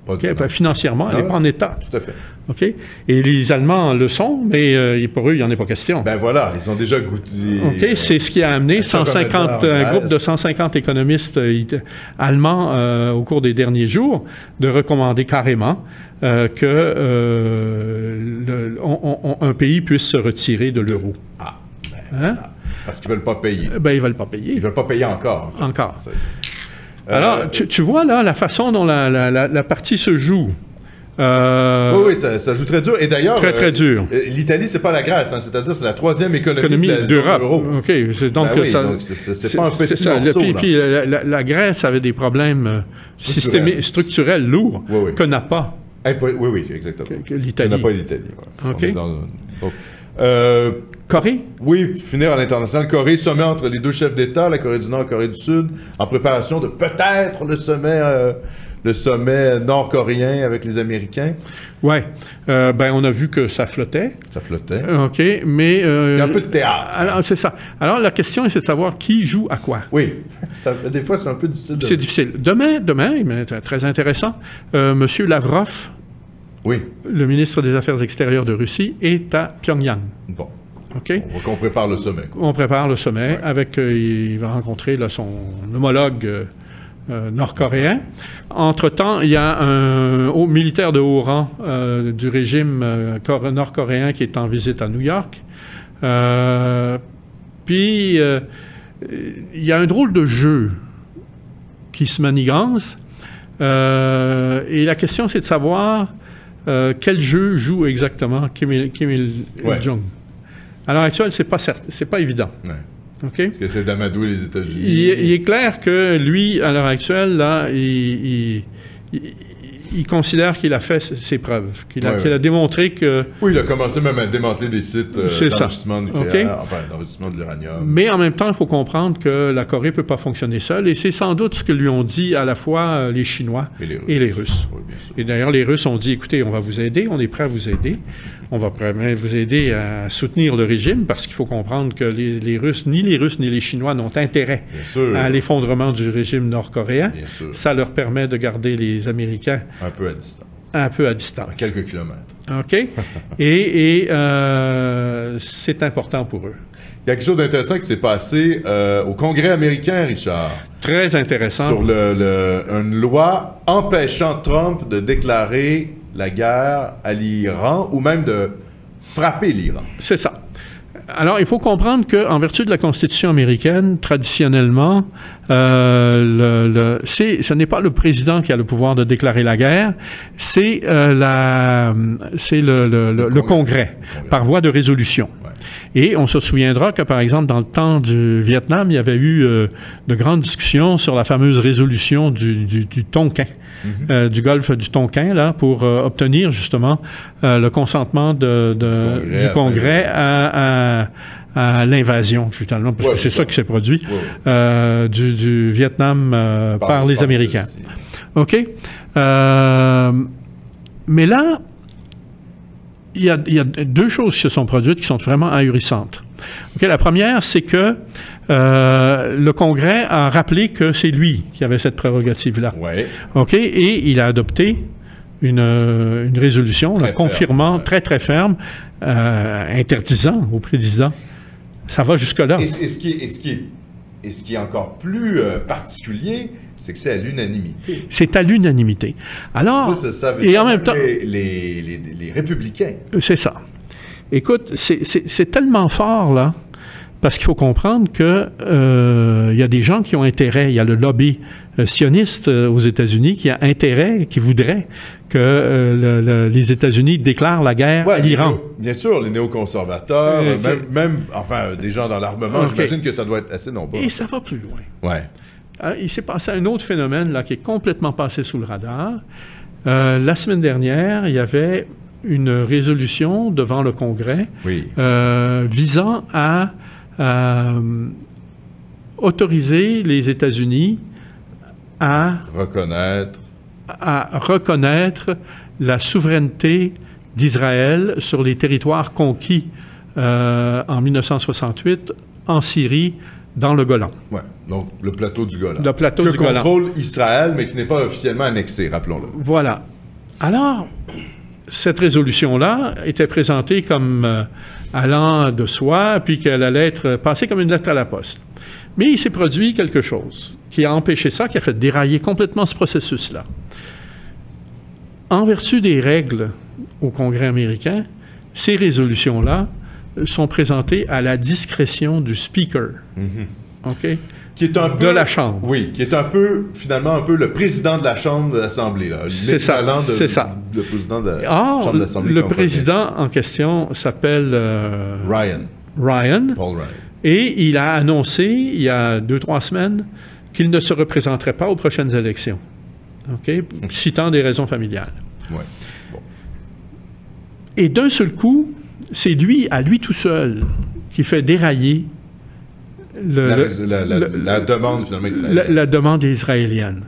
B: Pas
A: OK?
B: de. non.
A: Ben, financièrement, elle
B: Non.
A: n'est pas en état.
B: Tout à fait.
A: OK? Et les Allemands le sont, mais euh, pour eux, il n'y en est pas question.
B: Ben voilà, ils ont déjà goûté.
A: OK, c'est ce qui a amené
B: ça, comme
A: 150,
B: elle dit en
A: un groupe
B: Grèce.
A: de 150 économistes euh, it- allemands euh, au cours des derniers jours de recommander carrément euh, que euh, le- on- on- on- un pays puisse se retirer de l'euro.
B: Ah, ben,
A: Hein?
B: ah, parce qu'ils veulent pas payer.
A: Ben, ils veulent pas payer.
B: Ils veulent pas payer encore. en fait.
A: Encore.
B: C'est- Euh,
A: Ah. Alors, tu, tu vois là la façon dont la, la- la- la partie se joue. Euh,
B: oui, oui, ça, ça joue très dur. Et d'ailleurs,
A: Très, très dur.
B: euh, L'Italie, c'est pas la Grèce, hein, c'est-à-dire c'est la troisième économie,
A: économie
B: de la zone
A: d'Europe.
B: euro.
A: OK, c'est donc
B: Ben
A: que
B: oui,
A: ça.
B: donc c'est- c'est- c'est pas un
A: c'est-
B: petit
A: c'est ça. Le-
B: morceau,
A: puis-
B: là.
A: puis la, la- la Grèce avait des problèmes euh,
B: Structurels.
A: systémiques, structurels lourds
B: Oui, oui.
A: que n'a pas
B: Impo- Oui, oui, exactement.
A: que l'Italie.
B: On n'a pas l'Italie. ouais.
A: OK.
B: On est dans- donc, euh,
A: Corée.
B: Oui, finir à l'international. Corée, sommet entre les deux chefs d'État, la Corée du Nord, la Corée du Sud, en préparation de peut-être le sommet, euh, le sommet nord-coréen avec les Américains.
A: Ouais. Euh, ben, on a vu que ça flottait.
B: Ça flottait.
A: OK, mais... euh,
B: Il y a un peu de théâtre.
A: Alors, c'est ça. Alors, la question, c'est de savoir qui joue à quoi.
B: Oui. Ça- des fois, c'est un peu difficile de.
A: C'est difficile. Demain, demain, mais t- très intéressant, euh, Monsieur Lavrov,
B: Oui.
A: le ministre des Affaires extérieures de Russie, est à Pyongyang.
B: Bon.
A: OK?
B: On va qu'on prépare le sommet. quoi.
A: On prépare le sommet avec, euh, il va rencontrer là, son homologue euh, euh, nord-coréen. Entre-temps, il y a un haut militaire de haut rang euh, du régime euh, cor- nord-coréen qui est en visite à New York. Euh, puis, euh, il y a un drôle de jeu qui se manigance. Euh, et la question, c'est de savoir euh, quel jeu joue exactement Kim Il- Kim Il-jong.
B: Ouais.
A: À l'heure actuelle, c'est pas certain, c'est pas évident.
B: Ouais.
A: OK?
B: Parce que c'est d'amadouer les
A: Il,
B: États-Unis.
A: il est clair que lui, à l'heure actuelle, là, il, il- il- il considère qu'il a fait ses- ses preuves, qu'il a,
B: Ouais,
A: qu'il a
B: ouais.
A: démontré que.
B: Oui, il a commencé même à démanteler des sites euh,
A: C'est ça.
B: d'enrichissement nucléaire,
A: Ok.
B: enfin d'enrichissement de l'uranium.
A: Mais en même temps, il faut comprendre que la Corée peut pas fonctionner seule, et c'est sans doute ce que lui ont dit à la fois euh, les Chinois
B: Et les Russes.
A: et les Russes.
B: Oui, bien sûr.
A: Et d'ailleurs, les Russes ont dit, écoutez, on va vous aider, on est prêt à vous aider. On va prêt- vous aider à soutenir le régime parce qu'il faut comprendre que les, les Russes, ni les Russes ni les Chinois n'ont intérêt
B: Bien sûr.
A: à l'effondrement du régime nord-coréen.
B: Bien sûr.
A: Ça leur permet de garder les Américains
B: Un peu à distance.
A: un peu à distance.
B: Quelques kilomètres.
A: OK? Et, et, euh, c'est important pour eux.
B: Il y a quelque chose d'intéressant qui s'est passé euh, au Congrès américain, Richard,
A: Très intéressant.
B: sur le, le- une loi empêchant Trump de déclarer la guerre à l'Iran ou même de frapper l'Iran.
A: C'est ça. Alors, il faut comprendre qu'en vertu de la Constitution américaine, traditionnellement, euh, le- le- c'est- ce n'est pas le président qui a le pouvoir de déclarer la guerre, c'est euh, la- c'est le, le- le- le Congrès, par voie de résolution. Et on se souviendra que, par exemple, dans le temps du Vietnam, il y avait eu euh, de grandes discussions sur la fameuse résolution du, du- du Tonkin, euh, du golfe du Tonkin, là, pour euh, obtenir justement euh, le consentement de- de-
B: Congrès
A: du
B: à
A: Congrès à, à- à l'invasion, finalement, parce
B: Ouais,
A: que c'est
B: c'est
A: ça
B: ça.
A: qui s'est produit,
B: Ouais, ouais.
A: euh, du, du Vietnam euh, par, les Américains. OK? Euh, mais là, il y, a, il y a deux choses qui se sont produites qui sont vraiment ahurissantes. OK? La première, c'est que euh, le Congrès a rappelé que c'est lui qui avait cette prérogative-là.
B: Oui.
A: OK? Et il a adopté une, euh, une résolution là,
B: ferme,
A: confirmant
B: ouais.
A: très, très ferme, euh, interdisant au président. Ça va jusque-là.
B: Et, et ce qui est, et ce qui est- et ce qui est encore plus euh, particulier, c'est que c'est à l'unanimité.
A: C'est à l'unanimité. Alors,
B: Plus, ça, ça veut
A: Ah. et
B: dire
A: en même
B: que
A: temps,
B: les, les- les- les républicains.
A: c'est ça. Écoute, c'est- c'est c'est tellement fort, là, parce qu'il faut comprendre que euh, il y a des gens qui ont intérêt, il y a le lobby euh, sioniste euh, aux États-Unis qui a intérêt, qui voudrait que euh, le- le- les États-Unis déclarent la guerre à
B: Ouais,
A: l'Iran.
B: les- Bien sûr, les néoconservateurs,
A: Euh,
B: euh,
A: c'est-
B: même, même, enfin, euh, des gens dans l'armement,
A: Ok.
B: j'imagine que ça doit être assez nombreux.
A: Et ça va plus loin.
B: Ouais.
A: Alors, il s'est passé un autre phénomène là, qui est complètement passé sous le radar. Euh, la semaine dernière, il y avait une résolution devant le Congrès
B: Oui.
A: euh, visant à euh, autoriser les États-Unis à,
B: Reconnaître.
A: à reconnaître la souveraineté d'Israël sur les territoires conquis euh, en 1968 en Syrie, dans le Golan.
B: Ouais. Donc, le plateau du Golan.
A: Le plateau
B: que
A: du Golan.
B: contrôle Israël, mais qui n'est pas officiellement annexé, rappelons-le.
A: Voilà. Alors, cette résolution-là était présentée comme euh, allant de soi, puis qu'elle allait être euh, passée comme une lettre à la poste. Mais il s'est produit quelque chose qui a empêché ça, qui a fait dérailler complètement ce processus-là. En vertu des règles au Congrès américain, ces résolutions-là euh, sont présentées à la discrétion du speaker. OK?
B: Qui est un
A: De
B: peu.
A: la Chambre.
B: Oui, qui est un peu, finalement, un peu le président de la Chambre de l'Assemblée, là.
A: C'est ça,
B: L'équivalent de-
A: c'est ça.
B: Le président de la
A: Or,
B: Chambre de l'Assemblée.
A: le
B: qu'on connaît.
A: président en question s'appelle euh,
B: Ryan.
A: Ryan.
B: Paul Ryan.
A: Et il a annoncé, il y a deux, trois semaines, qu'il ne se représenterait pas aux prochaines élections. OK? Citant des raisons familiales.
B: Ouais. Bon.
A: Et d'un seul coup, c'est lui, à lui tout seul, qui fait dérailler le-
B: la,
A: le-
B: la- la-
A: le-
B: la demande, finalement, israélienne.
A: la, la demande israélienne.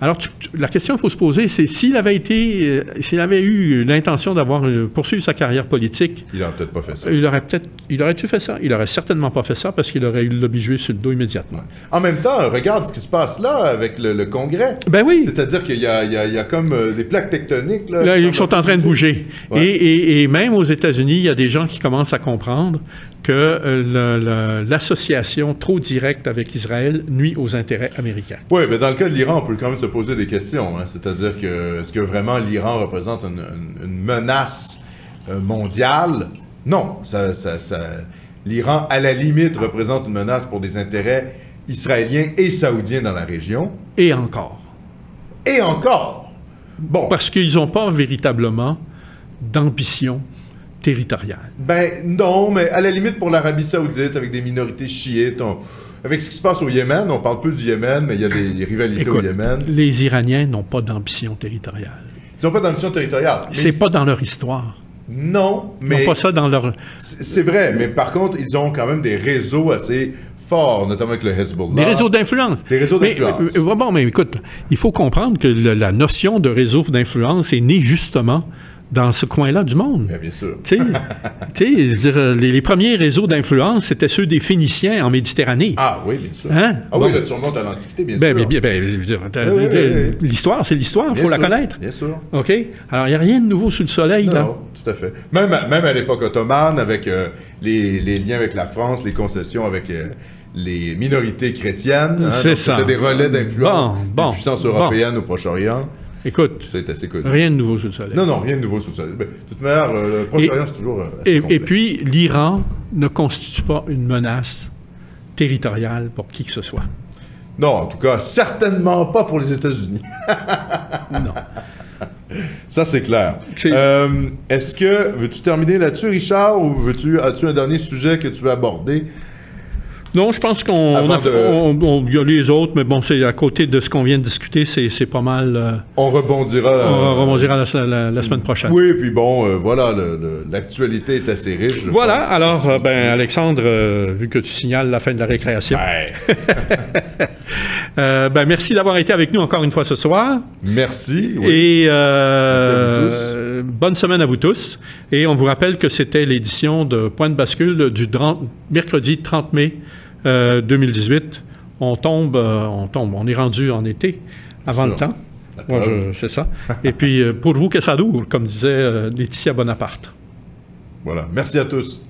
A: Alors, tu- tu- la question qu'il faut se poser, c'est s'il avait été, euh, s'il avait eu l'intention d'avoir euh, poursuivi sa carrière politique,
B: Il a peut-être pas fait ça.
A: il aurait peut-être, il aurait-tu fait ça Il aurait certainement pas fait ça parce qu'il aurait eu le lobby juif sur le dos immédiatement.
B: En même temps, regarde ce qui se passe là avec le, le Congrès.
A: Ben oui.
B: C'est-à-dire qu'il y a, il y a- il y a comme euh, des plaques tectoniques. Là,
A: Là,
B: qui
A: ils sont en train de bouger.
B: Ouais.
A: Et, et- et même aux États-Unis, il y a des gens qui commencent à comprendre que euh, le- le- l'association trop directe avec Israël nuit aux intérêts américains.
B: Oui, mais dans le cas de l'Iran, on peut quand même se poser des questions. hein. C'est-à-dire que est-ce que vraiment l'Iran représente une, une- une menace euh, mondiale? Non. Ça, ça- ça- L'Iran, à la limite, représente une menace pour des intérêts israéliens et saoudiens dans la région.
A: Et encore.
B: Et encore! Bon,
A: Parce qu'ils n'ont pas véritablement d'ambition territoriale.
B: ben non, mais à la limite pour l'Arabie saoudite, avec des minorités chiites, on- avec ce qui se passe au Yémen, on parle peu du Yémen, mais il y a des rivalités au
A: Écoute,
B: Yémen.
A: les Iraniens n'ont pas d'ambition territoriale.
B: Ils n'ont pas d'ambition territoriale. Mais-
A: C'est pas dans leur histoire.
B: Non,
A: Ils n'ont
B: mais...
A: pas ça dans leur...
B: C'est c'est vrai, mais par contre, ils ont quand même des réseaux assez forts, notamment avec le Hezbollah.
A: Des réseaux d'influence.
B: Des réseaux
A: Mais,
B: d'influence.
A: euh, euh, bon, mais écoute, il faut comprendre que le- la notion de réseau d'influence est née justement dans ce coin-là du monde.
B: Ben, bien sûr.
A: Tu sais, tu sais, je veux dire, euh, les, les premiers réseaux d'influence, c'était ceux des Phéniciens en Méditerranée.
B: Ah oui, bien sûr.
A: Hein?
B: Ah
A: Bon.
B: oui, là, tu remontes à l'Antiquité, bien
A: Ben, ben,
B: sûr.
A: bien, ben, je veux dire, t'as-
B: oui, oui, oui.
A: L'histoire, c'est l'histoire, il
B: Bien
A: faut la
B: sûr,
A: connaître.
B: Bien sûr.
A: OK? Alors, il n'y a rien de nouveau sous le soleil,
B: Non,
A: là.
B: non, tout à fait. Même à, même à l'époque ottomane, avec euh, les, les liens avec la France, les concessions avec euh, les minorités chrétiennes. hein,
A: C'est
B: donc
A: ça.
B: C'était des relais d'influence
A: Bon,
B: des
A: bon,
B: puissances
A: bon.
B: européennes au Proche-Orient.
A: Écoute,
B: Ça est assez connu.
A: rien de nouveau sous le soleil.
B: Non, non, rien de nouveau sous ça. Ben, de toute manière, euh, le Proche-Orient, c'est toujours euh, assez
A: Et, et
B: complexe.
A: puis, l'Iran ne constitue pas une menace territoriale pour qui que ce soit.
B: Non, en tout cas, certainement pas pour les États-Unis.
A: Non.
B: Ça, c'est clair.
A: C'est-
B: Euh, Est-ce que veux-tu terminer là-dessus, Richard, ou veux-tu as-tu un dernier sujet que tu veux aborder?
A: Non, je pense qu'on
B: Avant
A: on a,
B: de-
A: on- on- il y a les autres, mais bon, c'est à côté de ce qu'on vient de discuter, c'est c'est pas mal. euh,
B: On rebondira.
A: on va
B: euh,
A: rebondir à la, la- la semaine prochaine.
B: Oui, puis bon, euh, voilà, le- le- l'actualité est assez riche. je
A: Voilà,
B: pense.
A: alors, euh, ben, Alexandre, euh, vu que tu signales la fin de la récréation,
B: Ouais.
A: euh, ben, merci d'avoir été avec nous encore une fois ce soir.
B: Merci. oui.
A: Et euh,
B: Merci à vous tous.
A: euh, bonne semaine à vous tous. Et on vous rappelle que c'était l'édition de Point de bascule du 30 mercredi 30 mai euh, 2018. On tombe, euh, on tombe, on est rendu en été avant le
B: sûr.
A: temps. Moi,
B: preuve.
A: je- c'est ça. Et puis, euh, pour vous, que ça dure, comme disait euh, Laetitia Bonaparte.
B: Voilà. Merci à tous.